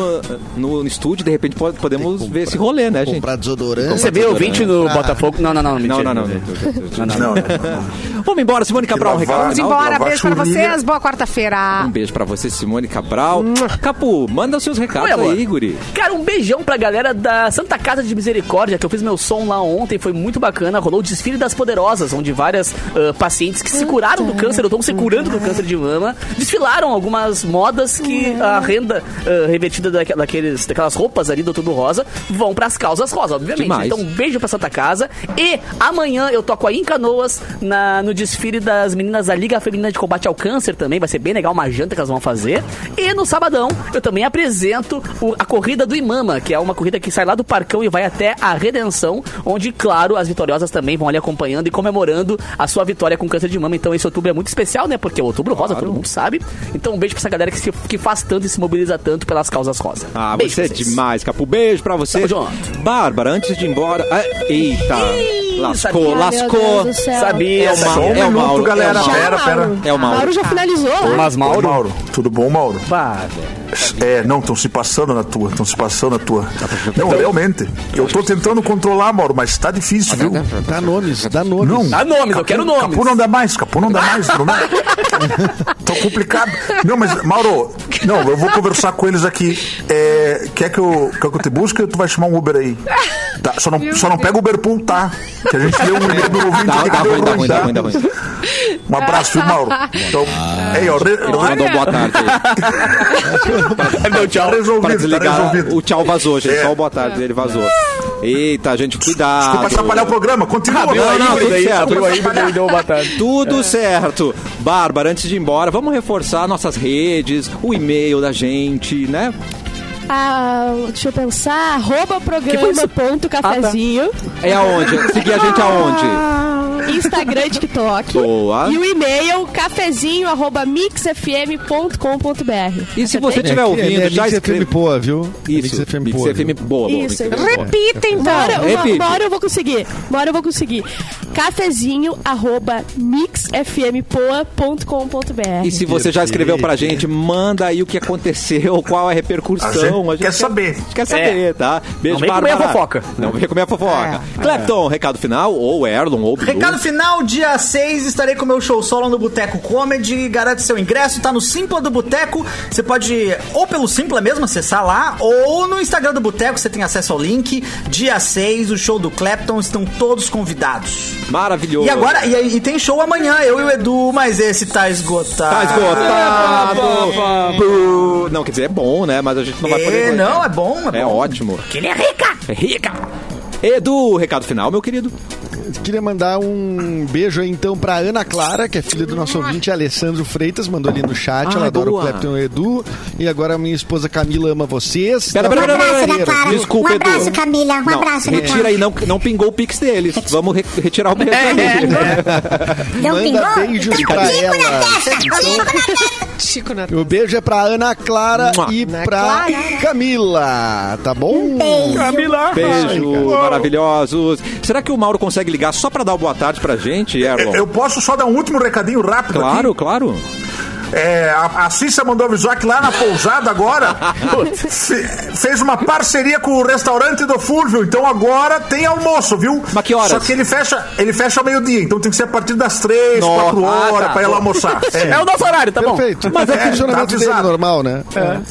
[SPEAKER 1] no estúdio, de repente pode- podemos ver esse rolê, né, gente?
[SPEAKER 6] Comprar desodorante.
[SPEAKER 3] Você viu o 20 no
[SPEAKER 6] Ah.
[SPEAKER 3] Botafogo? Não, não, não,
[SPEAKER 1] Não, não,
[SPEAKER 3] mentira.
[SPEAKER 1] não.
[SPEAKER 9] Não, não.
[SPEAKER 1] Vamos embora, Simone Cabral, um recado
[SPEAKER 2] Vamos
[SPEAKER 9] Vamos
[SPEAKER 1] final.
[SPEAKER 2] embora,
[SPEAKER 9] Lavar
[SPEAKER 2] beijo pra
[SPEAKER 9] churrinha.
[SPEAKER 2] vocês, boa quarta-feira.
[SPEAKER 1] Um beijo pra você, Simone Cabral. Capu, manda os seus recados
[SPEAKER 3] Oi, amor.
[SPEAKER 1] aí, Guri.
[SPEAKER 3] Cara, um beijão pra galera da Santa Casa de Misericórdia, que eu fiz meu som lá ontem, foi muito bacana. Rolou o Desfile das Poderosas, onde várias ah, pacientes que se curaram do câncer, ou estão se curando do câncer de mama, desfilaram algumas modas que a renda ah, revertida daque- daqueles, daquelas roupas ali do Outubro Rosa vão pras causas rosa, obviamente.
[SPEAKER 1] Demais.
[SPEAKER 3] Então, um beijo pra Santa Casa. E amanhã eu toco aí em Canoas, na, no desfile das meninas da Liga Feminina de Combate ao Câncer também. Vai ser bem legal uma janta que elas vão fazer. E no sabadão eu também apresento o- a corrida do Imama, que é uma corrida que sai lá do Parcão e vai até a Redenção, onde, claro, as vitoriosas também vão ali acompanhando e comemorando a sua vitória com câncer de mama. Então esse outubro é muito especial, né? Porque é o outubro rosa, todo mundo sabe. Então um beijo pra essa galera que, se- que faz tanto e se mobiliza tanto pelas causas rosa.
[SPEAKER 1] Ah,
[SPEAKER 3] beijo
[SPEAKER 1] você é
[SPEAKER 3] pra vocês.
[SPEAKER 1] demais, Capu. Beijo pra você.
[SPEAKER 3] Tamo junto.
[SPEAKER 1] Bárbara, antes de ir embora. Ah, eita! Lascou,
[SPEAKER 3] sabia.
[SPEAKER 4] Meu
[SPEAKER 1] lascou.
[SPEAKER 4] Deus do céu.
[SPEAKER 3] Sabia,
[SPEAKER 1] É o
[SPEAKER 9] Só
[SPEAKER 1] Mauro,
[SPEAKER 9] um
[SPEAKER 1] é o
[SPEAKER 9] minuto,
[SPEAKER 1] Mauro,
[SPEAKER 9] galera.
[SPEAKER 1] é o Mauro.
[SPEAKER 9] Pera, pera.
[SPEAKER 1] É o
[SPEAKER 4] Mauro.
[SPEAKER 1] Mauro.
[SPEAKER 4] já finalizou lá.
[SPEAKER 3] Mas Ah. Mauro.
[SPEAKER 9] Ô, Mauro, tudo bom, Mauro?
[SPEAKER 3] Bah, velho.
[SPEAKER 9] É, não, estão se passando na tua, estão se passando na tua. Não, realmente. Eu tô tentando controlar, Mauro, mas tá difícil, viu?
[SPEAKER 6] Dá nomes, dá nomes.
[SPEAKER 9] Não.
[SPEAKER 3] Dá nomes, eu quero nomes.
[SPEAKER 9] Capu não dá mais, Capu não dá mais, não dá. Tô complicado. Não, mas, Mauro, não, eu vou conversar com eles aqui. É, quer, que eu, quer que eu te busque ou tu vai chamar um Uber aí? Tá, só não, só não pega o Uber Pool, tá? Que a gente deu um Uber do ouvinte
[SPEAKER 1] Dá,
[SPEAKER 9] aqui
[SPEAKER 1] dá
[SPEAKER 9] que
[SPEAKER 1] ruim,
[SPEAKER 9] deu
[SPEAKER 1] dá ruim, dá ruim, dá ruim.
[SPEAKER 9] Um abraço, viu, Mauro? Então, aí, ó, re-
[SPEAKER 1] Ele mandou um boa tarde aí.
[SPEAKER 3] Meu tchau.
[SPEAKER 1] Pra
[SPEAKER 9] resolvido, tá
[SPEAKER 1] desligar,
[SPEAKER 9] resolvido.
[SPEAKER 1] o tchau vazou, gente.
[SPEAKER 9] É.
[SPEAKER 1] Só o boa tarde dele vazou. Eita, gente,
[SPEAKER 9] Desculpa
[SPEAKER 1] cuidado.
[SPEAKER 9] atrapalhar o programa, continua.
[SPEAKER 1] Ah, não,
[SPEAKER 9] vai,
[SPEAKER 1] não,
[SPEAKER 9] vai,
[SPEAKER 1] tudo
[SPEAKER 9] vai.
[SPEAKER 1] certo.
[SPEAKER 9] Desculpa atrapalhar.
[SPEAKER 1] Tudo certo. Bárbara, antes de ir embora, vamos reforçar nossas redes, o e-mail da gente, né?
[SPEAKER 4] Ah, deixa eu pensar. Arroba programa ponto cafezinho.
[SPEAKER 3] Ah,
[SPEAKER 1] É aonde? Seguir a gente aonde?
[SPEAKER 3] tá.
[SPEAKER 4] Instagram e TikTok.
[SPEAKER 1] Boa.
[SPEAKER 4] E o e-mail cafezinho arroba mixfm.com.br.
[SPEAKER 1] E se você
[SPEAKER 6] É,
[SPEAKER 1] estiver
[SPEAKER 6] aqui,
[SPEAKER 1] ouvindo,
[SPEAKER 6] é, é
[SPEAKER 1] já
[SPEAKER 6] Mix
[SPEAKER 1] escreve.
[SPEAKER 6] FM boa, viu? É
[SPEAKER 1] Isso,
[SPEAKER 6] Mix FM
[SPEAKER 1] Mix
[SPEAKER 6] boa.
[SPEAKER 1] FM
[SPEAKER 6] viu?
[SPEAKER 1] boa. boa,
[SPEAKER 4] Isso,
[SPEAKER 1] Mix FM boa.
[SPEAKER 2] Repita então.
[SPEAKER 4] Uma hora, uma,
[SPEAKER 1] repite.
[SPEAKER 4] uma hora eu vou conseguir. Uma hora eu vou conseguir. Cafezinho arroba mixfmpoa.com.br.
[SPEAKER 1] E se você já escreveu pra gente, manda aí o que aconteceu, qual é a repercussão.
[SPEAKER 9] A gente quer saber.
[SPEAKER 1] a gente quer saber, tá? Beijo,
[SPEAKER 3] Não vem comer a
[SPEAKER 1] Bárbara.
[SPEAKER 3] fofoca.
[SPEAKER 1] Não vem comer a fofoca. Clapton, recado final, ou Erlon, ou Bilu.
[SPEAKER 5] Recado final, dia 6, estarei com o meu show solo no Boteco Comedy. Garante seu ingresso, tá no Simpla do Boteco. Você pode, ou pelo Simpla mesmo, acessar lá, ou no Instagram do Boteco, você tem acesso ao link. Dia 6, o show do Clapton, estão todos convidados.
[SPEAKER 1] Maravilhoso.
[SPEAKER 5] E agora, e, e tem show amanhã, eu e o Edu, mas esse tá esgotado.
[SPEAKER 1] Tá
[SPEAKER 5] é,
[SPEAKER 1] esgotado. Bu. Não, quer dizer, é bom, né? Mas a gente não vai
[SPEAKER 5] É,
[SPEAKER 1] poder...
[SPEAKER 5] não, é bom, é,
[SPEAKER 1] É
[SPEAKER 5] bom.
[SPEAKER 1] ótimo.
[SPEAKER 5] Que ele é rica.
[SPEAKER 1] É rica. Edu, recado final, meu querido.
[SPEAKER 6] Queria mandar um beijo aí, então pra Ana Clara, que é filha do nosso ouvinte Alessandro Freitas, mandou ali no chat,
[SPEAKER 1] Ah,
[SPEAKER 6] ela adora
[SPEAKER 1] boa.
[SPEAKER 6] o Clepton e o Edu. E agora a minha esposa Camila ama vocês.
[SPEAKER 1] Pera, pera,
[SPEAKER 7] Um
[SPEAKER 1] pera,
[SPEAKER 7] abraço,
[SPEAKER 1] pera,
[SPEAKER 7] Ana
[SPEAKER 1] pera.
[SPEAKER 7] Clara.
[SPEAKER 1] Desculpa,
[SPEAKER 7] um abraço,
[SPEAKER 1] Edu.
[SPEAKER 7] Camila. Um
[SPEAKER 1] Não,
[SPEAKER 7] abraço, Ana
[SPEAKER 1] retira
[SPEAKER 7] Clara.
[SPEAKER 1] aí, não, não pingou o pix deles. Vamos re- retirar o pix
[SPEAKER 5] É,
[SPEAKER 1] deles.
[SPEAKER 7] Não
[SPEAKER 6] Manda
[SPEAKER 7] pingou?
[SPEAKER 6] beijos
[SPEAKER 7] Então,
[SPEAKER 6] pra
[SPEAKER 7] bico na
[SPEAKER 6] ela.
[SPEAKER 7] testa. bico na testa.
[SPEAKER 2] Chico Natal.
[SPEAKER 6] O beijo é pra Ana Clara
[SPEAKER 1] Mua.
[SPEAKER 6] e
[SPEAKER 2] Ana
[SPEAKER 6] pra
[SPEAKER 2] Clara. Um
[SPEAKER 6] Camila, tá bom?
[SPEAKER 3] Camila.
[SPEAKER 1] Beijo, maravilhosos. Será que o Mauro consegue ligar só pra dar o boa tarde pra gente, Erlon?
[SPEAKER 9] Eu posso só dar um último recadinho rápido aqui?
[SPEAKER 1] Claro, claro.
[SPEAKER 9] É, a, a Cissa mandou avisar que lá na pousada agora fe- fez uma parceria com o restaurante do Fulvio, então agora tem almoço, viu?
[SPEAKER 1] Mas que horas?
[SPEAKER 9] Só que ele fecha, ele fecha ao meio-dia, então tem que ser a partir das três,
[SPEAKER 1] Nossa.
[SPEAKER 9] quatro
[SPEAKER 1] Ah,
[SPEAKER 9] horas
[SPEAKER 1] tá.
[SPEAKER 9] pra ela almoçar.
[SPEAKER 3] É o nosso horário, tá bom?
[SPEAKER 6] Perfeito. Mas
[SPEAKER 9] Mas é
[SPEAKER 6] é,
[SPEAKER 9] que- tá
[SPEAKER 6] funcionamento dele
[SPEAKER 9] avisado.
[SPEAKER 6] normal, né?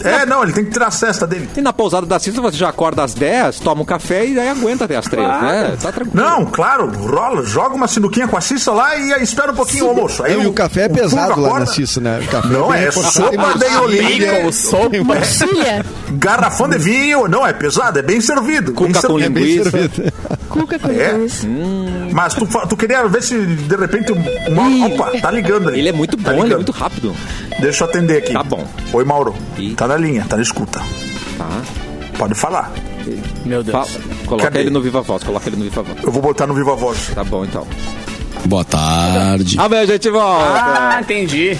[SPEAKER 9] É. É, não, ele tem que tirar a cesta dele.
[SPEAKER 1] E na pousada da Cissa você já acorda às 10, toma um café e aí aguenta até às 3, né? Tá tranquilo.
[SPEAKER 9] Não, claro, rola, joga uma sinuquinha com a Cissa lá e aí espera um pouquinho o almoço. Aí
[SPEAKER 6] E o café é
[SPEAKER 9] Fulvio
[SPEAKER 6] pesado lá na
[SPEAKER 9] acorda-
[SPEAKER 6] Cissa, né? Café
[SPEAKER 9] Não,
[SPEAKER 6] bem
[SPEAKER 9] é
[SPEAKER 6] reforçado e
[SPEAKER 9] sopa de
[SPEAKER 6] morcilha.
[SPEAKER 9] olhinho.
[SPEAKER 3] sopa.
[SPEAKER 6] é
[SPEAKER 4] Morcilha,
[SPEAKER 9] Garrafão de vinho. Não, é pesado, é bem servido. bem
[SPEAKER 1] Cuca com
[SPEAKER 9] servido.
[SPEAKER 1] linguiça.
[SPEAKER 4] cuca com
[SPEAKER 9] É?
[SPEAKER 4] linguiça.
[SPEAKER 9] Mas tu, fa- tu queria ver se de repente uma. Opa, tá ligando ali.
[SPEAKER 1] Ele é muito bom,
[SPEAKER 9] Tá
[SPEAKER 1] ele é
[SPEAKER 9] ligando.
[SPEAKER 1] muito rápido.
[SPEAKER 9] Deixa eu atender aqui.
[SPEAKER 1] Tá bom.
[SPEAKER 9] Oi, Mauro.
[SPEAKER 1] E?
[SPEAKER 9] Tá na linha, tá na escuta. Pode falar.
[SPEAKER 3] Meu
[SPEAKER 1] Fala-
[SPEAKER 3] Deus.
[SPEAKER 1] coloca
[SPEAKER 9] Cadê?
[SPEAKER 1] ele no Viva Voz, coloca ele no Viva Voz.
[SPEAKER 9] Eu vou botar no Viva Voz.
[SPEAKER 1] Tá bom, então.
[SPEAKER 8] Boa tarde.
[SPEAKER 1] Amanhã a gente volta.
[SPEAKER 3] Ah, entendi.